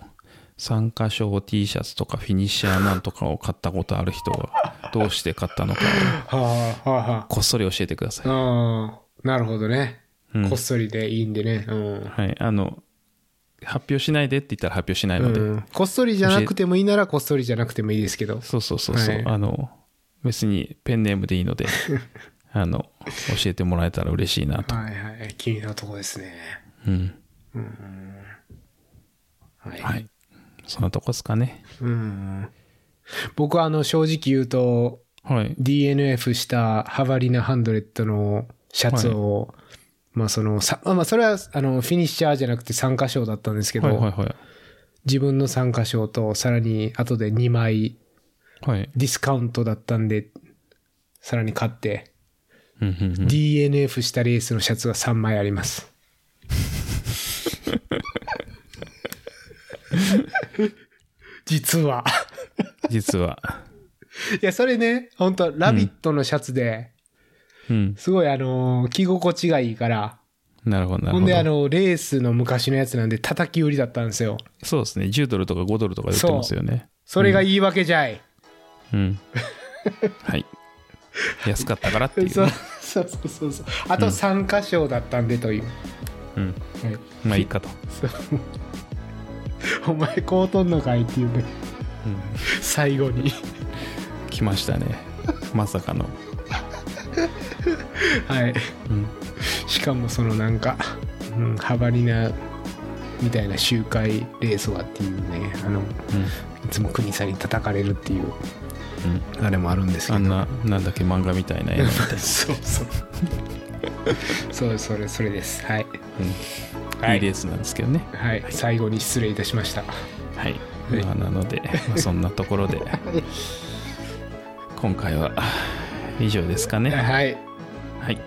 S2: 参加賞 T シャツとかフィニッシャーなんとかを買ったことある人はどうして買ったのか
S1: はあ、はあ、は
S2: こっそり教えてください。
S1: あ。うん。なるほどね。
S2: うん
S1: こっそりでいいんでね。うん。
S2: はい、あの発表しないでって言ったら発表しないので、
S1: うん、こっそりじゃなくてもいいならこっそりじゃなくてもいいですけど。
S2: そうそうそうそう、
S1: はい
S2: あの別にペンネームでいい のであの教えてもらえたら嬉しいなと、
S1: はいはい。気になるとこですね。
S2: うん
S1: はい。
S2: はい、そんなとこですかね
S1: うん。僕はあの、正直言うと、
S2: はい
S1: DNF したハバリナハンドレッドのシャツを、まあその、さまあまあそれはあのフィニッシャーじゃなくて参加賞だったんですけど、
S2: はいはいはい
S1: 自分の参加賞とさらに後で2枚
S2: はい
S1: ディスカウントだったんで、さらに買って、
S2: うんうんうん
S1: DNF したレースのシャツが3枚あります。実は。
S2: 実は、
S1: いや、それね、本当ラビットのシャツで、
S2: うん、
S1: すごいあのー着心地がいいから、
S2: なるほどなるほど
S1: ほんで、あの、レースの昔のやつなんで、叩き売りだったんですよ。
S2: そうですね10ドルとか5ドルとかで売ってますよね
S1: それが言い訳じゃい。
S2: うんはい安かったからっていう、
S1: そう
S2: ね、
S1: そうそうそうそう。あと3箇所だったんでという。
S2: うん
S1: はい、
S2: まあいいかと、
S1: そうお前、こうとんのかいっていうね、
S2: う
S1: 最後に。
S2: ん、来ましたねまさかの、
S1: はい。
S2: うん、
S1: しかも、そのなんか、うん、ハバリナみたいな周回レースはっていうね、あの、いつも国さんに叩かれるっていう、
S2: うんうん
S1: あれもあるんですけど
S2: あ。んな、なんだっけ、漫画みたいな映画みたい
S1: そうそう。 そう、それ、それです。はい。
S2: な、いいレースなんですけどね。
S1: はい、最後に失礼いたしました。
S2: はい。まあ、なの で、まあ、そんなところで、今回は以上ですかね。
S1: はい、
S2: はい。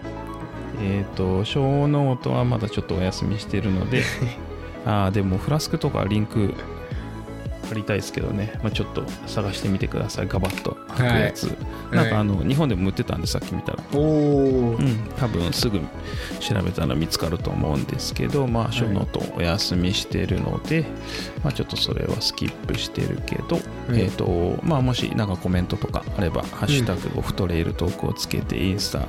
S2: えっ、と、小ノートはまだちょっとお休みしてるので、ああ、でもフラスクとかリンク貼りたいですけどね、まあ、ちょっと探してみてください、ガバッと貼くやつ。
S1: い
S2: なんかあの、日本でも売ってたんで、さっき見たら。
S1: おお、
S2: うん、多分すぐ調べたら見つかると思うんですけど、まあ、書ノートお休みしてるので、まあ、ちょっとそれはスキップしてるけど、
S1: い
S2: えっ、と、まあ、もしなんかコメントとかあれば、ハッシュタグオフトレイルトークをつけて、インスタ、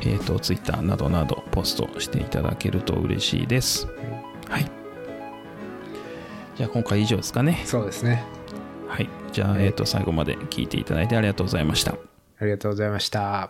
S2: えっ、と、ツイッターなどなどポストしていただけると嬉しいです。はい。じゃあ、今回以上ですかね。
S1: そうですね。
S2: はい。じゃあ、えっ、と、最後まで聞いていただいてありがとうございました。
S1: ありがとうございました。